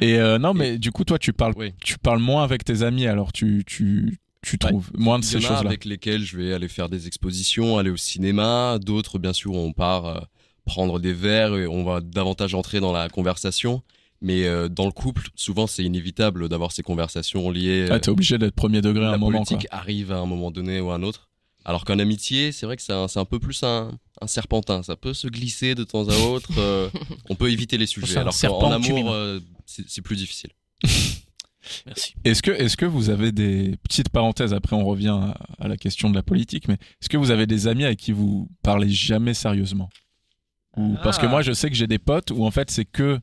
C: Et euh, non, mais du coup, toi, tu parles,
D: Oui.
C: tu parles moins avec tes amis, alors tu, tu, tu
D: Ouais.
C: trouves moins de
D: Il y
C: ces
D: en a
C: choses-là.
D: avec lesquels je vais aller faire des expositions, aller au cinéma. D'autres, bien sûr, on part euh, prendre des verres et on va davantage entrer dans la conversation. Mais euh, dans le couple, souvent, c'est inévitable d'avoir ces conversations liées.
C: Ah,
D: euh,
C: t'es obligé d'être premier degré à
D: la
C: un moment.
D: politique arrive à un moment donné ou à un autre. Alors qu'en amitié, c'est vrai que c'est un, c'est un peu plus un, un serpentin. Ça peut se glisser de temps à autre. euh, on peut éviter les
A: C'est
D: sujets.
A: un
D: Alors qu'en
A: serpent
D: en
A: en cumul.
D: amour, euh, c'est c'est plus difficile.
A: Merci.
C: Est-ce que, est-ce que vous avez des petites parenthèses Après, on revient à, à la question de la politique, mais est-ce que vous avez des amis avec qui vous parlez jamais sérieusement Ou- Parce que
A: Ah.
C: moi, je sais que j'ai des potes où en fait, c'est que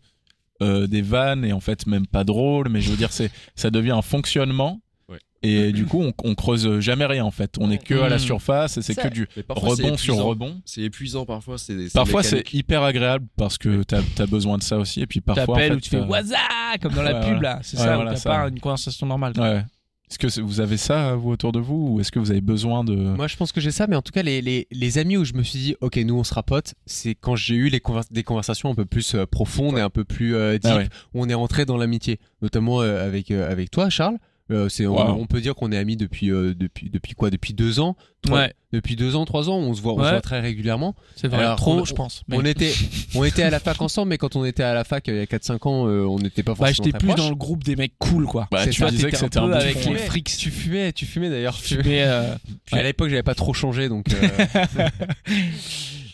C: euh, des vannes et en fait, même pas drôle, mais je veux dire, c'est, ça devient un fonctionnement.
D: Ouais.
C: Et du coup, on, on creuse jamais rien en fait. On est que à la
A: Mm.
C: surface et c'est
B: Ça-
C: que du
D: Mais
C: rebond sur rebond.
D: C'est épuisant parfois. C'est
C: Parfois,
D: mécanique.
C: c'est hyper agréable parce que t'as, t'as besoin de ça aussi. Et puis parfois, en
A: T'appelles
C: fait, euh,
A: ou tu fais
C: t'as-
A: Waza comme dans la
C: Ouais,
A: pub là. C'est
C: Ouais,
A: ça,
C: voilà,
A: où t'as
C: ça.
A: pas une conversation normale.
C: Ouais. Est-ce que c'est- vous avez ça vous autour de vous ou est-ce que vous avez besoin de
E: Moi, je pense que j'ai ça, mais en tout cas, les, les, les amis où je me suis dit, ok, nous on se rapote, c'est quand j'ai eu les conver- des conversations un peu plus euh, profondes et un peu plus euh, deep,
C: Ah ouais.
E: où on est rentré dans l'amitié, notamment euh, avec, euh, avec toi, Charles. Euh, c'est, on-
C: Wow.
E: on, peut dire qu'on est amis depuis, euh, depuis, depuis quoi Depuis deux ans trois-
A: Ouais,
E: Depuis deux ans, trois ans, on se voit, on se
A: Ouais.
E: voit très régulièrement.
A: c'est vrai.
E: Alors,
A: Trop,
E: on-
A: je pense. mais-
E: On, était, on était à la fac ensemble, mais quand on était à la fac euh, il y a 4-5 ans, euh, on n'était pas
A: Bah,
E: forcément
A: j'étais
E: très
A: plus
E: proches.
A: dans le groupe des mecs cool quoi.
C: Bah,
E: C'est
C: tu
E: ça,
C: disais que
A: t'étais un
C: c'était un
A: peu
C: bon
A: avec
C: fond.
A: les
E: Ouais.
A: frics.
E: Tu fumais, tu fumais d'ailleurs. tu-
A: Mais, euh,
E: Puis à l'époque, j'avais pas trop changé, donc. euh,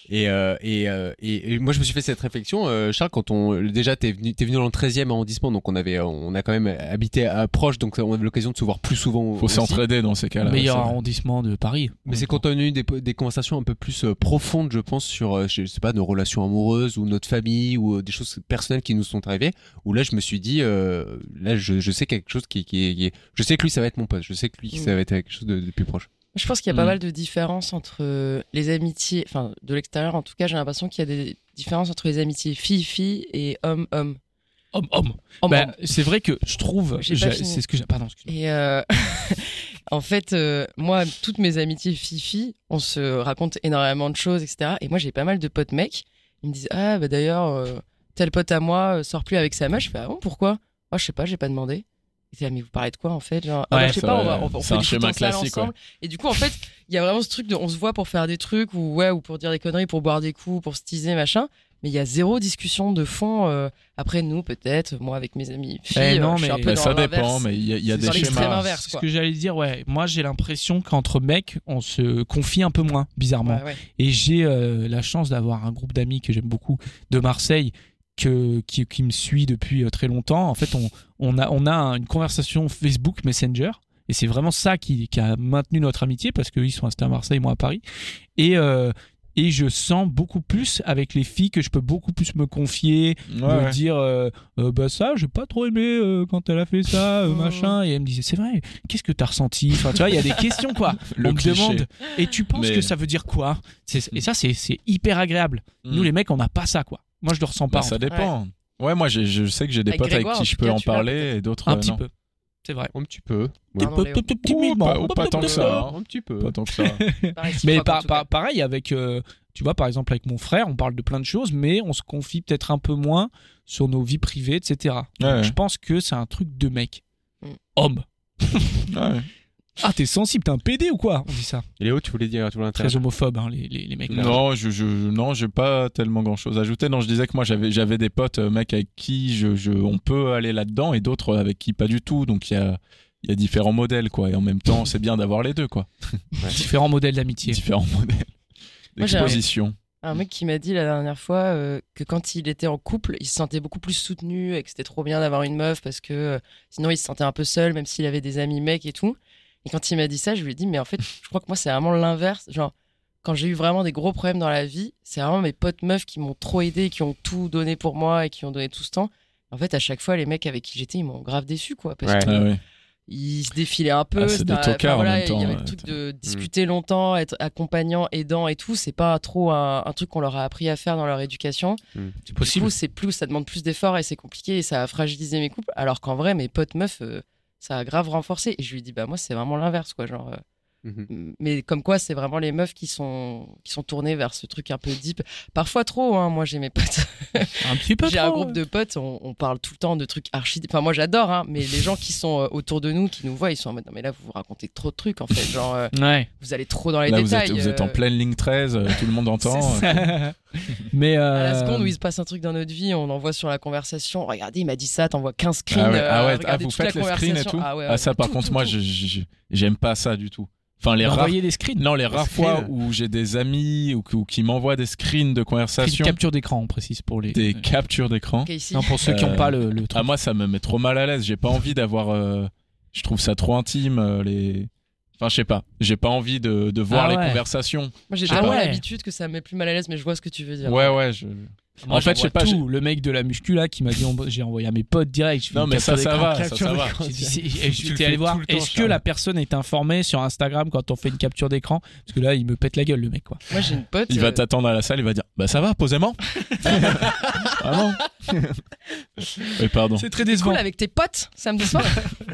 E: et, euh, et, euh, et- et moi, je me suis fait cette réflexion, euh, Charles, quand on déjà t'es venu, t'es venu dans le 13e arrondissement, donc on avait, on a quand même habité à, proche, donc on avait l'occasion de se voir plus souvent.
C: Faut
E: aussi.
C: s'entraider dans ces cas-là.
A: meilleur
C: ouais, c'est vrai.
A: arrondissement de Paris.
E: Mais c'est quand on a eu des, des conversations un peu plus euh, profondes, je pense, sur, euh, je sais pas, nos relations amoureuses ou notre famille ou euh, des choses personnelles qui nous sont arrivées, où là, je me suis dit, euh, là, je, je sais quelque chose qui, qui est, qui est- je sais que lui, ça va être mon pote, je sais que lui,
B: Mm.
E: ça va être quelque chose de, de plus proche.
B: Je pense qu'il y a pas
A: Mm.
B: mal de différences entre euh, les amitiés, enfin de l'extérieur en tout cas, j'ai l'impression qu'il y a des différences entre les amitiés filles-filles et hommes-hommes.
A: Homme, homme.
B: Homme-homme.
A: Bah, c'est vrai que je trouve.
B: J'ai
A: j'ai-
B: pas fini.
A: C'est ce que j'ai. Pardon, excuse-moi.
B: Et euh, en fait, euh, moi, toutes mes amitiés filles-filles, on se raconte énormément de choses, etc. Et moi, j'ai pas mal de potes mecs. Ils me disent Ah, bah d'ailleurs, euh, tel pote à moi euh, sort plus avec sa meuf. Je fais Ah bon, pourquoi Oh, je sais pas, j'ai pas demandé. Ils disent, Ah, mais vous parlez de quoi en fait Genre, Ah,
A: Ouais,
B: bah, je sais
C: ça,
B: pas, on, va, on, on
C: c'est
B: fait
C: un
B: du foot
C: schéma
B: en salle
C: classique, ouais.
B: ensemble. Et du coup, en fait, il y a vraiment ce truc de on se voit pour faire des trucs ou, ouais, ou pour dire des conneries, pour boire des coups, pour se teaser, machin. Mais il y a zéro discussion de fond. euh, après, nous, peut-être, moi, avec mes amis filles,
A: Eh non,
B: euh, je suis un
A: mais-
B: peu
C: Bah,
B: dans
C: ça
B: l'inverse.
C: dépend, mais il y a, il y a
B: C'est
C: des
B: dans l'extrême
C: schémas.
B: inverse,
A: C'est ce
B: quoi.
A: que j'allais dire, ouais. Moi, j'ai l'impression qu'entre mecs, on se confie un peu moins, bizarrement.
B: Ouais, ouais.
A: Et j'ai euh, la chance d'avoir un groupe d'amis que j'aime beaucoup de Marseille que, qui, qui me suit depuis euh, très longtemps. En fait, on, on a, on a un- une conversation Facebook Messenger. Et c'est vraiment ça qui, qui a maintenu notre amitié parce qu'ils sont restés à Marseille, moi à Paris. Et, euh, et je sens beaucoup plus avec les filles que je peux beaucoup plus me confier,
C: Ouais,
A: me
C: ouais.
A: dire euh, Euh, bah ça j'ai pas trop aimé euh, quand elle a fait ça euh,
B: Mm.
A: machin et elle me disait c'est vrai qu'est-ce que t'as ressenti enfin tu vois il y a des questions quoi
C: Le
A: on me
C: cliché.
A: demande et tu penses
C: Mais-
A: que ça veut dire quoi C'est- et ça c'est c'est hyper agréable nous
C: Mm.
A: les mecs on n'a pas ça quoi moi je le ressens
C: Bah,
A: pas en
C: ça
A: fait.
C: dépend. Ouais, moi j'ai- je sais que j'ai des
B: Avec
C: potes
B: Grégoire,
C: avec qui
B: en
C: je
B: tout
C: peux
B: cas,
C: en
B: tu l'as
C: parler et d'autres
A: un
C: euh,
A: petit
C: non.
A: peu c'est vrai
E: Un petit peu.
B: Pardon, Léo.
A: Tout
C: Ou
A: timidement.
C: pas- ou pas tant que ça. hein.
E: Un petit peu.
C: Pas tant que ça.
A: mais
B: Réciproque, en
A: par,
B: tout
A: par-
B: cas.
A: pareil avec euh, tu vois par exemple avec mon frère on parle de plein de choses mais on se confie peut-être un peu moins sur nos vies privées etc Donc,
C: Ouais.
A: je pense que c'est un truc de mec
B: Mm.
A: homme
C: Ouais.
A: ah t'es sensible t'es un PD ou quoi on dit ça
E: Léo, tu voulais dire, tu voulais
A: très homophobe hein, les, les, les mecs
C: Non, je, je, non, j'ai pas tellement grand chose à ajouter. Non, je disais que moi j'avais, j'avais des potes, euh, mecs avec qui je, je, on peut aller là-dedans et d'autres avec qui pas du tout. Donc il y a, il il y a différents modèles, quoi. Et en même temps, c'est bien d'avoir les deux, quoi.
A: Différents modèles d'amitié.
C: Différents modèles
B: Moi, j'avais-
C: d'exposition.
B: Un mec qui m'a dit la dernière fois euh, que quand il était en couple, il se sentait beaucoup plus soutenu et que c'était trop bien d'avoir une meuf parce que euh, sinon il se sentait un peu seul, même s'il avait des amis mecs et tout. Et quand il m'a dit ça, je lui ai dit, mais en fait, je crois que moi, c'est vraiment l'inverse. Genre, quand j'ai eu vraiment des gros problèmes dans la vie, c'est vraiment mes potes meufs qui m'ont trop aidé, et qui ont tout donné pour moi et qui ont donné tout ce temps. En fait, à chaque fois, les mecs avec qui j'étais, ils m'ont grave déçu, quoi. Parce
E: Ouais.
B: que
C: Ah ouais.
B: ils se défilaient un peu.
C: Ah, c'est
B: c'était
C: des
B: un-
C: tocards en
B: voilà,
C: même temps,
B: Il y avait
C: ouais, Mm.
B: le truc de discuter longtemps, être accompagnant, aidant et tout. C'est pas trop un, un truc qu'on leur a appris à faire dans leur éducation.
C: Mm.
A: C'est
B: Du
A: possible.
B: coup, c'est plus, ça demande plus d'efforts et c'est compliqué et ça a fragilisé mes couples. Alors qu'en vrai, mes potes meufs, euh, ça a grave renforcé. Et je lui dis, bah moi, c'est vraiment l'inverse, quoi. Genre, euh,
E: Mhm.
B: mais comme quoi, c'est vraiment les meufs qui sont, qui sont tournées vers ce truc un peu deep. Parfois trop, hein. Moi, j'ai mes potes.
A: Un petit peu
B: J'ai
A: trop,
B: un groupe
A: ouais.
B: de potes, on, on parle tout le temps de trucs archi. Enfin, moi j'adore, hein, mais les gens qui sont euh, autour de nous, qui nous voient, ils sont en mode non, mais là vous vous racontez trop de trucs en fait. Genre, euh,
A: Ouais.
B: vous allez trop dans les
C: Là, vous
B: détails.
C: êtes, vous êtes en
B: euh,
C: pleine ligne 13, euh, tout le monde entend.
B: c'est
C: euh,
A: Mais
B: À la
A: euh,
B: seconde où il se passe un truc dans notre vie, on envoie sur la conversation. Regardez, il m'a dit ça, t'envoies 15 screens.
C: ah ouais,
B: euh,
C: ah ouais, ah,
B: regardez
C: vous
B: toute la
C: faites les screens et
B: conversation.
C: tout.
B: Ah, ouais, ouais,
C: ça, par
B: tout,
C: contre,
B: tout,
C: moi,
B: tout. Bah,
C: je- je- j'aime pas ça du tout. Enfin, les rares,
A: envoyer des screens.
C: non, les rares
E: screens.
C: fois où j'ai des amis ou, ou qui m'envoient des screens de
A: Une
C: conversation,
A: capture d'écran, on précise pour les. euh,
C: des captures d'écran.
B: Ok, ici.
A: Non, pour ceux qui n'ont
C: Euh,
A: pas le, le
C: Ah
A: truc.
C: moi ça me met trop mal à l'aise, j'ai pas envie d'avoir euh, je trouve ça trop intime euh, les enfin je sais pas, j'ai pas envie de, de voir
A: Ah ouais.
C: les conversations.
B: Moi j'ai
C: je sais
B: tellement
A: pas.
B: l'habitude que ça me met plus mal à l'aise, mais je vois ce que tu veux dire.
C: Ah Ouais ouais, je
A: Moi,
C: en
A: j'envoie
C: fait, je sais pas,
A: tout. Le mec de la muscu là qui m'a dit on- j'ai envoyé à mes potes direct. je fais
C: Non
A: une
C: mais ça
A: capture
C: ça
A: d'écran.
C: va, ça, ça
E: Capture
C: va.
E: d'écran.
A: J'ai dit, c'est-
E: Tu
A: et je
E: le
A: suis
E: fais
A: allé voir
E: tout le temps,
A: est-ce que
E: Charles.
A: la personne est informée sur Instagram quand on fait une capture d'écran parce que là il me pète la gueule le mec quoi.
B: Moi j'ai une pote.
C: Il
B: euh,
C: va t'attendre à la salle, il va dire "Bah ça va, posément." ah non. Oui, pardon.
A: C'est très
B: cool
A: décevant.
B: avec tes potes samedi soir.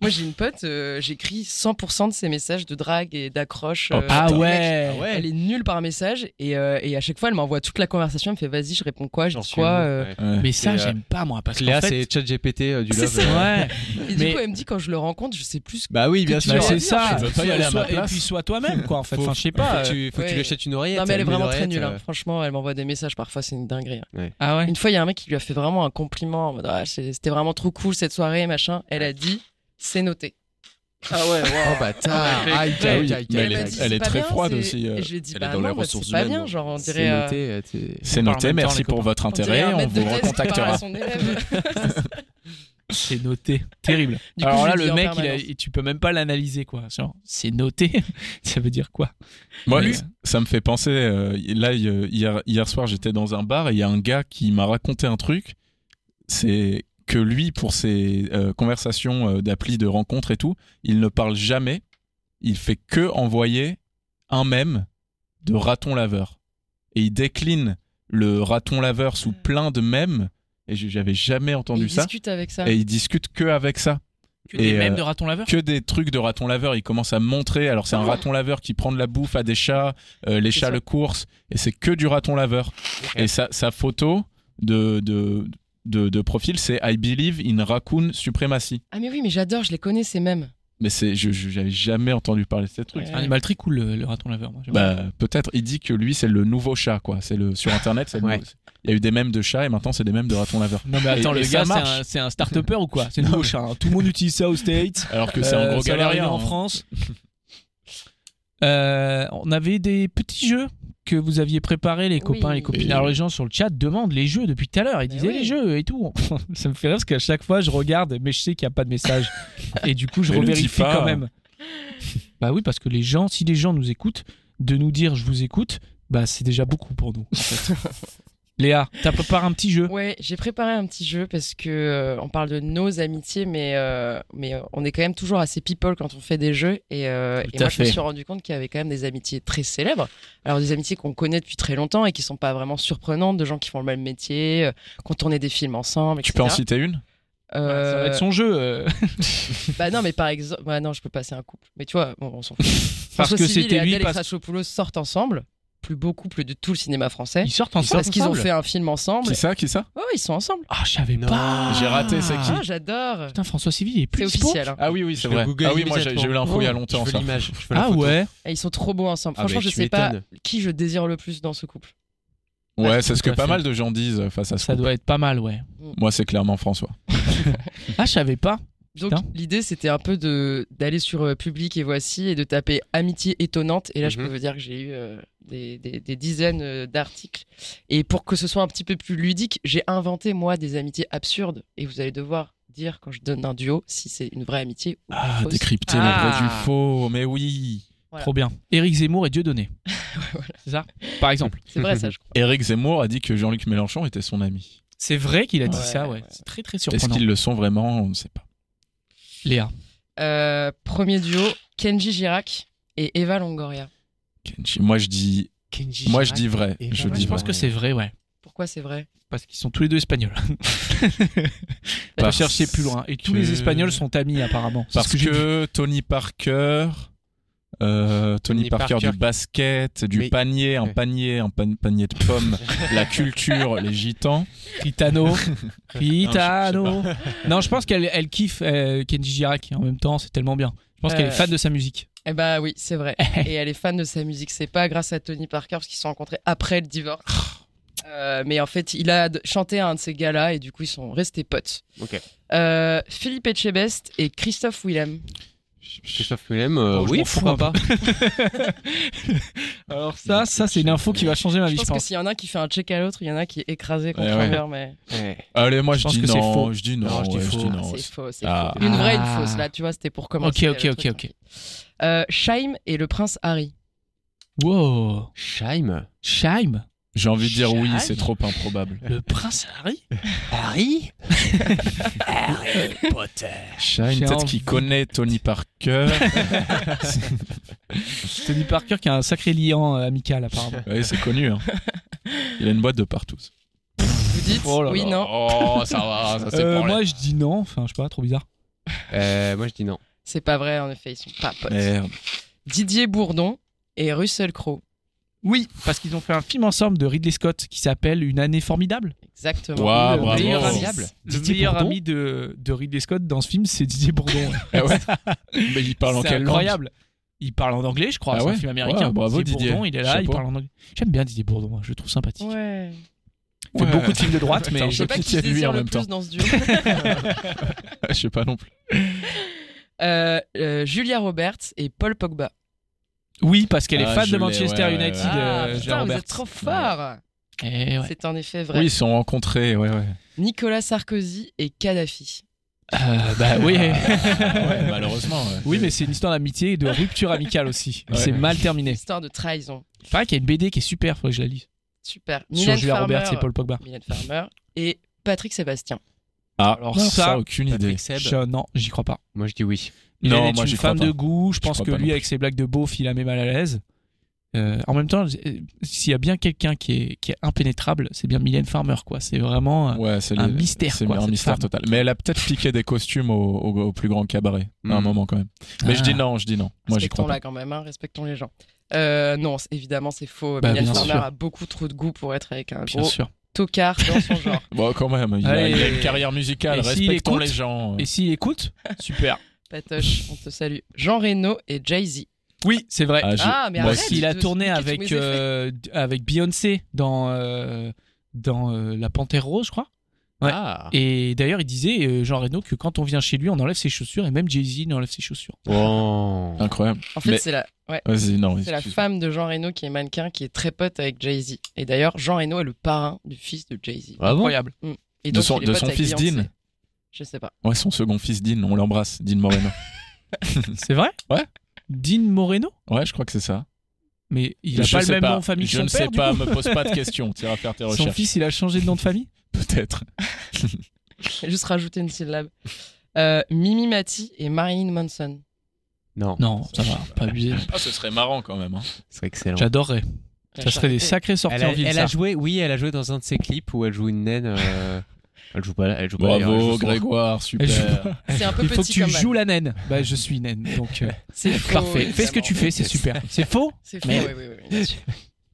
B: Moi, j'ai une pote, euh, j'écris 100% de ses messages de drague et d'accroche.
C: Oh,
B: euh,
A: Ah
B: au mec.
A: ouais.
B: Elle est nulle par message et, euh, et à chaque fois, elle m'envoie toute la conversation. Elle me fait vas-y, je réponds quoi, je
E: Genre
B: dis quoi. euh.
E: ouais.
C: Ouais.
A: Mais ça
E: Et, euh,
A: j'aime pas moi parce qu'en
E: Cléa,
A: fait
E: c'est ChatGPT euh, du
B: C'est
E: love.
B: ça.
E: euh.
A: ouais.
B: Et
A: Mais-
B: du coup, elle me dit quand je le rencontre, je sais plus.
E: Bah oui, bien
A: Bah,
E: sûr.
A: c'est
B: revenir,
A: ça.
C: je veux pas y aller à
A: Sois-
C: ma
A: et
C: place.
A: puis sois toi-même quoi en fait.
E: Faut-
A: Enfin je sais
E: Faut
A: pas.
E: que
A: euh,
E: tu, faut que tu
B: ouais.
E: lui achètes une oreillette.
B: Non, mais elle est
E: une
B: vraiment très
E: oreillette,
B: nulle. hein.
E: euh.
B: Franchement, elle m'envoie des messages parfois, c'est une dinguerie. hein.
A: Ah ouais.
B: Une fois, il y a un mec qui lui a fait vraiment un compliment. en mode, Ah, c'est- C'était vraiment trop cool cette soirée, machin. Elle a dit c'est noté.
E: Ah ouais, wow. Oh bâtard. Aïe,
C: Ah
E: aïe,
C: oui,
E: aïe,
C: mais
E: aïe,
C: elle
B: m'a
E: aïe.
C: est,
B: dit,
C: elle
B: c'est
C: est
B: pas
C: très
B: bien,
C: froide
B: c'est-
C: aussi. euh,
B: Et je lui ai dit
D: elle est
B: bah
D: dans
B: non,
D: les
B: bah, c'est
D: ressources
B: pas
D: humaines,
B: bien.
D: donc.
B: Genre, on
E: C'est
B: dirait. euh,
E: noté, euh, t'es-
C: C'est
A: On parle en
C: noté,
A: même temps,
C: merci
A: les
C: pour
A: copains.
C: votre
B: On dirait
C: intérêt,
B: un
C: on
B: maître
C: vous
B: de thèse qui parle à
C: recontactera.
B: son élève.
A: C'est noté. Terrible.
B: Du coup,
A: Alors
B: je
A: là,
B: le dis
A: le
B: en
A: mec, il a-
B: permanence.
A: il- tu peux même pas l'analyser, quoi. Genre, c'est noté. ça veut dire quoi
C: Moi,
A: Lui-
C: ça- ça me fait penser. euh, là, hi- hier, hier soir, j'étais dans un bar et il y a un gars qui m'a raconté un truc. C'est que lui, pour ses euh, conversations euh, d'appli de rencontre et tout, il ne parle jamais. Il fait que envoyer un mème de raton laveur. Et il décline le raton laveur sous plein de mèmes. Et j- j'avais jamais entendu
B: Hmm. Il
C: ça.
B: discute avec ça.
C: Et il discute que avec ça
A: Que
C: Et,
A: des mêmes
C: euh,
A: de raton laveur
C: que des trucs de raton laveur. Il commence à montrer. Alors c'est un raton laveur qui prend de la bouffe à des chats, euh, les
B: C'est
C: chats
B: ça.
C: le course, et c'est que du raton laveur. Et sa, sa photo de, de, de, de profil, c'est I believe in raccoon supremacy.
B: Ah mais oui, mais j'adore, je les connais ces mêmes.
C: Mais c'est, je, je- j'avais jamais entendu parler de ces trucs.
A: C'est un animal très cool, le, le raton laveur. moi, j'aime
C: Bah peut-être. Il dit que lui c'est le nouveau chat quoi. C'est le sur internet. c'est le
E: Ouais.
C: nou- Il y a eu des mèmes de chats et maintenant c'est des mèmes de raton laveur.
A: Non mais attends,
C: Et- et
A: le
C: ça
A: gars, c'est
C: marche.
A: un- c'est un, start-upper ou quoi C'est nouveau chien. hein. Tout le monde utilise ça aux States.
C: Alors que c'est
A: Euh,
C: un gros
A: ça va
C: galérien.
A: arriver en
C: hein.
A: France. Euh, on avait des petits jeux que vous aviez préparés, les copains et les copines.
C: Et-
A: Alors les gens sur le chat demandent les jeux depuis tout à l'heure. Ils
B: Mais
A: disaient
B: oui.
A: les jeux et tout. ça me fait rire parce qu'à chaque fois, je regarde, mais je sais qu'il n'y a pas de message. et du coup, je
C: Mais le dis
A: revérifie
C: pas.
A: quand même. bah oui, parce que les gens, si les gens nous écoutent, de nous dire je vous écoute, bah c'est déjà beaucoup pour nous. en fait. Léa, t'as préparé un petit jeu.
B: Ouais, j'ai préparé un petit jeu parce que euh, on parle de nos amitiés, mais euh, mais euh, on est quand même toujours assez people quand on fait des jeux. Et, euh,
A: Tout
B: et
A: à
B: moi, je me
A: fait.
B: suis rendu compte qu'il y avait quand même des amitiés très célèbres. Alors des amitiés qu'on connaît depuis très longtemps et qui sont pas vraiment surprenantes, de gens qui font le même métier, euh, qui ont tourné des films ensemble.
C: Tu
B: Etc.
C: peux en citer une
A: Ça va
B: Euh,
A: être son jeu. euh.
B: Bah non, mais par exemple, bah non, je peux passer un couple. Mais tu vois, bon, on s'en fout.
A: Parce
B: François
A: que
B: Civil et
A: c'était lui,
B: Adèle
A: parce-
B: Exarchopoulos sortent ensemble, plus beau couple de tout le cinéma français.
A: Ils sortent ensemble.
B: Parce qu'ils ont fait un film ensemble.
C: Qui ça Qui ça
B: Oh, ils sont ensemble.
A: Ah, je savais
E: Non.
A: pas.
C: J'ai raté, c'est qui
B: Ah, j'adore.
A: Putain, François Civil, il est plus
B: C'est
A: dispo.
B: officiel. hein.
C: Ah oui oui c'est
E: Je vais
C: vrai.
E: Google
C: Ah oui moi j'ai, j'ai eu
E: immédiatement. Oh,
C: l'info il y a longtemps.
E: Je veux
C: ça.
E: l'image. je veux la
A: Ah
E: photo.
A: ouais.
B: Et ils sont trop beaux ensemble.
E: Ah,
B: Franchement,
E: mais
B: je
E: tu
B: sais pas
E: m'étonnes.
B: qui je désire le plus dans ce couple.
C: Ouais,
A: Ouais,
C: c'est ce
A: tout
C: que
A: à
C: pas
A: fait.
C: mal de gens disent euh, face à ce
A: Ça
C: couple.
A: doit être pas mal, ouais.
C: Moi, c'est clairement François.
A: Ah, je savais pas.
B: Donc
A: Putain.
B: l'idée c'était un peu de d'aller sur euh, public et voici et de taper amitié étonnante et là je peux
E: Mhm.
B: vous dire que j'ai eu euh, des, des- des dizaines euh, d'articles et pour que ce soit un petit peu plus ludique j'ai inventé moi des amitiés absurdes et vous allez devoir dire quand je donne un duo si c'est une vraie amitié ou une
C: Ah,
B: fausse.
C: décrypter
B: Ah.
C: le vrai du faux, mais oui.
B: Voilà.
A: Trop bien. Éric Zemmour et Dieudonné.
B: voilà.
A: C'est ça Par exemple.
B: c'est vrai ça je crois
C: Éric Zemmour a dit que Jean-Luc Mélenchon était son ami.
A: C'est vrai qu'il a dit
B: Ouais,
A: ça, ouais.
B: ouais.
A: C'est très très
C: Est-ce
A: surprenant.
C: qu'ils le sont vraiment On ne sait pas.
A: Léa.
B: Euh, premier duo Kenji Girac et Eva Longoria
C: Kenji. Moi je dis, moi je dis vrai.
E: et
C: Je
E: Jean-Luc
A: Ouais,
C: dis
A: je
C: vrai.
A: pense que c'est vrai, ouais.
B: pourquoi c'est vrai
A: Parce qu'ils sont tous les deux espagnols. Pas
C: Parce
A: chercher plus loin. Et tous
C: que-
A: les espagnols sont amis, apparemment. C'est
C: Parce
A: ce
C: que,
A: j'ai vu.
C: Tony Parker, euh, Tony,
E: Tony
C: Parker,
E: Parker
C: du basket, du
E: Mais-
C: panier, un
E: Ouais.
C: panier, un pan- panier de pommes, la culture, les gitans.
A: Gitano. Gitano.
C: Non,
A: Non, je pense qu'elle elle kiffe euh, Kenji Girac en même temps, c'est tellement bien. Je pense qu'elle est
B: Euh.
A: fan de sa musique.
B: Eh bah oui, c'est vrai. et elle est fan de sa musique. C'est pas grâce à Tony Parker parce qu'ils se sont rencontrés après le divorce. Euh, mais en fait, il a d- chanté à un de ces gars-là et du coup, ils sont restés potes.
E: Ok.
B: Euh, Philippe Etchebest et Christophe Willem.
E: Christophe Willem,
A: Oh, je
E: oui,
A: m'en fous un
E: pourquoi pas
A: Alors ça, ça c'est une info qui va changer ma
B: je
A: vie,
B: pense que s'il y en a un qui fait un check à l'autre, il y en a un qui est écrasé contre
C: Ouais, ouais.
B: l'envers, mais
E: Ouais.
C: Allez, moi
A: Je
C: je,
A: pense
C: dis
A: que c'est faux.
C: non, je dis non,
E: Non, je
C: Oh,
E: dis
C: ouais, je
E: faux.
C: dis non.
B: c'est faux. c'est
C: Ah.
B: faux. Une vraie, une
A: Ah.
B: fausse. Là, tu vois, c'était pour commencer.
A: Ok, ok,
B: le
A: ok,
B: truc.
A: ok.
B: Euh, Shaim et le prince Harry.
A: Wow.
E: Scheim
A: Scheim
C: J'ai envie de dire oui,
A: Chag.
C: c'est trop improbable.
A: Le prince Harry
E: Harry
C: Shine,
A: J'ai
C: peut-être
A: envie.
C: qu'il connaît Tony Parker.
A: Tony Parker qui a un sacré liant euh, amical apparemment.
C: ouais, c'est connu. hein. Il a une boîte de partout.
B: Vous dites
A: Oh là
B: oui, non.
C: Oh, ça va, ça
A: Euh, moi je dis non, enfin je sais pas, trop bizarre.
E: Euh, Moi je dis non.
B: C'est pas vrai, en effet, ils sont pas potes.
C: Merde.
B: Didier Bourdon et Russell Crowe.
A: Oui, parce qu'ils ont fait un film ensemble de Ridley Scott qui s'appelle Une année formidable.
B: Exactement. Le
C: Waouh, bravo.
B: meilleur ami.
A: Formidable. Le
E: Didier
A: meilleur
E: Bourdon
A: ami de, de Ridley Scott dans ce film, c'est Didier Bourdon.
C: Ah ouais Mais il parle en
A: C'est
C: quelle langue
A: incroyable. Il parle en anglais, je crois.
C: Ah
A: c'est un
C: ouais
A: film américain.
C: Ouais, bravo, Didier.
A: Bourdon, il est là, il
C: Chapeau.
A: parle en anglais. J'aime bien Didier Bourdon, moi, je le trouve sympathique.
B: Ouais.
A: Il fait
C: Ouais.
A: beaucoup de films de droite,
C: Attends,
A: mais
B: Je sais pas
C: Je
B: qui
C: soutiens lui
B: désire
C: en
B: le
C: même
B: plus
C: temps.
B: dans ce duo.
C: Ah, Je sais pas non plus.
B: Euh, euh, Julia Roberts et Paul Pogba.
A: Oui, parce qu'elle est
C: Ah,
A: fan
C: je
A: de
C: l'ai,
A: Manchester
C: ouais, ouais,
A: United,
C: ouais.
B: Ah,
A: euh, Julia
B: putain, vous
A: Roberts.
B: êtes trop fort.
A: Eh ouais.
B: C'est en effet vrai.
C: Oui, ils se sont rencontrés, ouais, ouais.
B: Nicolas Sarkozy et Kadhafi.
A: Euh, bah oui.
C: Ouais, malheureusement. ouais.
A: oui, mais c'est une histoire d'amitié et de rupture amicale aussi.
C: Ouais.
A: C'est mal terminé.
B: Histoire de trahison.
A: Il paraît qu'il y a une BD qui est super, faut que je la lise.
B: Super.
A: Sur
B: Mylène
A: Julia
B: Farmer,
A: Roberts et Paul Pogba.
B: Mylène Farmer et Patrick Sébastien.
C: Ah,
A: Alors
C: ça,
A: ça,
C: aucune idée.
A: Je- non, j'y crois pas.
E: Moi je dis oui.
A: Il
C: Non,
A: est
C: moi,
A: une
C: j'y crois
A: femme
C: pas.
A: de goût. Je
C: J'y
A: pense
C: crois
A: que
C: pas
A: lui,
C: non
A: avec ses blagues de beauf, il la met mal à l'aise. Euh, en même temps, euh, s'il y a bien quelqu'un qui est, qui est impénétrable, c'est bien Mylène Farmer, quoi. C'est vraiment. euh,
C: Ouais, c'est
A: Un
C: les-
A: mystère,
C: C'est
A: quoi,
C: un
A: cette
C: mystère
A: femme.
C: total. Mais elle a peut-être piqué des costumes au, au- au plus grand cabaret à un
E: Mm.
C: moment quand même. Mais je
A: Hmm. Ah.
C: dis non, je dis non. Moi, j'y crois
B: Respectons-la
C: pas.
B: quand même, hein, respectons les gens. Euh, non, c'est- évidemment, c'est faux.
A: Bah,
B: Mylène
A: bien
B: Farmer
A: sûr.
B: a beaucoup trop de goût pour être avec un
A: Bien
C: Oh.
B: gros
A: sûr.
B: tocard dans son genre.
C: Bon, quand même, il, a,
A: Allez.
C: il a une carrière musicale.
A: Et s'il
C: Respectons
A: écoute
C: les gens.
A: Et s'il écoute, super.
B: Patoche, on te salue. Jean Reno et Jay-Z.
A: Oui, c'est vrai.
C: Ah, je-
B: Ah, mais
C: moi
B: arrête,
C: aussi.
A: il a
B: de-
A: tourné
B: de- de- tous
A: avec
B: mes effets.
A: euh, d- avec Beyoncé dans euh, dans euh, La Panthère Rose, je crois. Ouais.
E: Ah.
A: Et d'ailleurs, il disait euh, Jean Reno que quand on vient chez lui, on enlève ses chaussures et même Jay Z il enlève ses chaussures.
E: Bon.
C: Incroyable.
B: En fait,
C: Mais-
B: c'est la, ouais,
C: Vas-y, non.
B: c'est la
C: excuse.
B: femme de Jean Reno qui est mannequin, qui est très pote avec Jay-Z. Et d'ailleurs, Jean Reno est le parrain du fils de Jay-Z. Mm.
E: Ah bon
A: Incroyable.
B: Et
C: De
B: donc,
C: son-
B: il est
C: de
B: pote
C: son
B: avec
C: fils
B: Beyoncé.
C: Dean.
B: Je sais pas.
C: Ouais, son second fils Dean, on l'embrasse, Dean Moreno.
A: C'est vrai.
C: Ouais.
A: Dean Moreno.
C: Ouais, je crois que c'est ça.
A: Mais il a
C: Je
A: pas le
C: sais
A: même nom de famille que
C: Je
A: son
C: ne
A: père.
C: sais
A: du
C: pas,
A: coup.
C: me pose pas de questions. Tu iras faire tes
A: Son
C: recherches.
A: fils, il a changé de nom de famille.
C: Peut-être.
B: J'ai Juste rajouter une syllabe. Euh, Mimi Mati et Marilyn Manson.
E: Non.
A: Non, ça va, pas abusé.
C: Ah, ce serait marrant quand même. hein.
E: C'est excellent.
A: J'adorerais. Ça serait des sacrées
E: Elle
A: sorties
E: a,
A: en ville.
E: elle
A: ça.
E: a joué, oui, elle a joué dans un de ses clips où elle joue une naine. euh, Elle joue pas là, elle joue pas d'ailleurs, elle joue
C: Bravo,
E: son-
C: Grégoire,
A: Elle joue
C: super.
B: C'est un peu
A: Il faut que
B: petit
A: tu
B: comme
A: joues la naine. Bah, je suis naine, donc euh,
B: C'est faux,
A: parfait. Fais ce que
B: évidemment.
A: tu fais, c'est super. C'est faux
B: C'est faux,
A: Mais-
B: oui, oui, oui, bien sûr.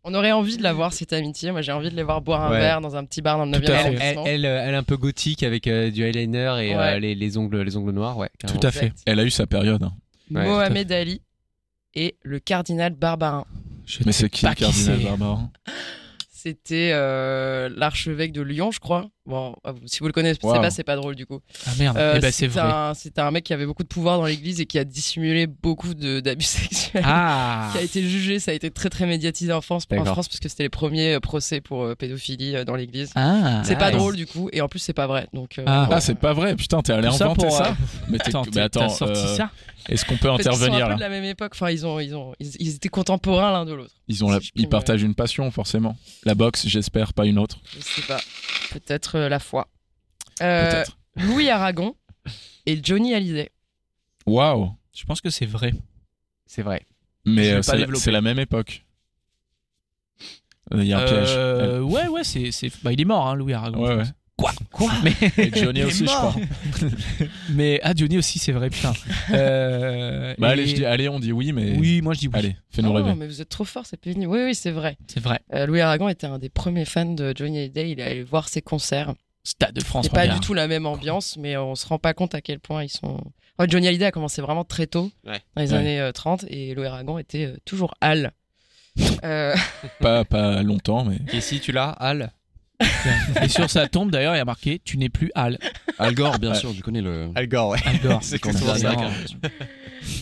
B: On aurait envie de la voir, cette amitié. Moi, j'ai envie de les voir boire un
E: Ouais.
B: verre dans un petit bar dans le 9
A: Tout
B: e
A: à fait.
E: Elle, elle, elle, euh, elle est un peu gothique avec euh, du eyeliner et euh,
B: Ouais.
E: les, les ongles, les ongles noirs, ouais.
A: Tout
E: carrément.
A: à fait.
C: Elle a eu sa période. hein.
E: Ouais, tout à
B: Mohamed Ali et le cardinal Barbarin.
A: Je
C: Mais
A: sais
C: c'est qui
A: pas
C: le cardinal
A: c'est.
C: Barbarin
B: C'était euh, l'archevêque de Lyon, je crois. Bon, ah, vous- si vous le connaissez
C: Wow.
B: pas, c'est pas drôle du coup.
A: Ah merde,
B: Euh,
A: eh ben c'est
B: c'était
A: vrai.
B: un- C'était un mec qui avait beaucoup de pouvoir dans l'église et qui a dissimulé beaucoup de- d'abus sexuels.
A: Ah
B: Qui a été jugé, ça a été très très médiatisé en France, en
E: D'accord.
B: France parce que c'était les premiers euh, procès pour euh, pédophilie euh, dans l'église.
A: Ah
B: C'est pas
A: nice.
B: drôle du coup, et en plus c'est pas vrai. Donc, euh,
A: Ah.
C: Ah, c'est pas vrai, putain, t'es allé
A: Tout ça
C: inventer
A: pour,
C: ça
A: euh,
C: Mais t'es-
A: Attends,
C: mais
A: t'as-
C: attends,
A: t'as sorti
C: euh,
A: ça
C: est-ce qu'on peut
B: parce qu'ils sont un
C: intervenir
B: peu
C: là
B: de la même époque. Enfin, ils ont, ils ont, ils, ils étaient contemporains l'un de l'autre.
C: Ils ont la-
B: si je puis
C: ils
B: me-
C: partagent une passion forcément. La boxe, j'espère, pas une autre.
B: Je sais pas. Peut-être euh, la foi. Euh,
C: Peut-être.
B: Louis Aragon et Johnny Hallyday.
C: Waouh.
A: Je pense que c'est vrai.
E: C'est vrai.
A: Je
C: Mais
A: vais
C: euh,
A: pas
C: c'est la-
A: développer.
C: c'est la même époque. Euh, Il y a un
A: Euh, ouais, ouais, c'est. c'est- Bah, il est mort, hein, Louis Aragon.
C: piège. Ouais, ouais.
A: Quoi Quoi Mais...
C: Et
A: Il
C: Johnny
A: est
C: aussi, je
A: mort.
C: crois.
A: Mais. Ah, Johnny aussi, c'est vrai, putain. Euh,
C: Bah,
A: et-
C: allez, je dis, allez, on dit oui, mais.
A: Oui, moi je dis oui.
C: Allez, fais-nous
B: Oh,
C: rêver.
B: mais vous êtes trop fort, c'est pénible. Oui, oui, c'est vrai.
A: C'est vrai.
B: Euh, Louis Aragon était un des premiers fans de Johnny Hallyday. Il est allé voir ses concerts.
A: Stade de France,
B: C'est pas
A: regarde.
B: du tout la même ambiance, mais on se rend pas compte à quel point ils sont. En fait, Johnny Hallyday a commencé vraiment très tôt,
D: Ouais.
B: dans les
C: Ouais.
B: années euh, 30, et Louis Aragon était euh, toujours hal. Euh,
C: Pas, pas longtemps, mais.
E: Et si tu l'as, Al
A: Et sur sa tombe, d'ailleurs, il y a marqué Tu n'es plus Al.
D: Al Gore, bien
C: Ouais.
D: sûr, je connais le.
E: Al Gore, ouais.
A: Al Gore.
E: C'est
D: le
E: souvent
D: candidat
E: ça.
D: américain.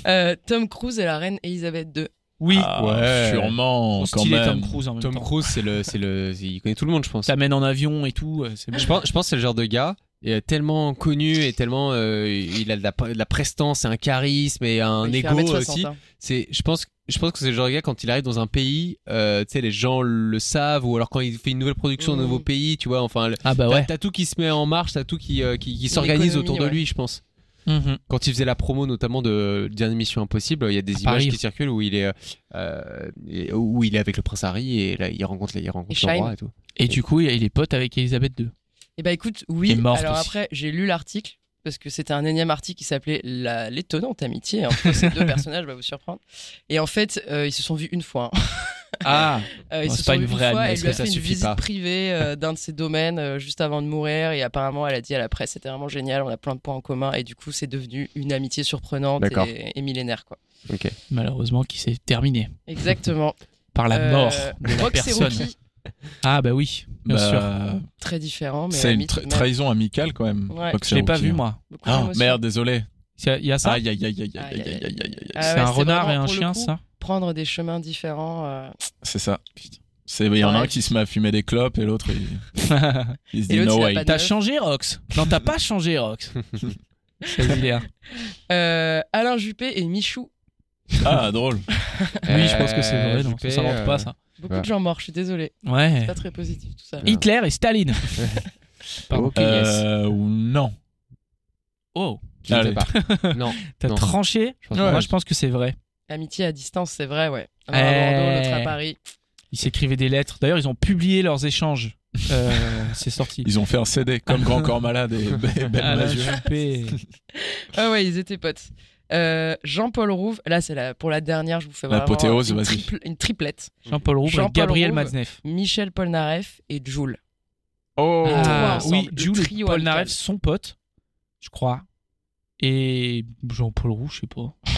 B: euh, Tom Cruise et la reine Elisabeth II.
A: Oui.
C: Ah,
E: Ouais.
C: Sûrement,
A: Au
C: quand
A: style Tom
C: même.
A: Cruise en même
E: Tom
A: temps.
E: Cruise, c'est le, c'est le, il connaît tout le monde, je pense.
A: T'amènes en avion et tout. euh, C'est bon.
E: Je pense, je pense que c'est le genre de gars euh, tellement connu et tellement euh, il a de la, de la prestance et un charisme et un
B: Il fait
E: ego
B: 1m60,
E: aussi.
B: hein.
E: C'est, je pense, je pense que c'est le genre de gars quand il arrive dans un pays, euh, tu sais, les gens le savent ou alors quand il fait une nouvelle production dans un
B: Mhm.
E: nouveau pays, tu vois, enfin, le-
A: Ah bah
E: t'as,
A: ouais.
E: t'as tout qui se met en marche, t'as tout qui, euh, qui, qui s'organise
B: économie,
E: autour de
B: ouais.
E: lui, je pense.
A: Mhm.
E: Quand il faisait la promo notamment de la dernière Mission Impossible, il y a des
A: À
E: images
A: Paris.
E: qui circulent où il est, euh, euh, et- où il est avec le prince Harry et là il rencontre, il rencontre
B: Et
E: le
B: Shine.
E: roi et tout.
A: Et du coup, il est pote avec Elisabeth II.
B: Eh ben écoute,
A: Qui
B: oui.
A: est morte
B: Alors
A: aussi.
B: après, j'ai lu l'article parce que c'était un énième article qui s'appelait La- l'étonnante amitié entre ces deux personnages, va vous surprendre. Et en fait, euh, ils se sont vus une fois. hein.
A: Ah
B: Euh, ils
A: Bon,
B: se
A: c'est
B: sont
A: pas
B: vus
A: une vraie amie,
B: fois. Elle
A: parce
B: lui a
A: que ça
B: fait une
A: suffit
B: visite
A: pas.
B: privée euh, d'un de ses domaines euh, juste avant de mourir. Et apparemment, elle a dit à la presse, c'était vraiment génial. On a plein de points en commun. Et du coup, c'est devenu une amitié surprenante
E: D'accord.
B: et, et millénaire, quoi.
E: Ok.
A: Malheureusement, qui s'est terminé
B: Exactement.
A: par la
B: Euh,
A: mort de la
B: Rock
A: personne.
B: Seroki,
A: Ah bah oui, bien
C: Bah,
A: sûr.
B: très différent, Oh, mais
C: C'est une
B: ami
C: tra-
B: tout de même.
C: trahison amicale quand même.
B: Ouais.
C: Fox
A: Je l'ai pas
C: Cherokee.
A: vu moi.
B: Beaucoup
C: Ah,
B: d'émotions.
C: merde, désolé.
A: C'est- Il y a ça
C: Aïe, aïe, aïe, aïe, aïe,
B: Aïe,
C: aïe,
B: aïe,
C: aïe, aïe,
B: Ah
C: aïe.
A: C'est
B: ouais,
A: un
B: c'est
A: renard et
B: vraiment,
A: un
B: pour le
A: chien,
B: coup,
A: ça
B: Prendre des chemins différents. euh,
C: C'est ça. C'est- Il y en a
B: Ouais.
C: un qui se met à fumer des clopes et l'autre, il, il se
B: Et
C: dit
B: l'autre,
C: no
B: il a
C: way.
B: pas de-
A: T'as changé Rox Non, t'as pas changé Rox. C'est Léa.
B: Euh, Alain Juppé et Michou.
C: Ah, drôle.
A: Oui, je pense que c'est
E: Euh,
A: vrai, non,
E: Juppé,
A: ça s'invente pas
E: euh,
A: ça.
B: Beaucoup
E: Voilà.
B: de gens morts, je suis désolé.
A: Ouais.
B: C'est pas très positif tout ça.
E: Et-
A: Hitler Eh. et Staline. Pardon.
E: Ok, yes.
C: Euh, ou non.
A: Oh,
E: Je ne sais
C: Allez.
E: pas. Non.
A: t'as
E: Non.
A: tranché
E: Je pense
A: Moi
E: pas.
A: je pense que c'est vrai.
B: Amitié à distance, c'est vrai, ouais. Un
A: Eh.
B: à Bordeaux, l'autre à Paris.
A: Ils s'écrivaient des lettres. D'ailleurs, ils ont publié leurs échanges. Euh, c'est sorti. Ah,
C: Ils ont fait un CD comme Grand Corps Malade et Be- Belle
A: Alain
C: Masure.
A: Juppé.
B: Ah ouais, ils étaient potes. Euh, Jean-Paul Rouve, là c'est la, pour la dernière, je vous fais vraiment
C: L'apothéose,
B: une,
C: vas-y.
B: triple- une triplette.
A: Jean-Paul Rouve et
B: Jean-Paul
A: Gabriel
B: Rouve.
A: Mazneff.
B: Michel Polnareff et Jules.
C: Oh
B: Ah. trois ensemble,
A: oui,
B: le
A: Jules et
B: trio
A: Paul
B: amical.
A: Naref sont potes, je crois. Et Jean-Paul Roux, je sais pas.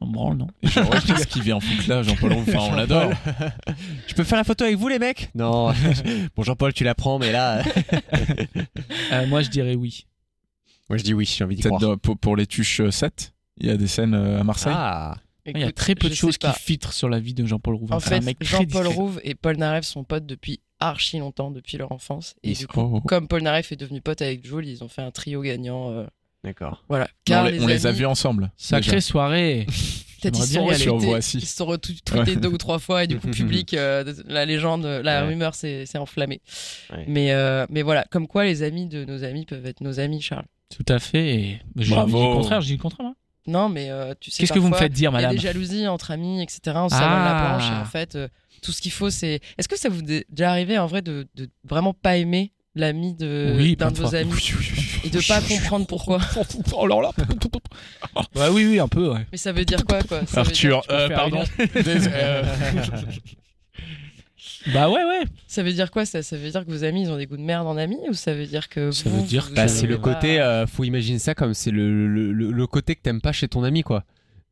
A: On branle, non
C: Genre, ouais, Qu'est-ce qui vient en foutre là, Jean-Paul Rouve Enfin, on l'adore.
E: Je peux faire la photo avec vous, les mecs Non. bon, Jean-Paul, tu la prends, mais là.
A: Euh, Moi, je dirais oui.
E: Moi, je dis oui, j'ai envie d'y
C: Peut-être
E: croire.
C: dans- pour, pour les tuches 7, il y a des scènes euh, à Marseille.
E: Ah.
A: Il y a
B: Écoute,
A: très peu
B: je
A: de choses
B: sais pas.
A: qui filtrent sur la vie de Jean-Paul Roux.
B: En
A: C'est un
B: fait,
A: mec très
B: Jean-Paul
A: discret.
B: Rouve et Polnareff sont potes depuis archi longtemps, depuis leur enfance. Et du coup,
C: Oh.
B: comme Polnareff est devenu pote avec Jules, ils ont fait un trio gagnant. euh,
E: D'accord.
B: voilà.
C: On,
B: Car
C: les,
B: les
C: on les a
B: amis-
C: vus ensemble.
A: Sacrée
C: déjà.
A: soirée J'aimerais
B: Peut-être ils se sont
A: bien y aller.
B: retweetés-
C: Sur Voici.
B: ils se sont retweetés deux ou trois fois et du coup public euh, la légende la
E: Ouais.
B: rumeur s'est s'est enflammée
E: Ouais.
B: mais euh, mais voilà comme quoi les amis de nos amis peuvent être nos amis Charles
A: Tout à fait. et- Mais J'ai
C: Bravo.
A: j'ai dit le contraire, j'ai dit le contraire. moi.
B: non mais euh, tu sais
A: Qu'est-ce que vous me
B: parfois,
A: faites dire,
B: il y a
A: madame
B: des jalousies entre amis etc on se
A: Ah.
B: savonne la planche et en fait euh, tout ce qu'il faut c'est est-ce que ça vous est déjà arrivé en vrai de, de vraiment pas aimer l'ami de
A: Oui, plein
B: d'un de
A: de
B: vos
A: fois.
B: amis et de pas comprendre pourquoi
A: Oh là là Ouais, oui, oui, un peu, ouais.
B: mais ça veut dire quoi quoi Ça veut dire-
C: Arthur,
A: peux
C: euh,
A: faire
C: pardon. Désolé, euh,
A: Bah ouais, ouais.
B: ça veut dire quoi ça ça veut dire que vos amis ils ont des goûts de merde en ami ou ça veut dire que
A: Ça
B: vous,
A: veut dire
B: vous
A: que-
E: Bah, c'est
A: euh,
B: avez
E: le
B: pas-
E: côté. euh, faut imaginer ça comme c'est le, le, le- le côté que t'aimes pas chez ton ami, quoi.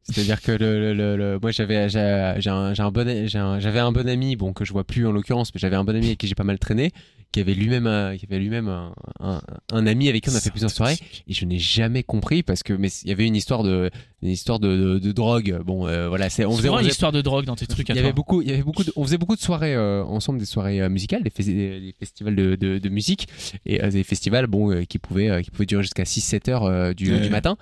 E: C'est-à-dire que le, le- le- le- moi j'avais j'ai j'ai un, j'ai un bon j'ai un- j'avais un bon ami bon que je vois plus en l'occurrence mais j'avais un bon ami avec qui j'ai pas mal traîné qui avait lui-même un- qui avait lui-même un, un- un ami avec qui on a fait plusieurs soirées et je n'ai jamais compris parce que mais il y avait une histoire de une histoire de, de- de drogue bon euh, voilà c'est on
A: On
E: faisait, on
A: une
E: faisait-
A: histoire de drogue dans tes trucs. à
E: il y avait
A: toi.
E: beaucoup il y avait beaucoup de- on faisait beaucoup de soirées euh, ensemble des soirées euh, musicales des, fes- des- des festivals de, de- de musique et euh, des festivals bon euh, qui pouvaient euh, qui pouvaient durer jusqu'à 6 7 heures euh, du,
C: Ouais.
E: du matin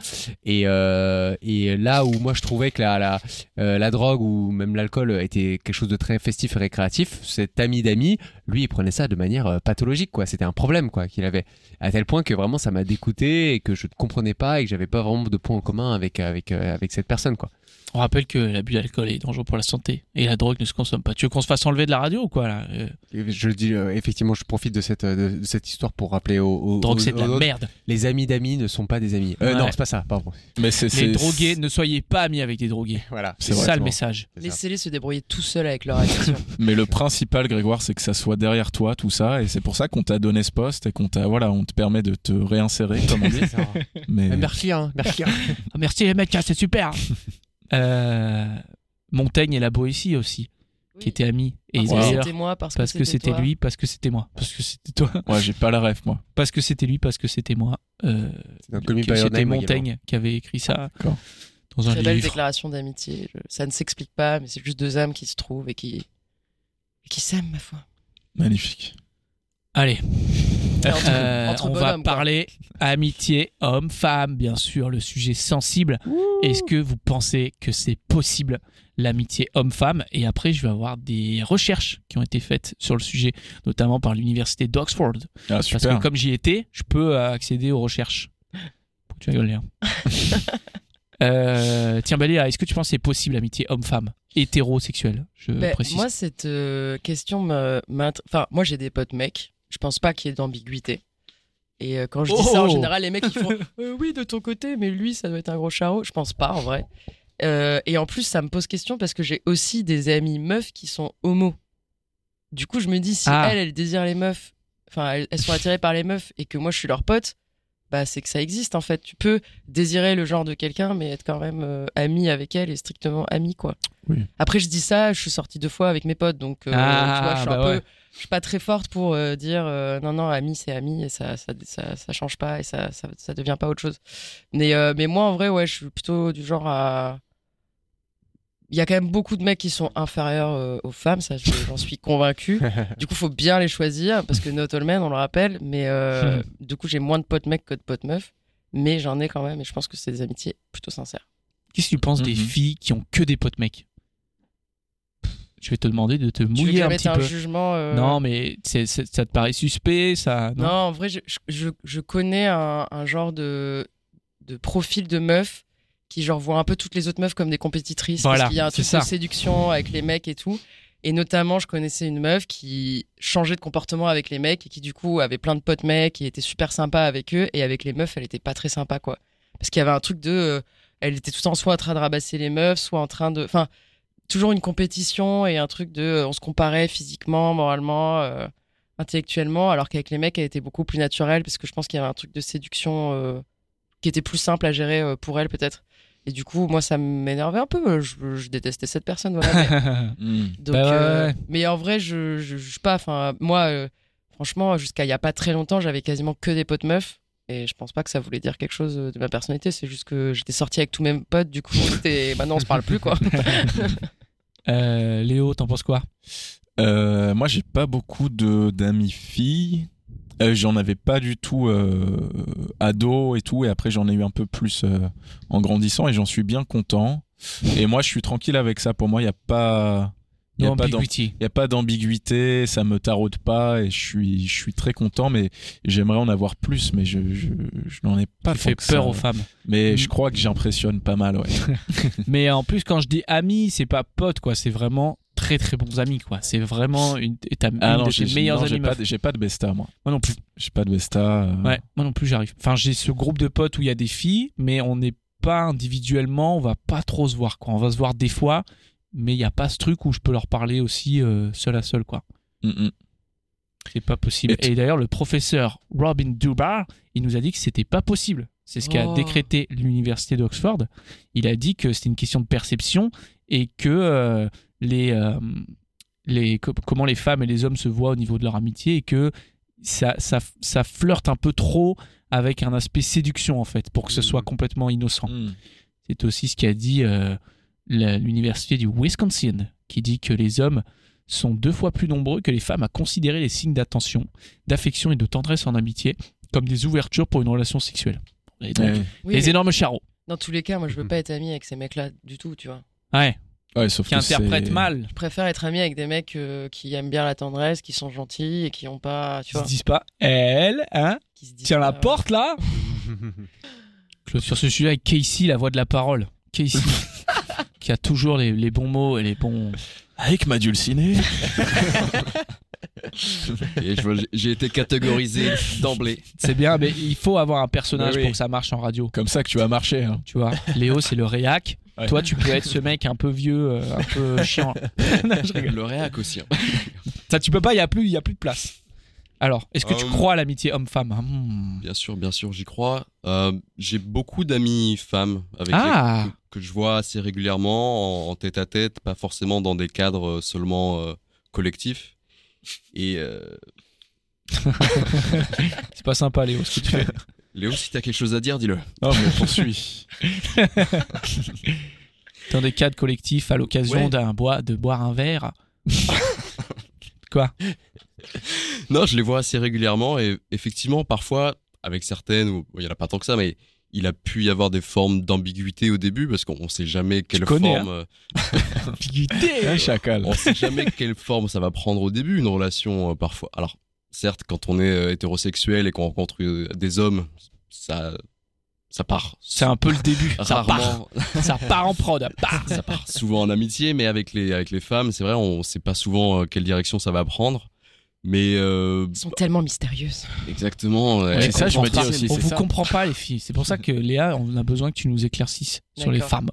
E: et euh, et là où moi je trouvais que la la, euh, la drogue ou même l'alcool était quelque chose de très festif et récréatif cet ami d'amis lui il prenait ça de manière euh, pathologique quoi c'était un problème quoi qu'il avait à tel point que vraiment ça m'a dégoûté et que je ne comprenais pas et que j'avais pas vraiment de point en commun avec avec euh, avec cette personne quoi
A: On rappelle que l'abus d'alcool est dangereux pour la santé et la drogue ne se consomme pas. Tu veux qu'on se fasse enlever de la radio ou quoi là Euh,
E: Et Je le dis euh, effectivement, je profite de cette euh, de, de cette histoire pour rappeler aux, aux-
A: Drogue,
E: aux-
A: c'est de la
E: aux-
A: merde.
E: les amis d'amis ne sont pas des amis. Euh,
A: Ouais.
E: Non, c'est pas ça. Pardon.
C: Mais c'est c'est-
A: Les drogués, ne soyez pas amis avec des drogués.
E: Voilà.
A: C'est
C: C'est vrai,
A: ça
C: c'est
A: le
C: vrai.
A: message.
E: C'est ça.
B: Laissez-les se débrouiller tout seuls avec leur addiction.
C: Mais le principal, Grégoire, c'est que ça soit derrière toi, tout ça, et c'est pour ça qu'on t'a donné ce poste et qu'on t'a, voilà, on te permet de te réinsérer, comme on dit. Mais
E: Euh, Merci, hein, merci. hein.
A: Ah, merci les mecs, hein, c'est super. Euh, Montaigne et la Boétie aussi, qui étaient amis. Et
B: Parce que
A: d'ailleurs,
B: c'était Ah, moi, parce,
A: parce que c'était
B: toi.
A: lui, parce que c'était moi, parce que c'était toi,
C: ouais, j'ai pas la ref, moi.
A: parce que c'était lui, parce que c'était moi. Euh,
E: C'est dans Call Me
A: que-
E: By Your
A: c'était
E: Name également.
A: Montaigne qui avait écrit ça
C: D'accord.
A: dans un
B: Très belle
A: livre.
B: déclaration d'amitié. Je- Ça ne s'explique pas, mais c'est juste deux âmes qui se trouvent et qui, et qui s'aiment, ma foi.
C: Magnifique.
A: Allez,
B: Entre-
A: euh,
B: entre
A: on va
B: bonhommes, quoi.
A: parler amitié homme-femme, bien sûr, le sujet sensible. Est-ce que vous pensez que c'est possible l'amitié homme-femme Et après, je vais avoir des recherches qui ont été faites sur le sujet, notamment par l'université d'Oxford.
C: Ah,
A: Parce que
C: super.
A: comme j'y étais, je peux euh, accéder aux recherches. Faut que Tu rigoles, Léa. Euh, tiens, bah, Léa, est-ce que tu penses que c'est possible l'amitié homme-femme hétérosexuelle Je
B: Ben,
A: précise.
B: moi, cette euh, question me. m'int- Enfin, moi, j'ai des potes mecs. Je pense pas qu'il y ait d'ambiguïté. Et euh, quand je dis
A: Oh
B: ça, en général, les mecs, ils font Euh, Oui, de ton côté, mais lui, ça doit être un gros charreau. Je pense pas, en vrai. Euh, et en plus, ça me pose question parce que j'ai aussi des amis meufs qui sont homo. Du coup, je me dis Si
A: Ah.
B: elles, elles désirent les meufs, enfin, elles, elles sont attirées par les meufs et que moi, je suis leur pote, bah, c'est que ça existe, en fait. Tu peux désirer le genre de quelqu'un, mais être quand même euh, ami avec elle et strictement ami, quoi. Après, je dis ça, je suis sortie deux fois avec mes potes, donc euh,
A: Ah,
B: tu vois, je suis
A: bah
B: un
A: ouais.
B: peu, je suis pas très forte pour euh, dire euh, non, non, ami, c'est ami et ça, ça, ça, ça change pas et ça, ça, ça devient pas autre chose. Mais, euh, mais moi, en vrai, ouais, je suis plutôt du genre à. Il y a quand même beaucoup de mecs qui sont inférieurs euh, aux femmes, ça, je- j'en suis convaincu. du coup, faut bien les choisir parce que not all men, on le rappelle, mais euh, du coup, j'ai moins de potes mecs que de potes meufs, mais j'en ai quand même et je pense que c'est des amitiés plutôt sincères.
A: Qu'est-ce que tu penses des
C: Mhm.
A: filles qui ont que des potes mecs Je vais te demander de te
B: tu veux que
A: mouiller
B: je
A: un
B: mette
A: petit
B: un
A: peu.
B: jugement euh,
A: Non, mais c'est- c'est- ça te paraît suspect, ça
B: Non, en vrai, je, je- je- je connais un, un genre de, de profil de meuf qui, genre, voit un peu toutes les autres meufs comme des compétitrices.
A: Voilà,
B: parce qu'il y a un
A: c'est
B: truc
A: ça.
B: de séduction avec les mecs et tout. Et notamment, je connaissais une meuf qui changeait de comportement avec les mecs et qui, du coup, avait plein de potes mecs et était super sympa avec eux. Et avec les meufs, elle était pas très sympa, quoi. Parce qu'il y avait un truc de. euh, elle était tout le temps soit en train de rabasser les meufs, soit en train de. Enfin, toujours une compétition et un truc de. euh, On se comparait physiquement, moralement. euh, intellectuellement, alors qu'avec les mecs, elle était beaucoup plus naturelle, parce que je pense qu'il y avait un truc de séduction euh, qui était plus simple à gérer euh, pour elle, peut-être. Et du coup, moi, ça m'énervait un peu. euh, Je, je détestais cette personne. Voilà, mais,
C: Hmm.
B: donc,
A: Bah ouais,
B: euh,
A: ouais.
B: mais en vrai, je, je juge pas. Enfin, moi, euh, franchement, jusqu'à il y a pas très longtemps, j'avais quasiment que des potes meufs. Et je pense pas que ça voulait dire quelque chose euh, de ma personnalité. C'est juste que j'étais sortie avec tous mes potes. Du coup, c'était- maintenant, on se parle plus, quoi.
A: Euh, Léo, t'en penses quoi
C: Euh, moi, j'ai pas beaucoup de d'amis filles. Euh, j'en avais pas du tout euh, ado et tout, et après j'en ai eu un peu plus euh, en grandissant, et j'en suis bien content. Et moi, je suis tranquille avec ça. Pour moi, il y a pas, y a
A: Non,
C: pas d'am-
A: ambiguïté.
C: y a pas d'ambiguïté, ça me taraude pas, et je suis, je suis très content. Mais j'aimerais en avoir plus, mais je, je, je n'en ai pas.
A: Tu fais
C: tant que ça.
A: peur aux Mm. femmes.
C: Mais je crois que j'impressionne pas mal. Ouais.
A: Mais en plus, quand je dis amis, c'est pas potes, quoi. C'est vraiment très très bons amis, quoi. C'est vraiment une, et ta-
C: Ah
A: une
C: non,
A: de
C: j'ai
A: tes
C: j'ai-
A: meilleurs
C: non, j'ai
A: amis.
C: pas,
A: meufs.
C: de- j'ai pas de besta moi.
A: Moi non plus.
C: J'ai pas de besta. euh,
A: Ouais, moi non plus, j'arrive. Enfin, j'ai ce groupe de potes où il y a des filles, mais on n'est pas individuellement, on va pas trop se voir, quoi. On va se voir des fois, mais il n'y a pas ce truc où je peux leur parler aussi euh, seul à seul, quoi.
C: mm, mm.
A: C'est pas possible.
C: Et tu-
A: Et d'ailleurs, le professeur Robin Dubar, il nous a dit que c'était pas possible C'est ce qu'a
B: Oh.
A: décrété l'université d'Oxford. Il a dit que c'était une question de perception et que euh, les, euh, les co- comment les femmes et les hommes se voient au niveau de leur amitié et que ça, ça, ça flirte un peu trop avec un aspect séduction en fait pour que ce soit
C: Mm.
D: Mhm.
A: complètement innocent.
C: Hmm.
A: C'est aussi ce qu'a dit euh, la- l'université du Wisconsin, qui dit que les hommes sont deux fois plus nombreux que les femmes à considérer les signes d'attention, d'affection et de tendresse en amitié comme des ouvertures pour une relation sexuelle. Et donc,
C: Ouais.
B: Oui,
A: les
B: mais
A: énormes charros.
B: Dans tous les cas, moi, je veux
E: Mhm.
B: pas être ami avec ces mecs-là du tout, tu vois.
A: Ouais,
C: Ouais, sauf
A: qui
C: que c'est-
A: interprètent mal.
B: Je préfère être ami avec des mecs euh, qui aiment bien la tendresse, qui sont gentils et qui ont pas, tu
A: Qui se
B: vois,
A: disent pas, elle, hein,
B: qui se disent euh,
A: tiens la
B: pas-
A: porte là. Sur ce sujet avec Casey, la voix de la parole. Casey, qui a toujours les, les bons mots et les bons.
C: Avec ma dulcinée.
D: Et je vois, j'ai- j'ai été catégorisé d'emblée.
A: C'est bien, mais il faut avoir un personnage
C: Oui, oui.
A: pour que ça marche en radio.
C: Comme ça que tu vas marcher. hein.
A: Tu vois, Léo, c'est le réac.
C: Ouais.
A: Toi, tu peux être ce mec un peu vieux, euh, un peu chiant. Non, je rigole.
D: Le réac aussi. hein.
A: Ça, tu peux pas, il y a plus, il y a plus de place. Alors, est-ce que tu
D: Hum.
A: crois à l'amitié homme-femme Hum.
D: Bien sûr, bien sûr, j'y crois. Euh, j'ai beaucoup d'amis femmes avec
A: Ah.
D: les- que, que je vois assez régulièrement en, en tête à tête, pas forcément dans des cadres euh, seulement euh, collectifs. Et euh,
A: C'est pas sympa, Léo, ce que tu fais.
D: Léo, si t'as quelque chose à dire, dis-le.
C: Non, mais poursuis.
A: Dans des cadres collectifs, à l'occasion
D: Ouais.
A: d'un bois, de boire un verre. Quoi
D: Non, je les vois assez régulièrement et effectivement, parfois, avec certaines, ou il n'y en a pas tant que ça, mais il a pu y avoir des formes d'ambiguïté au début parce qu'on ne sait jamais quelle
A: connais, hein.
D: forme. euh,
C: Un chacal.
D: On sait jamais quelle forme ça va prendre au début une relation euh, parfois. Alors certes, quand on est euh, hétérosexuel et qu'on rencontre euh, des hommes, ça ça part.
A: C'est un peu le début. Ça part.
D: Rarement,
A: Ça part en prod. Bah.
D: ça part souvent en amitié, mais avec les avec les femmes, c'est vrai, on sait pas souvent euh, quelle direction ça va prendre. Mais euh,
B: Elles sont tellement mystérieuses.
D: exactement. euh,
C: Ouais,
D: elles
C: ça, je me
D: comprennent
C: dis
D: pas.
C: aussi,
A: On
C: c'est
A: vous
C: ça.
A: comprend pas, les filles. C'est pour ça que Léa, on a besoin que tu nous éclaircisses sur les
B: D'accord.
A: femmes.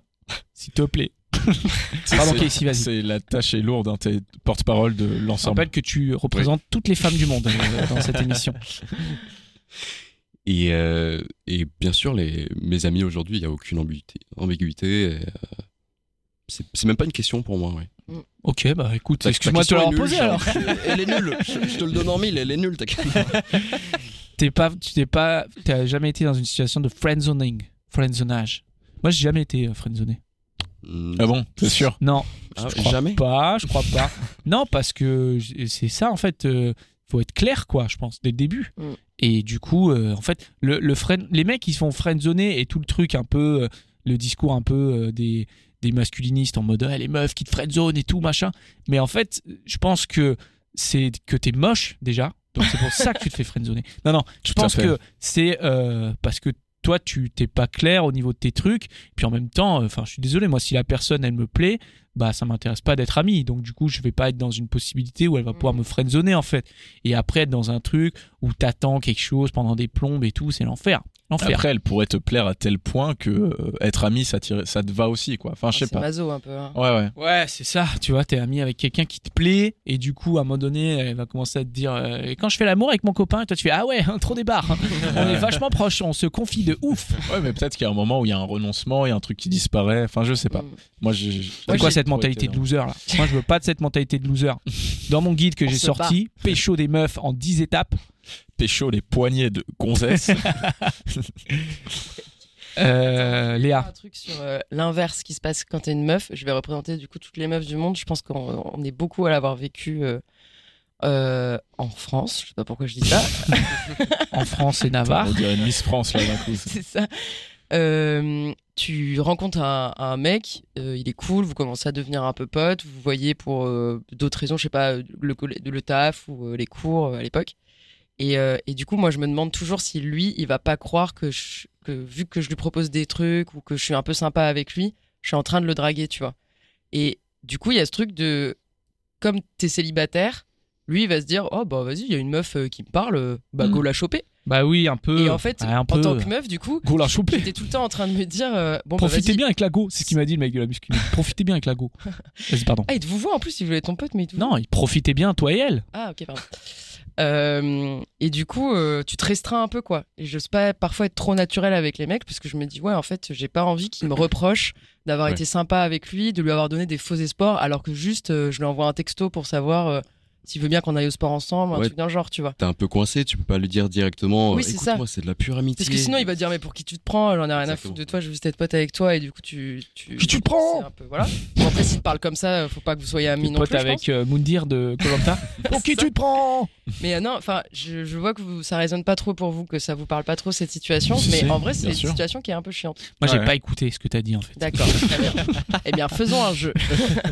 A: S'il te plaît. Pardon,
C: C'est-
A: Casey, vas-y.
C: C'est la tâche est lourde, hein, t'es porte-parole de
A: Je
C: l'ensemble.
A: rappelle que tu représentes toutes les femmes du monde euh, dans cette émission.
D: Et, euh, et bien sûr, les, mes amis aujourd'hui, il n'y a aucune ambiguïté. ambiguïté et, euh, c'est c'est même pas une question pour moi. Ouais.
A: Ok, bah écoute,
D: Ta- ta
A: excuse-moi de te
D: question
A: l'avoir
D: est nulle,
A: posé
D: Charles.
A: alors.
D: elle est nulle. Je, je te le donne en mille. Elle est nulle. t'inquiète.
A: T'es pas, tu t'es pas, t'as jamais été dans une situation de friendzoning, friendzonage. Moi, j'ai jamais été euh, friendzoné.
D: Mm.
C: Ah bon, c'est sûr.
A: Non,
D: Ah,
A: je crois
D: jamais.
A: pas, je crois pas. non, parce que j- c'est ça en fait. euh, faut être clair, quoi, je pense, dès le début.
B: Mm.
A: Et du coup, euh, en fait, le, le friend- les mecs qui se font friendzoner et tout le truc un peu, euh, le discours un peu euh, des, des masculinistes en mode Ah, les meufs qui te friendzone et tout machin. Mais en fait, je pense que c'est que t'es moche déjà. Donc c'est pour ça que tu te fais friendzoner. Non, non, je
C: Tout à
A: pense
C: fait.
A: que c'est euh, parce que toi, tu t'es pas clair au niveau de tes trucs. Puis en même temps, euh, enfin, je suis désolé, moi, si la personne, elle me plaît, bah, ça m'intéresse pas d'être ami. Donc, du coup, je vais pas être dans une possibilité où elle va pouvoir me friendzoner, en fait. Et après, être dans un truc où t'attends quelque chose pendant des plombes et tout, c'est l'enfer. L'enfer.
C: Après, elle pourrait te plaire à tel point que euh, être ami, ça, tire- ça te va aussi, quoi.
A: Ah,
C: Enfin, je sais
B: C'est
C: pas.
B: maso un peu. hein.
C: Ouais, ouais.
A: Ouais, c'est ça. Tu vois, t'es ami avec quelqu'un qui te plaît, et du coup, à un moment donné, elle va commencer à te dire euh, Et quand je fais l'amour avec mon copain, toi, tu fais Ah ouais, hein, trop des barres. hein. on est vachement proches, on se confie de ouf.
C: Ouais, mais peut-être qu'il y a un moment où il y a un renoncement, il y a un truc qui disparaît. Enfin, je sais Oh, pas.
B: Mm.
C: Moi, j'ai.
A: C'est quoi cette mentalité de loser là Moi je veux pas de cette mentalité de loser. Dans mon guide que
B: On
A: j'ai
B: se
A: sorti, Pécho des meufs en 10 étapes,
C: Pécho les poignées de gonzesse.
A: euh, Léa.
B: Un truc sur euh, l'inverse qui se passe quand t'es une meuf. Je vais représenter du coup toutes les meufs du monde. Je pense qu'on on est beaucoup à l'avoir vécu euh, euh, en France. Je sais pas pourquoi je dis ça.
A: en France et Navarre.
C: On dirait une Miss France, là, d'un coup.
B: c'est ça. Euh, tu rencontres un, un mec, euh, il est cool, vous commencez à devenir un peu pote, vous voyez pour euh, d'autres raisons, je sais pas, le, coll- le taf ou euh, les cours euh, à l'époque. Et, euh, et du coup, moi, je me demande toujours si lui, il va pas croire que, je- que vu que je lui propose des trucs ou que je suis un peu sympa avec lui, je suis en train de le draguer, tu vois. Et du coup, il y a ce truc de, comme t'es célibataire, lui, il va se dire, oh bah vas-y, il y a une meuf euh, qui me parle, euh, bah
C: Mm.
B: go la choper.
A: Bah oui, un peu.
B: Et en fait,
A: Ouais, un peu.
B: en tant que meuf, du coup,
A: Go la choper.
B: j'étais tout le temps en train de me dire euh, bon, bah,
A: Profitez
B: vas-y.
A: bien avec la go, c'est ce qu'il m'a dit le mec de la muscu. Profitez bien avec la go. Vas-y, pardon.
B: Ah, il te vous voit en plus, il voulait être ton pote, mais il te vous
A: Non, il profitait bien, toi et elle.
B: voit. Ah, ok, pardon. Euh, et du coup, euh, tu te restreins un peu, quoi. Et j'ose pas parfois être trop naturel avec les mecs, parce que je me dis, ouais, en fait, j'ai pas envie qu'il me reproche d'avoir
C: Ouais.
B: été sympa avec lui, de lui avoir donné des faux espoirs, alors que juste, euh, je lui envoie un texto pour savoir euh, s'il veut bien qu'on aille au sport ensemble, un
D: Ouais.
B: truc d'un genre, tu vois.
D: T'es un peu coincé, tu peux pas lui dire directement.
B: Oui, c'est
D: Écoute,
B: ça.
D: Moi, c'est de la pure amitié.
B: Parce que sinon, il va dire, mais pour qui tu te prends J'en ai rien à
D: Exactement.
B: foutre de toi, je veux juste être pote avec toi, et du coup, tu. tu
A: Qui tu te prends
B: c'est un peu, voilà. Bon, après, s'il te parle comme ça, faut pas que vous soyez amis non
A: pote
B: plus. je pense.
A: avec euh, Moundir de Colanta. Pour qui
B: C'est ça.
A: tu te prends
B: Mais euh, non, enfin, je, je vois que vous, ça résonne pas trop pour vous, que ça vous parle pas trop cette situation.
C: Si,
B: mais
C: si,
B: en vrai, c'est
C: bien
B: une
C: sûr.
B: situation qui est un peu chiante.
A: Moi, j'ai
C: Ouais.
A: pas écouté ce que t'as dit en fait.
B: D'accord. très bien. eh bien, faisons un jeu.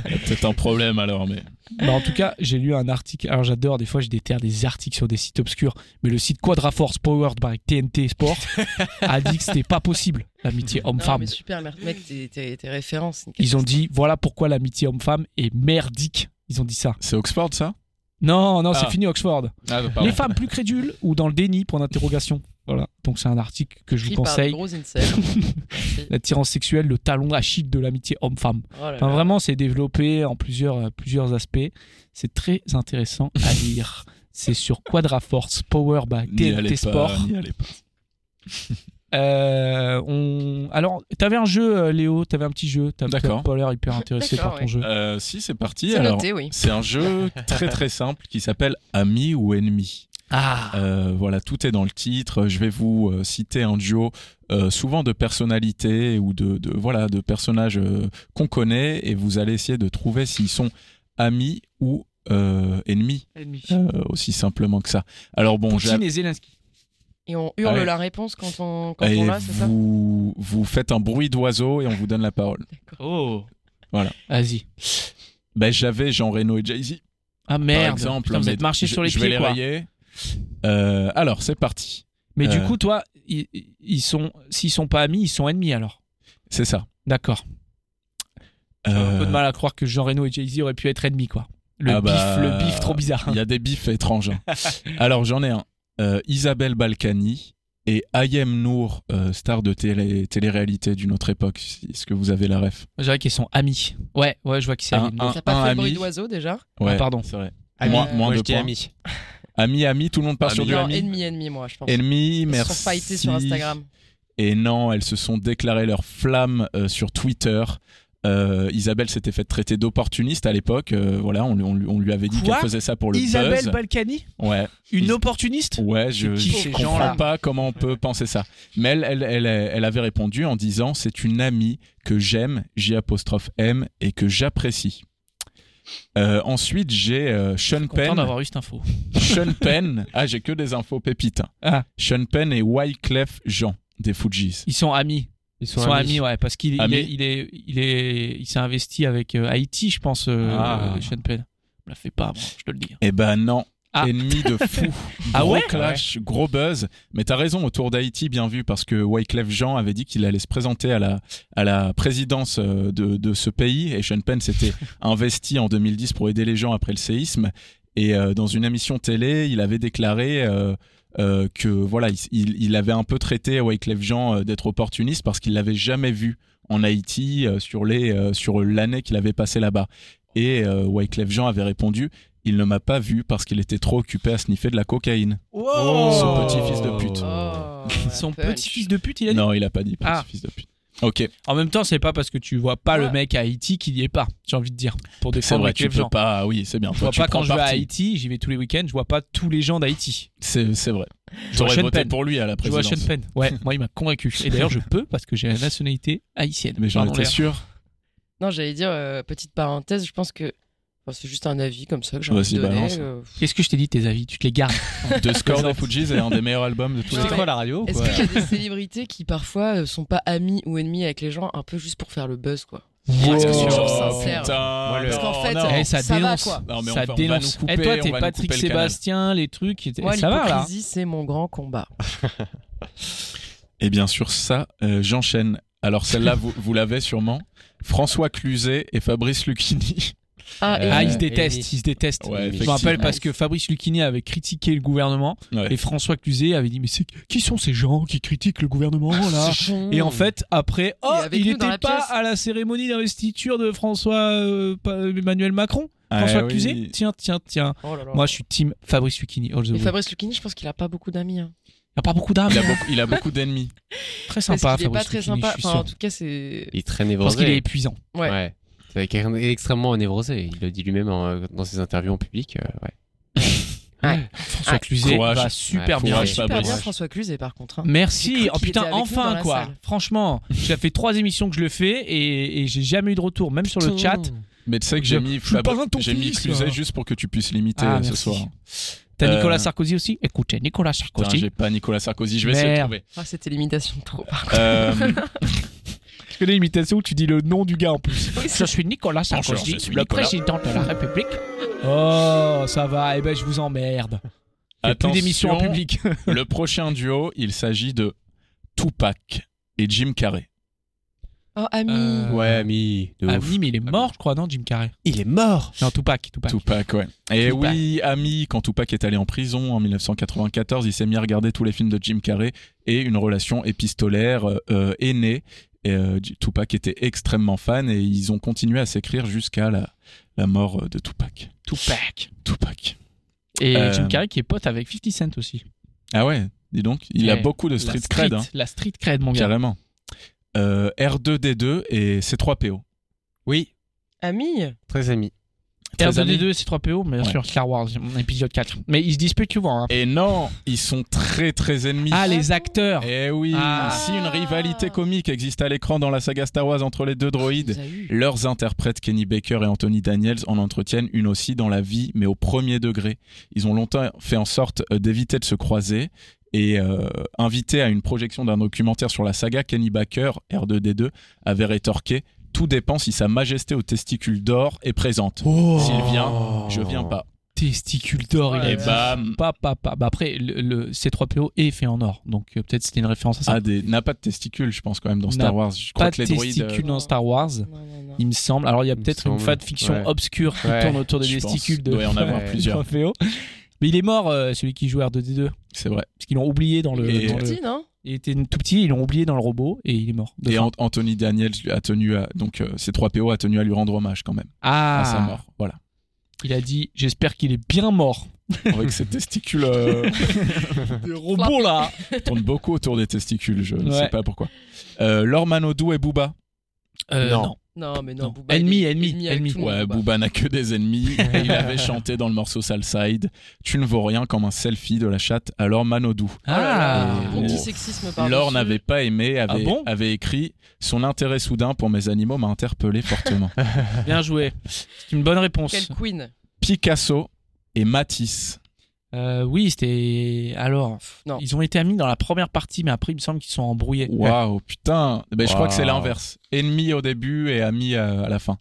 C: Peut-être un problème alors, mais.
A: Bah, en tout cas, j'ai lu un article. Alors, j'adore, des fois, je déterre des articles sur des sites obscurs. Mais le site Quadraforce Powered by TNT Sport a dit que c'était pas possible, l'amitié
B: Non, mais
A: homme-femme.
B: super, mer- mec, tes, tes- tes références. c'est une
A: Ils ont
B: catastrophe.
A: dit voilà pourquoi l'amitié homme-femme est merdique. Ils ont dit ça.
C: C'est Oxford, ça
A: Non, non, c'est
C: Ah.
A: fini Oxford.
C: Ah, bah,
A: Les femmes plus crédules ou dans le déni, point d'interrogation. Voilà. Donc, c'est un article que je vous
B: Écrit par
A: conseille.
B: des gros incels. Merci.
A: L'attirance sexuelle, le talon Achille de l'amitié homme-femme.
B: Oh là là.
A: Enfin, vraiment, c'est développé en plusieurs, euh, plusieurs aspects. C'est très intéressant à lire. C'est sur Quadraforce Power by
C: N'y
A: TNT
C: allez pas,
A: Sport.
C: n'y allez pas.
A: Euh, on... Alors, t'avais un jeu, euh, Léo, t'avais un petit jeu. T'as t'as
C: D'accord.
A: pas l'air hyper intéressé
B: D'accord,
A: par ton
B: ouais.
A: jeu.
C: Euh, si, c'est parti.
B: C'est
C: alors.
B: noté, oui.
C: C'est un jeu très très simple qui s'appelle Ami ou Ennemi.
A: Ah
C: Euh, voilà, tout est dans le titre. Je vais vous euh, citer un duo euh, souvent de personnalités ou de, de- voilà de personnages euh, qu'on connaît et vous allez essayer de trouver s'ils sont amis ou euh, ennemis euh, aussi simplement que ça. Alors bon, j'ai-
A: Poutine et Zelensky.
B: Et on hurle
C: Ouais.
B: la réponse quand on, quand
C: et
B: on l'a, c'est ça
C: vous vous faites un bruit d'oiseau et on vous donne la parole.
A: Oh
C: Voilà.
A: Vas-y.
C: Ben j'avais Jean Reno et Jay Z.
A: Ah merde
C: par exemple.
A: Putain, vous
C: mais
A: êtes marché
C: je-
A: sur les
C: je
A: pieds,
C: vais les
A: quoi.
C: rayer. Euh, alors c'est parti.
A: Mais du
C: Euh.
A: coup, toi, ils, ils sont, s'ils sont pas amis, ils sont ennemis alors.
C: C'est ça.
A: D'accord. J'ai Un peu
C: Euh,
A: de mal à croire que Jean Reno et Jay-Z auraient pu être ennemis, quoi. Le
C: Ah
A: bif,
C: bah,
A: le bif trop bizarre.
C: Il y a des bifs étranges. hein. Alors j'en ai un. Euh, Isabelle Balkany et Ayem Nour, euh, star de télé, télé-réalité d'une autre époque. Est-ce que vous avez la ref
A: Je dirais qu'ils sont amis. Ouais, ouais, je vois qui c'est.
C: Un,
A: Aline.
C: un.
B: T'as pas fait le bruit
C: ami.
B: d'oiseau déjà
A: Ah, pardon.
C: C'est vrai.
B: Ami.
C: Moins,
B: Euh,
C: moins
E: Moi,
C: de
E: je dis
C: points.
E: ami.
C: Ami, ami, tout le monde part sur
B: Non,
C: du ami.
B: ennemi, ennemi, moi, je pense.
C: Ennemi,
B: Ils se
C: merci.
B: sont fightés sur Instagram.
C: Et non, elles se sont déclarées leur flamme euh, sur Twitter. Euh, Isabelle s'était fait traiter d'opportuniste à l'époque. Euh, voilà, on, lui- on lui- on lui avait dit
A: Quoi
C: qu'elle faisait ça pour le
A: Isabelle
C: buzz.
A: Balkany
C: ouais.
A: Une
C: Is-
A: opportuniste
C: Ouais, je,
A: C'est qui
C: je
A: ces
C: comprends
A: gens-là
C: pas comment on peut penser ça. Mais elle, elle, elle, elle avait répondu en disant c'est une amie que j'aime, j apostrophe m et que j'apprécie. Euh, ensuite, j'ai euh, Sean
A: Content
C: Penn.
A: d'avoir eu cette info.
C: Sean Penn. Ah, j'ai que des infos pépites. hein.
A: Ah.
C: Sean Penn et Wyclef Jean des Fujis.
A: Ils sont amis.
E: Ils sont,
A: Ils sont amis, ouais, parce qu'il il
C: Amis
A: est, il est, il est, il s'est investi avec euh, Haïti, je pense, euh,
C: Ah.
A: euh, Sean Penn. On la fait pas, moi, je te le dis.
C: Eh ben non,
A: Ah.
C: ennemi de fou.
A: Ah
C: gros
A: ouais
C: clash, gros buzz. Mais t'as raison, autour d'Haïti, bien vu, parce que Wyclef Jean avait dit qu'il allait se présenter à la, à la présidence euh, de, de ce pays. Et Sean Penn s'était investi en 2010 pour aider les gens après le séisme. Et euh, dans une émission télé, il avait déclaré euh, euh, que voilà, il, il- il avait un peu traité Wyclef Jean euh, d'être opportuniste parce qu'il l'avait jamais vu en Haïti euh, sur les euh, sur l'année qu'il avait passé là-bas. Et euh, Wyclef Jean avait répondu il ne m'a pas vu parce qu'il était trop occupé à sniffer de la cocaïne. Son petit-fils de pute.
B: Oh,
A: Son
B: la punch.
A: petit-fils de pute, il a dit.
C: Non, il a pas dit
A: Ah.
C: petit-fils de pute. Ok,
A: En même temps, c'est pas parce que tu vois pas
B: Ouais.
A: le mec à Haïti qu'il y est pas, j'ai envie de dire. Pour
C: c'est
A: défendre
C: vrai,
A: les
C: tu peux
A: gens.
C: pas. ah Oui, c'est bien.
A: Je
C: Toi,
A: vois
C: tu
A: pas quand
C: prends
A: je vais à
C: parti.
A: Haïti, j'y vais tous les week-ends, je vois pas tous les gens d'Haïti.
C: C'est c'est vrai.
A: Je vois
C: T'aurais
A: Sean
C: voté
A: Penn.
C: pour lui à la
A: Je vois
C: présidence.
A: Sean Penn. Ouais, moi il m'a convaincu. Et d'ailleurs, je peux parce que j'ai la nationalité haïtienne.
C: Mais j'en
A: Pardon,
C: étais
A: Léa.
C: sûr.
B: Non, j'allais dire, euh, petite parenthèse, je pense que enfin, c'est juste un avis comme ça que j'ai
C: Vas-y,
B: envie de donner.
C: balance.
B: euh.
A: Qu'est-ce que je t'ai dit tes avis Tu te les gardes.
C: De Score des Fujis est un des meilleurs albums de tous
B: Non,
C: les
E: C'est
C: temps.
E: quoi la radio
B: Est-ce qu'il y a des célébrités qui parfois euh, sont pas amies ou ennemies avec les gens un peu juste pour faire le buzz quoi Est-ce que c'est toujours sincère
C: Oh, putain,
B: Parce qu'en
C: non,
B: fait, euh,
C: non.
A: Eh, ça,
B: ça va,
A: dénonce.
B: quoi.
C: Non, mais on
A: ça
C: va- on va
A: dénonce.
C: nous couper,
A: Eh, toi,
C: on
A: t'es
C: va nous
A: Patrick
C: couper le canal.
A: Sébastien, les trucs. et-
B: Moi,
A: et ça va là.
B: l'hypocrisie, c'est mon grand combat.
C: Et Eh bien sûr, ça, euh, j'enchaîne. Alors celle-là, vous, vous l'avez sûrement. François Cluzet et Fabrice Lucchini.
B: Ah, et
A: Ah,
C: Euh,
A: ils se
E: Amy.
A: détestent, ils se détestent.
C: Ouais,
A: je me
C: effectivement.
A: rappelle parce que Fabrice Lucchini avait critiqué le gouvernement
C: Ouais.
A: et François Cluzet avait dit mais c'est qui sont ces gens qui critiquent le gouvernement
B: Ah,
A: là Et en fait après oh
B: avec
A: il
B: nous dans
A: n'était
B: la
A: pas
B: pièce.
A: à la cérémonie d'investiture de François euh, pa- Emmanuel Macron. François
C: Ah, oui.
A: Cluzet Tiens, tiens, tiens.
B: Oh là là.
A: Moi, je suis team Fabrice Lucchini. all the
B: Mais
A: way.
B: Fabrice Lucchini, je pense qu'il a pas beaucoup d'amis. hein.
A: Il a pas beaucoup d'âme.
C: Il a beaucoup, il a beaucoup d'ennemis.
A: Très
B: Parce
A: sympa,
B: qu'il est pas
A: Fabrice
B: très
A: Lucchini,
B: sympa.
A: je suis
B: Enfin, en
A: sûr.
B: tout cas, c'est.
E: Il est très
A: Je pense
E: névrosé.
A: qu'il est épuisant.
B: Ouais.
E: Ouais. C'est quelqu'un d'extrêmement névrosé. Il le dit lui-même en- dans ses interviews en public. euh, ouais.
A: François
E: Ah,
A: Cluzet
C: courage.
A: va super
E: Ouais,
A: bien.
B: Il est
C: courage,
B: super
C: Fabrice.
B: bien François Cluzet, par contre. hein. J'ai
A: Merci.
B: cru
A: Oh
B: qu'il était
A: putain,
B: avec nous dans
A: enfin
B: la
A: quoi.
B: salle.
A: Franchement, ça fait trois émissions que je le fais et, et j'ai jamais eu de retour, même sur le chat.
C: Mais tu sais que j'ai
A: Je-
C: mis,
A: je suis le
C: Fabri-
A: parrain de ton
C: j'ai mis
A: fils,
C: Cluzet
A: là.
C: juste pour que tu puisses l'imiter
A: Ah,
C: euh, ce
A: merci.
C: soir.
A: T'as Nicolas
C: Euh,
A: Sarkozy aussi Écoutez, Nicolas
C: Putain,
A: Sarkozy.
C: j'ai pas Nicolas Sarkozy, je vais essayer de
A: Merde.
C: trouver.
B: Ah, c'était l'imitation de trop. par contre.
C: Euh,
A: Je connais l'imitation où tu dis le nom du gars en plus. Je suis Nicolas
C: Bonjour,
A: Sarkozy,
C: je suis
A: le
C: Nicolas.
A: président de la République. Oh, ça va. Eh ben, je vous emmerde. Faites plus d'émissions en
C: Attention.
A: public.
C: le prochain duo, il s'agit de Tupac et Jim Carrey.
B: Oh, ami.
A: Euh,
E: Ouais, ami. De
D: Ah,
E: ouf.
A: Ami, mais il est mort, je crois, non, Jim Carrey
E: Il est mort.
A: Non, Tupac, Tupac.
C: Tupac, ouais. Et
A: Tupac.
C: oui, ami, quand Tupac est allé en prison en 1994, il s'est mis à regarder tous les films de Jim Carrey et une relation épistolaire euh, euh, est née. Et, euh, J- Tupac était extrêmement fan et ils ont continué à s'écrire jusqu'à la, la mort euh, de Tupac.
A: Tupac.
C: Tupac.
A: Et
C: Euh,
A: Jim Carrey qui est pote avec 50 Cent aussi.
C: Ah ouais, dis donc, il a
A: Eh,
C: beaucoup de street,
A: la
C: cred, hein,
A: La street cred, mon gars.
C: carrément. Euh, R2D2 et C3PO.
E: Oui.
B: Ami.
E: Très ami.
C: Très ami.
A: R2D2 et C3PO, mais bien
C: Ouais.
A: sûr, Star Wars, épisode 4. Mais ils se disputent souvent. hein.
C: Et non, ils sont très très ennemis.
A: Ah, les acteurs
C: Eh oui,
A: Ah.
C: si une rivalité comique existe à l'écran dans la saga Star Wars entre les deux droïdes,
B: Vous a eu.
C: leurs interprètes Kenny Baker et Anthony Daniels en entretiennent une aussi dans la vie, mais au premier degré. Ils ont longtemps fait en sorte euh, d'éviter de se croiser. Et euh, invité à une projection d'un documentaire sur la saga, Kenny Baker, R2D2, avait rétorqué Tout dépend si Sa Majesté aux testicules d'or est présente.
A: Oh,
C: S'il vient, je viens pas.
A: testicule d'or, il
B: Ouais.
A: est
C: Et bam
A: Pas, pas, pas. Bah après, le, le C3PO est fait en or, donc euh, peut-être c'était une référence à ça.
C: Ah, des- n'a pas de testicules, je pense, quand même, dans Star
A: N'a
C: Wars. Je crois
A: pas
C: que
A: de
C: les droïdes. euh,
A: testicules dans Star Wars,
B: Non, non, non.
A: il me semble. Alors il y a
E: Il me
A: peut-être une
E: semble.
A: fanfiction
E: Ouais.
A: obscure qui
E: Ouais,
A: tourne autour des
C: je pense.
A: testicules de
C: Doit y en avoir
A: de
C: plusieurs.
A: C3PO. Mais il est mort, euh, celui qui jouait R2D2, parce
C: C'est vrai.
A: qu'ils l'ont oublié dans le.
C: Et-
A: dans le-
B: Petit, non
A: Il était tout petit, ils l'ont oublié dans le robot et il est mort. de
C: Et
A: faim.
C: Ant- Anthony Daniels lui a tenu à. Donc, euh, ces 3 PO a tenu à lui rendre hommage quand même, à sa
A: ah,
C: mort. Voilà.
A: il a dit J'espère qu'il est bien mort.
C: Avec ses testicules. euh,
A: Le robot là
C: tourne beaucoup autour des testicules, je ne
A: Ouais.
C: sais pas pourquoi. Euh, Lorman Odou et Booba.
A: Euh,
E: Non.
A: non.
B: Non, mais non.
A: Non.
B: Booba,
A: Ennemi,
B: il est-
A: ennemi,
B: avec
A: ennemi.
B: tout le monde,
C: Ouais,
B: Booba.
C: Booba n'a que des ennemis. Et il avait chanté dans le morceau Salside Tu ne vaux rien comme un selfie de la chatte à Lorman Odou.
A: Ah,
B: Bon petit sexisme par
C: Laure n'avait pas aimé, avait,
A: Ah bon
C: avait écrit Son intérêt soudain pour mes animaux m'a interpellé fortement.
A: bien joué. C'est une bonne réponse.
B: Quelle queen
C: Picasso et Matisse.
A: Euh, oui, c'était. Alors,
B: Non.
A: ils ont été amis dans la première partie, mais après, il me semble qu'ils sont embrouillés.
C: Waouh, putain. Ben, Je crois que c'est
E: Waouh.
C: l'inverse. Ennemi au début et ami à, à la fin.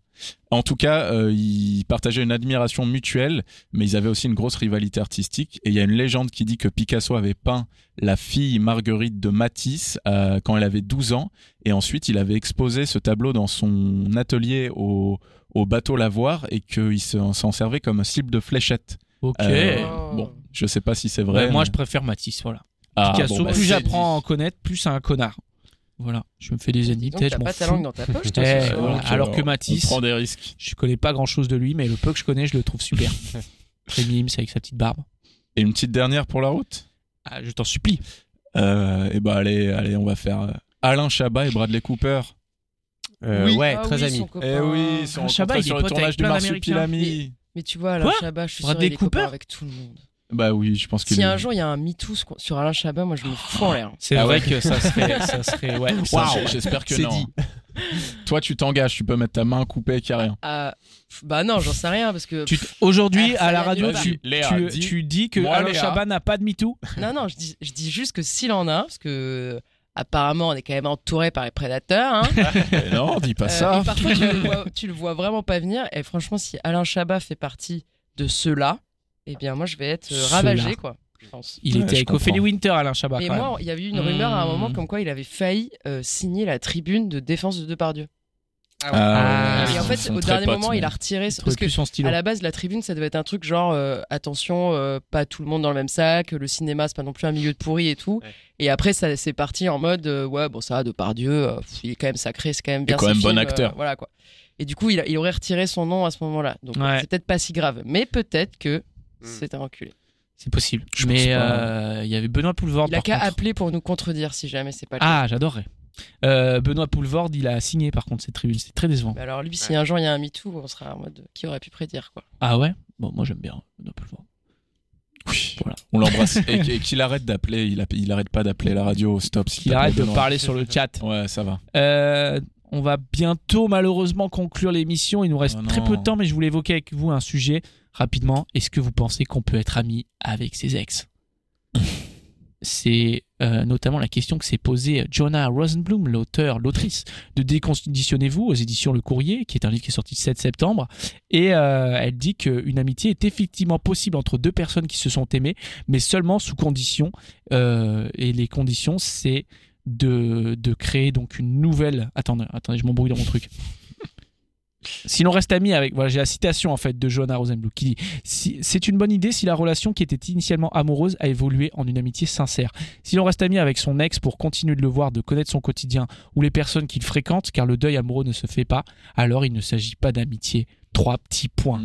C: En tout cas, euh, ils partageaient une admiration mutuelle, mais ils avaient aussi une grosse rivalité artistique. Et il y a une légende qui dit que Picasso avait peint la fille Marguerite de Matisse euh, quand elle avait 12 ans. Et ensuite, il avait exposé ce tableau dans son atelier au, au bateau Lavoir et qu'il se- s'en servait comme cible de fléchette.
A: Ok.
C: Euh,
B: Oh.
C: Bon, je sais pas si c'est
A: Bah,
C: vrai.
A: moi,
C: mais-
A: je préfère Matisse, voilà.
C: Ah,
A: Picasso,
C: bon, bah,
A: plus
C: c'est
A: j'apprends à
C: dit.
A: en connaître, plus c'est un connard. Voilà, je me fais des ennemis,
B: Dis donc,
A: peut-être,
B: T'as
A: je m'en
B: pas ta
A: fous.
B: langue dans euh, ta poche, toi,
A: Eh,
B: ce soir.
A: voilà. Alors que
C: on
A: Matisse-
C: prend des risques.
A: Je connais pas grand chose de lui, mais le peu que je connais, je le trouve super. Très mime, c'est avec sa petite barbe.
C: Et une petite dernière pour la route
A: Ah, je t'en supplie.
C: Euh, et bah allez, allez, on va faire euh, Alain Chabat et Bradley Cooper.
E: Euh,
C: Oui.
E: Ouais,
B: Ah
E: très
B: oui,
E: ami.
B: son copain.
C: Eh oui, ils sont
A: Alain
C: rencontrés
A: Chabat, il est
C: sur le
A: pote
C: tournage
A: avec
C: du
A: plein
C: Marsupilami.
B: Mais tu vois, Alain
A: Quoi
B: Chabat, je suis sûr
A: Bradley
B: il est copain
A: Cooper
B: avec tout le monde.
C: Bah oui, je pense qu'il
B: Si
C: est-
B: un jour il y a un MeToo sur Alain Chabat, moi je me fous en l'air.
A: C'est
C: Ah
A: vrai que ça serait. ça serait ouais.
C: Ça, j'ai- j'espère que
A: C'est
C: non. Toi, tu t'engages, tu peux mettre ta main coupée, qui a rien.
B: Ah, pff, bah non, j'en sais rien parce que.
A: Tu t- Aujourd'hui,
B: Ah, ça
A: à
B: y
A: la
B: est,
A: radio,
B: Léa.
A: tu,
C: Léa,
A: tu,
C: dis-
A: tu dis que
C: Moi,
A: Alain
C: Léa.
A: Chabat n'a pas de MeToo.
B: Non, non, je dis, je dis juste que s'il en a, parce que apparemment on est quand même entouré par les prédateurs. hein.
C: Eh non, dis pas
B: Euh,
C: ça.
B: et parfois, tu le, vois, tu le vois vraiment pas venir. Et franchement, si Alain Chabat fait partie de ceux-là, eh bien, moi, je vais être euh,
A: Ceux-là.
B: ravagé, quoi. Je pense.
A: Il
C: Ouais,
A: était
C: je
A: avec
C: comprends.
A: Ophélie Winter, Alain Chabat,
B: Mais
A: quand
B: moi, il y avait eu une rumeur à un
A: Hmm.
B: moment comme quoi il avait failli euh, signer la tribune de défense de Depardieu.
C: Ah,
A: ouais.
B: et en
C: ils
B: fait,
C: sont
B: au
C: très
B: dernier
C: potes,
B: moment,
C: mais-
B: il a retiré.
A: même.
B: Parce que
A: plus son stylo.
B: à la base, la tribune, ça devait être un truc genre euh, attention, euh, pas tout le monde dans le même sac, le cinéma, c'est pas non plus un milieu de pourri et tout. Et après, ça c'est parti en mode euh, ouais, bon, ça, de par Dieu, euh, il est quand même sacré, c'est quand même bien.
C: quand
B: ses
C: même bon
B: films,
C: acteur.
B: euh, voilà quoi. Et du coup, il, a- il aurait retiré son nom à ce moment-là. Donc,
A: Ouais.
B: c'est peut-être pas si grave. Mais peut-être que
C: Mmh.
G: Mm.
B: c'est un enculé.
A: C'est possible.
C: Je pense
A: mais
C: pas.
A: euh, il y avait Benoît Poulvord.
B: Il a
A: par
B: qu'à
A: contre.
B: appeler pour nous contredire si jamais c'est pas le
A: Ah, j'adorerais. Euh, Benoît Poulvord, il a signé par contre cette tribune. C'était très décevant.
B: cas. Bah alors, lui, si un jour il y a un MeToo, on sera en mode qui aurait pu prédire quoi.
A: Ah ouais Bon, moi j'aime bien Benoît Poulvord.
C: Oui.
A: Voilà.
C: On l'embrasse. et et qu'il arrête d'appeler. Il, app- il arrête pas d'appeler la radio. Stop. s'il
A: Qu'il
C: te plaît,
A: arrête de
C: Benoît.
A: parler sur le chat.
C: Ouais, ça va.
A: Euh, on va bientôt malheureusement conclure l'émission. Il nous reste
C: Oh
A: très
C: non.
A: peu de temps, mais je voulais évoquer avec vous un sujet rapidement. Est-ce que vous pensez qu'on peut être ami avec ses ex C'est euh, notamment la question que s'est posée Jonah Rosenblum, l'auteur, l'autrice de Déconditionnez-vous aux éditions Le Courrier, qui est un livre qui est sorti le 7 septembre. Et euh, elle dit qu'une amitié est effectivement possible entre deux personnes qui se sont aimées, mais seulement sous conditions. Euh, et les conditions, c'est de, de créer donc une nouvelle. Attendez, attendez, je m'embrouille dans mon truc. Si l'on reste ami avec. Voilà, j'ai la citation en fait de Johanna Rosenblum qui dit Si- C'est une bonne idée si la relation qui était initialement amoureuse a évolué en une amitié sincère. Si l'on reste ami avec son ex pour continuer de le voir, de connaître son quotidien ou les personnes qu'il fréquente, car le deuil amoureux ne se fait pas, alors il ne s'agit pas d'amitié. Trois petits points.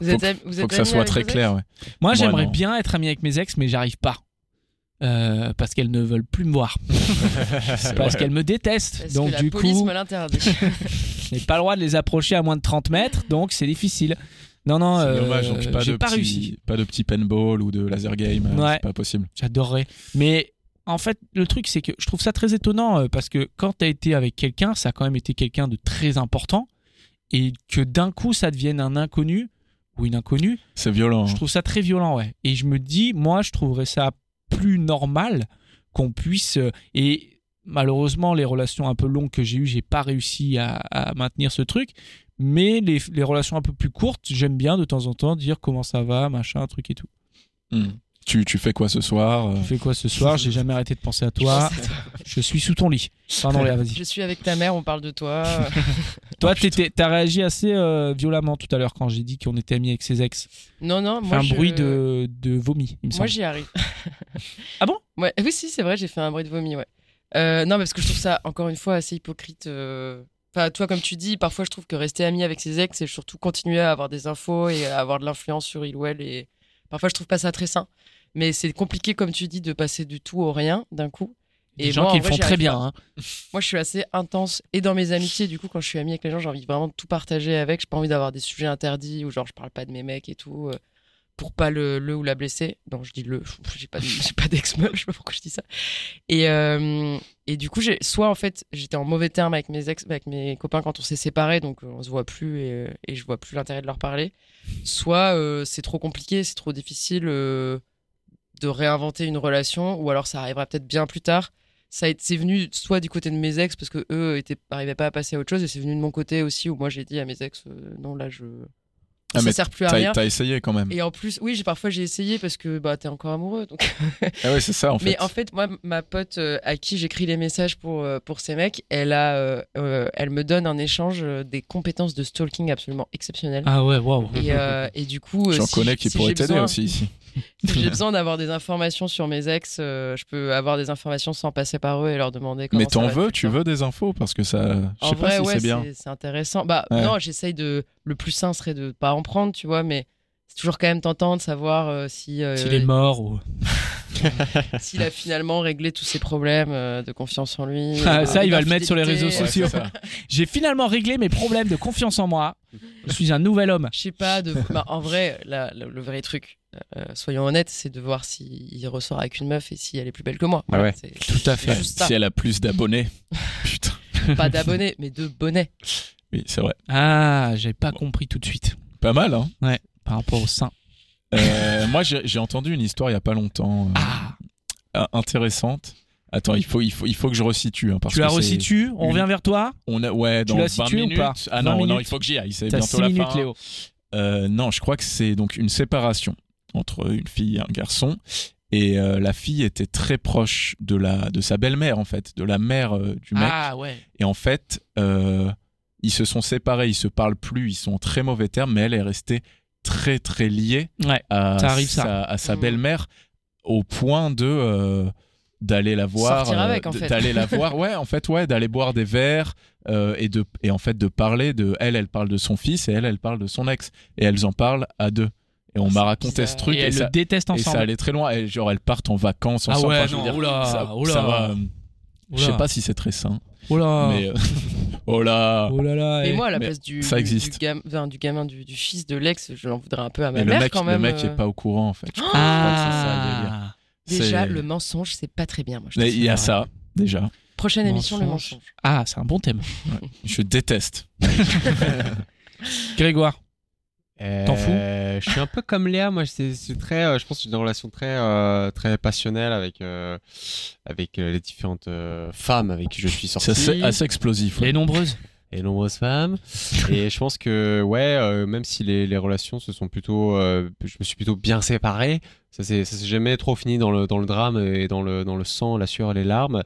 B: Vous
C: Faut
B: êtes, am- vous
C: Faut
B: êtes
C: que ça
B: amis
C: soit
B: avec
C: très
B: vos ex
C: clair. ouais.
A: Moi,
C: Moi,
A: j'aimerais
C: non.
A: bien être ami avec mes ex, mais j'arrive pas. Euh, parce qu'elles ne veulent plus me voir. parce qu'elles me détestent.
B: Parce
A: donc
B: que la
A: du
B: police
A: coup,
B: me l'interdit.
A: Je n'ai pas le droit de les approcher à moins de 30 mètres, donc c'est difficile. Non, non,
C: C'est
A: euh,
C: dommage, donc pas
A: j'ai
C: de
A: pas
C: petit-
A: réussi.
C: Pas de petit paintball ou de laser game, euh,
A: Ouais.
C: c'est pas possible.
A: J'adorerais. Mais en fait, le truc, c'est que je trouve ça très étonnant euh, parce que quand tu as été avec quelqu'un, ça a quand même été quelqu'un de très important et que d'un coup, ça devienne un inconnu ou une inconnue,
C: C'est violent.
A: je
C: hein.
A: trouve ça très violent, ouais. Et je me dis, moi, je trouverais ça plus normal qu'on puisse. euh, Et malheureusement, les relations un peu longues que j'ai eues, j'ai pas réussi à, à maintenir ce truc. Mais les, les relations un peu plus courtes, j'aime bien de temps en temps dire comment ça va, machin, truc et tout.
C: Hmm. Tu, tu fais quoi ce soir euh,
A: Tu fais quoi ce soir J'ai jamais arrêté de penser à toi. Je suis sous ton lit. Pardon, Léa, vas-y.
B: Je suis avec ta mère, on parle de toi.
A: Toi, t'étais- t'as réagi assez euh, violemment tout à l'heure quand j'ai dit qu'on était amis avec ses ex.
B: Non, non,
A: Fait
B: moi.
A: un
B: je-
A: bruit de, de vomi, il me
B: Moi,
A: semble.
B: j'y arrive.
A: Ah bon
B: ouais. Oui, si, c'est vrai, j'ai fait un bruit de vomi, ouais. Euh, non, parce que je trouve ça, encore une fois, assez hypocrite. euh. Enfin, toi, comme tu dis, parfois, je trouve que rester ami avec ses ex, c'est surtout continuer à avoir des infos et à avoir de l'influence sur il ou elle. Et parfois, je trouve pas ça très sain. Mais c'est compliqué, comme tu dis, de passer du tout au rien d'un coup.
A: Des
B: Et
A: gens
B: moi, en
A: qui le
B: vrai,
A: font
B: j'y
A: très
B: arrive
A: bien.
B: pas.
A: hein.
B: Moi, je suis assez intense et dans mes amitiés, du coup, quand je suis amie avec les gens, j'ai envie vraiment de tout partager avec. J'ai pas envie d'avoir des sujets interdits ou genre je parle pas de mes mecs et tout euh, pour pas le, le ou la blesser. Donc je dis le, j'ai pas, de- j'ai pas d'ex-meuf, je sais pas pourquoi je dis ça. Et, euh, et du coup, j'ai soit en fait j'étais en mauvais terme avec mes ex, avec mes copains quand on s'est séparés, donc euh, on se voit plus et, euh, et je vois plus l'intérêt de leur parler. Soit euh, c'est trop compliqué, c'est trop difficile euh, de réinventer une relation, ou alors ça arrivera peut-être bien plus tard ça a été- c'est venu soit du côté de mes ex parce que eux étaient arrivaient pas à passer à autre chose et c'est venu de mon côté aussi où moi j'ai dit à mes ex euh, non là je
C: Ah,
B: ça
C: mais
B: sert plus à rien
C: T'as t'as essayé quand même.
B: et en plus oui j'ai parfois j'ai essayé parce que bah t'es encore amoureux donc
C: Ah ouais, c'est ça en fait.
B: mais en fait, moi, ma pote euh, à qui j'écris les messages pour, euh, pour ces mecs, elle, a, euh, euh, elle me donne en échange euh, des compétences de stalking absolument exceptionnelles.
A: Ah ouais, waouh.
B: Et, euh, et du coup, euh,
C: J'en
B: si-
C: connais
B: si
C: qui
B: j'ai
C: pourraient t'aider
B: besoin-
C: aussi ici.
B: si j'ai besoin d'avoir des informations sur mes ex, euh, je peux avoir des informations sans passer par eux et leur demander comment
C: Mais
B: ça
C: t'en
B: va,
C: veux,
B: etc.
C: tu veux des infos parce que ça. Je
B: En
C: sais
B: vrai,
C: pas si
B: ouais,
C: c'est bien.
B: C'est intéressant. Bah
C: Ouais.
B: non, j'essaye de. Le plus sain serait de pas en prendre, tu vois, mais c'est toujours quand même tentant de savoir euh, si euh,
A: S'il est mort ou.
B: s'il a finalement réglé tous ses problèmes euh, de confiance en lui.
A: Ah,
B: euh,
A: ça, il va le
B: d'infidélité.
A: mettre sur les réseaux
C: Ouais,
A: sociaux.
C: c'est ça.
A: J'ai finalement réglé mes problèmes de confiance en moi. Je suis un nouvel homme.
B: Je sais pas. De... bah, en vrai, la- la- le vrai truc, euh, soyons honnêtes, c'est de voir s'il ressort avec une meuf et si elle est plus belle que moi.
E: Ah ouais.
B: C'est
A: Tout à
B: c'est
A: fait.
B: juste ça.
C: Si elle a plus d'abonnés. Putain.
B: Pas d'abonnés, mais de bonnets.
C: Oui, c'est vrai.
A: Ah, j'ai pas compris tout de suite
C: Pas mal, hein.
A: par rapport au sein.
C: Euh, moi, j'ai j'ai entendu une histoire il y a pas longtemps euh,
A: Ah,
C: ah, intéressante. Attends, il faut, il faut, il faut que je resitue. hein, parce
A: tu la
C: que c'est-
A: resitues, on
C: une-
A: revient vers toi.
C: On a, ouais,
A: Tu
C: dans
A: l'as
C: 20
A: situé ou
C: minutes.
A: pas 20
C: ah non, non,
A: minutes.
C: il faut que j'y aille. C'est
A: T'as
C: bientôt
A: 6
C: la
A: minutes,
C: fin.
A: Léo.
C: Euh, non, je crois que c'est donc une séparation entre une fille et un garçon. Et euh, la fille était très proche de, la, de sa belle-mère, en fait, de la mère euh, du mec.
A: Ah ouais.
C: Et en fait, euh, ils se sont séparés, ils se parlent plus, ils sont en très mauvais termes, mais elle est restée très, très liée
A: Ouais.
C: à
A: Ça arrive,
C: sa,
A: ça.
C: à sa
B: Mm.
C: belle-mère au point de. euh, d'aller la voir, euh,
B: Sortir avec, en
C: d-
B: fait.
C: d'aller la voir, ouais, en fait, ouais, d'aller boire des verres euh, et de et en fait de parler de elle, elle parle de son fils et elle, elle parle de son ex et elles en parlent à deux. Et on
B: C'est
C: m'a raconté
B: bizarre.
C: ce truc
A: et
C: et,
A: elles
C: ça,
A: le détestent
C: et ça
A: ensemble.
C: allait très loin. Et genre elles partent en vacances
A: ah
C: ensemble. Enfin,
A: ouais,
C: je veux
A: non,
C: dire,
A: oula,
C: ça-
A: oula,
C: ça va, euh,
A: oula, Ah.
C: je sais pas si c'est très sain,
A: oula,
C: mais euh, oh là.
A: oh là là,
B: Et
A: eh.
B: moi, à la
C: mais
B: place du,
C: ça
B: du-
C: existe.
B: du, gam- enfin, du gamin du, du fils de l'ex, je l'en voudrais un peu à ma
C: Mais le
B: mère
C: mec,
B: quand même.
C: le mec
B: euh.
C: est pas au courant en fait. Je crois que c'est ça, le délire.
A: Ah,
B: Déjà,
C: C'est-
B: le mensonge, c'est pas très bien. Moi, je
C: Mais
B: trouve.
C: Il y a ça déjà.
B: Prochaine émission, le
A: Mensonge.
B: mensonge.
A: Ah, c'est un bon thème.
C: Je déteste.
A: Grégoire, T'en fous
E: Euh, Je suis un peu comme Léa, moi c'est c'est très, euh, je pense, que j'ai une relation très, euh, très passionnelle avec, euh, avec euh, les différentes euh, femmes avec qui je suis sorti
C: C'est assez, assez explosif.
A: les nombreuses.
E: et nombreuses femmes. et je pense que ouais, euh, même si les, les relations se sont plutôt, euh, je me suis plutôt bien séparé. Ça s'est ça s'est jamais trop fini dans le dans le drame et dans le dans le sang, la sueur, et les larmes.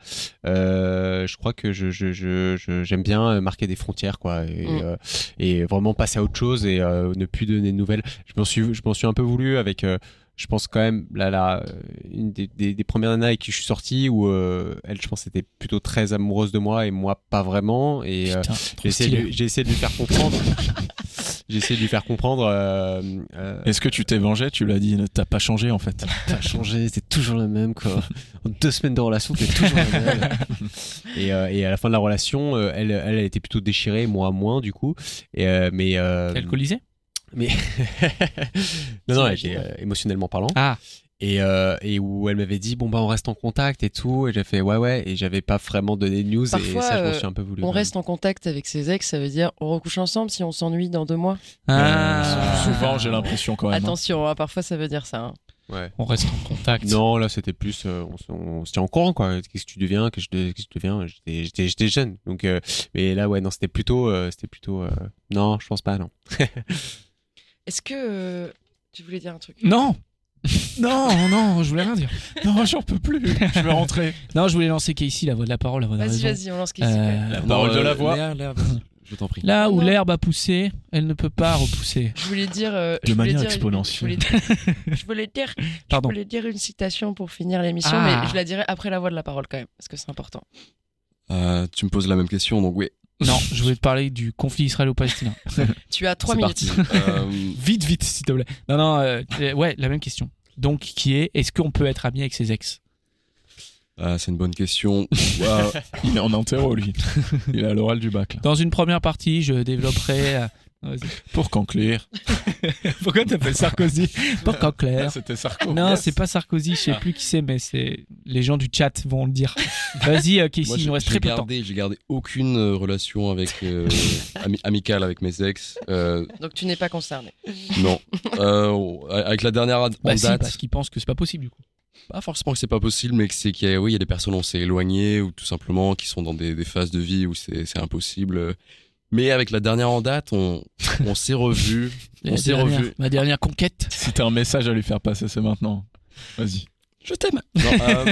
E: Euh, je crois que je je- je- je- j'aime bien euh, marquer des frontières quoi et,
B: Mm.
E: euh, et vraiment passer à autre chose et euh, ne plus donner de nouvelles. Je m'en suis je m'en suis un peu voulu avec. euh, je pense quand même là là une des, des- des premières nanas avec qui je suis sorti où euh, elle je pense était plutôt très amoureuse de moi et moi pas vraiment et euh,
A: Putain,
E: j'ai
A: trop
E: essayé,
A: stylé.
E: de- j'ai essayé de lui faire comprendre. j'ai essayé de lui faire comprendre. Euh, euh,
C: Est-ce que tu t'es vengé Tu l'as dit, t'as pas changé en fait.
E: t'as changé, t'es toujours le même quoi. En deux semaines de relation, t'es toujours le même. et, euh, et à la fin de la relation, euh, elle, elle, elle était plutôt déchirée, moi moins du coup. Et, euh, mais euh,
A: T'es alcoolisé
E: mais non non, elle était, euh, émotionnellement parlant.
A: Ah.
E: Et, euh, et où elle m'avait dit bon bah on reste en contact et tout. Et j'ai fait ouais ouais. Et j'avais pas vraiment donné de news et
B: Parfois,
E: ça je m'en
B: euh,
E: suis un peu voulu.
B: On reste en contact avec ses ex, ça veut dire on recouche ensemble si on s'ennuie dans deux mois.
A: Ah.
C: Euh, souvent, j'ai l'impression quand même. hein.
B: Attention, hein, parfois ça veut dire ça. hein.
E: Ouais.
A: On reste en contact.
E: Non, là, c'était plus, euh, on, se- on se tient au courant, quoi. Qu'est-ce que tu deviens, qu'est-ce que qu'est-ce que tu deviens. J'étais- J'étais j'étais jeune, donc. euh, mais là, ouais, non, c'était plutôt, euh, c'était plutôt. euh, non, je pense pas, non.
C: Ah,
B: Est-ce que euh, tu voulais dire un truc
A: Non Non, non, je voulais rien dire.
C: Non, j'en peux plus. Je vais rentrer.
A: Non, je voulais lancer Casey, la voix de la parole, la voix de la
B: Vas-y,
A: raison.
B: vas-y, on lance Casey.
A: Euh,
C: La
D: Non,
C: parole de
D: euh,
C: la voix.
D: Léa, Léa, vas-y. je t'en prie.
A: Là où
B: Non.
A: l'herbe a poussé, elle ne peut pas repousser.
B: Je voulais dire. euh,
C: De
B: je voulais
C: manière
B: dire-
C: exponentielle.
B: Je voulais dire, je voulais dire, je
A: Pardon.
B: voulais dire une citation pour finir l'émission,
A: Ah.
B: mais je la dirai après la voix de la parole quand même, parce que c'est important.
D: Euh, tu me poses la même question, donc oui.
A: Non, je voulais te parler du conflit israélo-palestinien.
B: Tu as trois
D: C'est
B: minutes.
D: parti. Euh,
A: Vite, vite, s'il te plaît. Non, non, euh, euh, ouais, la même question. Donc, qui est, est-ce qu'on peut être ami avec ses ex
D: euh, c'est une bonne question.
C: Waouh. Il est en interro, lui. Il est à l'oral du bac. là.
A: Dans une première partie, je développerai. euh, vas-y.
C: Pour conclure.
A: Pourquoi t'appelles Sarkozy Pour
C: Ah,
A: conclure.
C: C'était Sarko.
A: Non,
C: Oh, Yes.
A: c'est pas Sarkozy, je sais
C: Ah.
A: plus qui c'est, mais c'est les gens du chat vont le dire. Vas-y, euh, Casey,
D: Moi,
A: il
D: j'ai-
A: nous reste
D: j'ai
A: très peu de temps.
D: gardé, j'ai gardé aucune euh, relation avec euh, ami- amicale avec mes ex. Euh,
B: Donc tu n'es pas concerné.
D: non. Euh, on- avec la dernière ad- en
A: Bah, si,
D: date,
A: parce qu'ils pensent que c'est pas possible du coup.
D: pas forcément que c'est pas possible, mais que c'est qu'il y a, oui, il y a des personnes où on s'est éloigné ou tout simplement qui sont dans des, des phases de vie où c'est c'est impossible. Mais avec la dernière en date, on, on s'est revus.
A: La
D: On s'est
A: dernière-
D: revus.
A: Ma dernière conquête.
C: Si t'as un message à lui faire passer, c'est maintenant. Vas-y.
D: Je t'aime. Non, euh,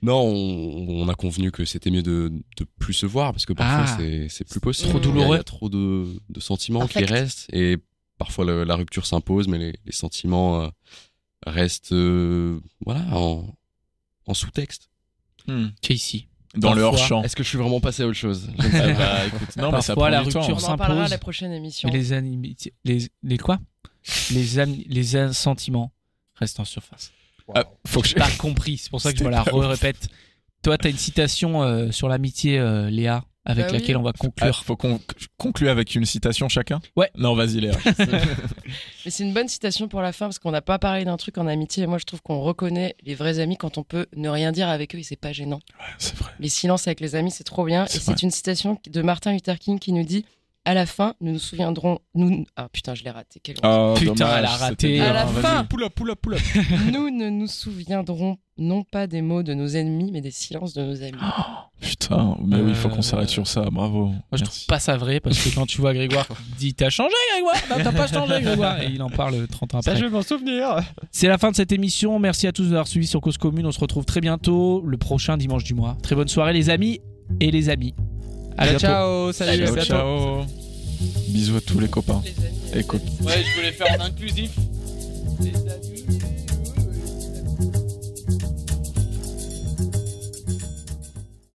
D: non, on, on a convenu que c'était mieux de, de plus se voir parce que parfois
A: Ah.
D: c'est- c'est plus possible.
B: Trop
D: Il y a-
A: douloureux.
D: Il y a trop de, de sentiments
B: Affect.
D: qui restent et parfois le- la rupture s'impose, mais les, les sentiments euh, restent euh, voilà en, en sous-texte.
A: Casey.
C: Dans le
D: Parfois,
C: hors-champ.
D: Est-ce que je suis vraiment passé à autre chose Je ne sais
C: Ah
D: pas.
C: bah, écoute, non, mais
A: Parfois,
C: ça prend
A: la
C: du temps. hein.
A: rupture
B: On en
A: s'impose.
B: parlera à la prochaine émission.
A: Mais les amitiés. Les, les quoi Les, am- les am- sentiments restent en surface.
C: Ah, faut que je-
A: Pas compris, c'est pour ça que je me la
C: C'était pas ouf.
A: répète. Toi, t'as une citation euh, sur l'amitié, euh, Léa, avec
B: Bah oui.
A: laquelle on va
C: Ah,
A: conclure.
C: faut qu'on conclue avec une citation chacun
A: Ouais.
C: Non, vas-y, Léa.
B: Mais c'est une bonne citation pour la fin parce qu'on n'a pas parlé d'un truc en amitié. Et moi, je trouve qu'on reconnaît les vrais amis quand on peut ne rien dire avec eux et c'est pas gênant.
C: C'est vrai.
B: Les silences avec les amis, c'est trop bien.
C: C'est
B: Et
C: vrai.
B: c'est une citation de Martin Luther King qui nous dit À la fin, nous nous souviendrons. Nous... Ah putain, je l'ai raté. Quel honte.
C: Oh,
A: Putain,
C: dommage,
A: elle a
C: c'était
A: raté.
C: dur. Ah,
B: À la
C: Vas-y.
B: fin.
C: Poula, poula, poula.
B: nous ne nous souviendrons non pas des mots de nos ennemis, mais des silences de nos amis.
C: Ah, Putain, mais oui, il faut
A: Euh,
C: qu'on s'arrête sur ça. Bravo.
A: Moi, je
C: Merci.
A: trouve pas ça vrai parce que quand tu vois Grégoire qui dit T'as changé, Grégoire Non, T'as pas changé, Grégoire Et il en parle 30 ans après.
E: vais m'en souvenir.
A: C'est la fin de cette émission. Merci à tous d'avoir suivi sur Cause Commune. On se retrouve très bientôt, le prochain dimanche du mois. Très bonne soirée, les amis et les amis. À bientôt.
E: ciao, salut,
C: Ciao, ciao. Bisous à tous les copains.
B: Les amis,
C: Écoute.
G: Ouais, je voulais faire un inclusif. Les amis.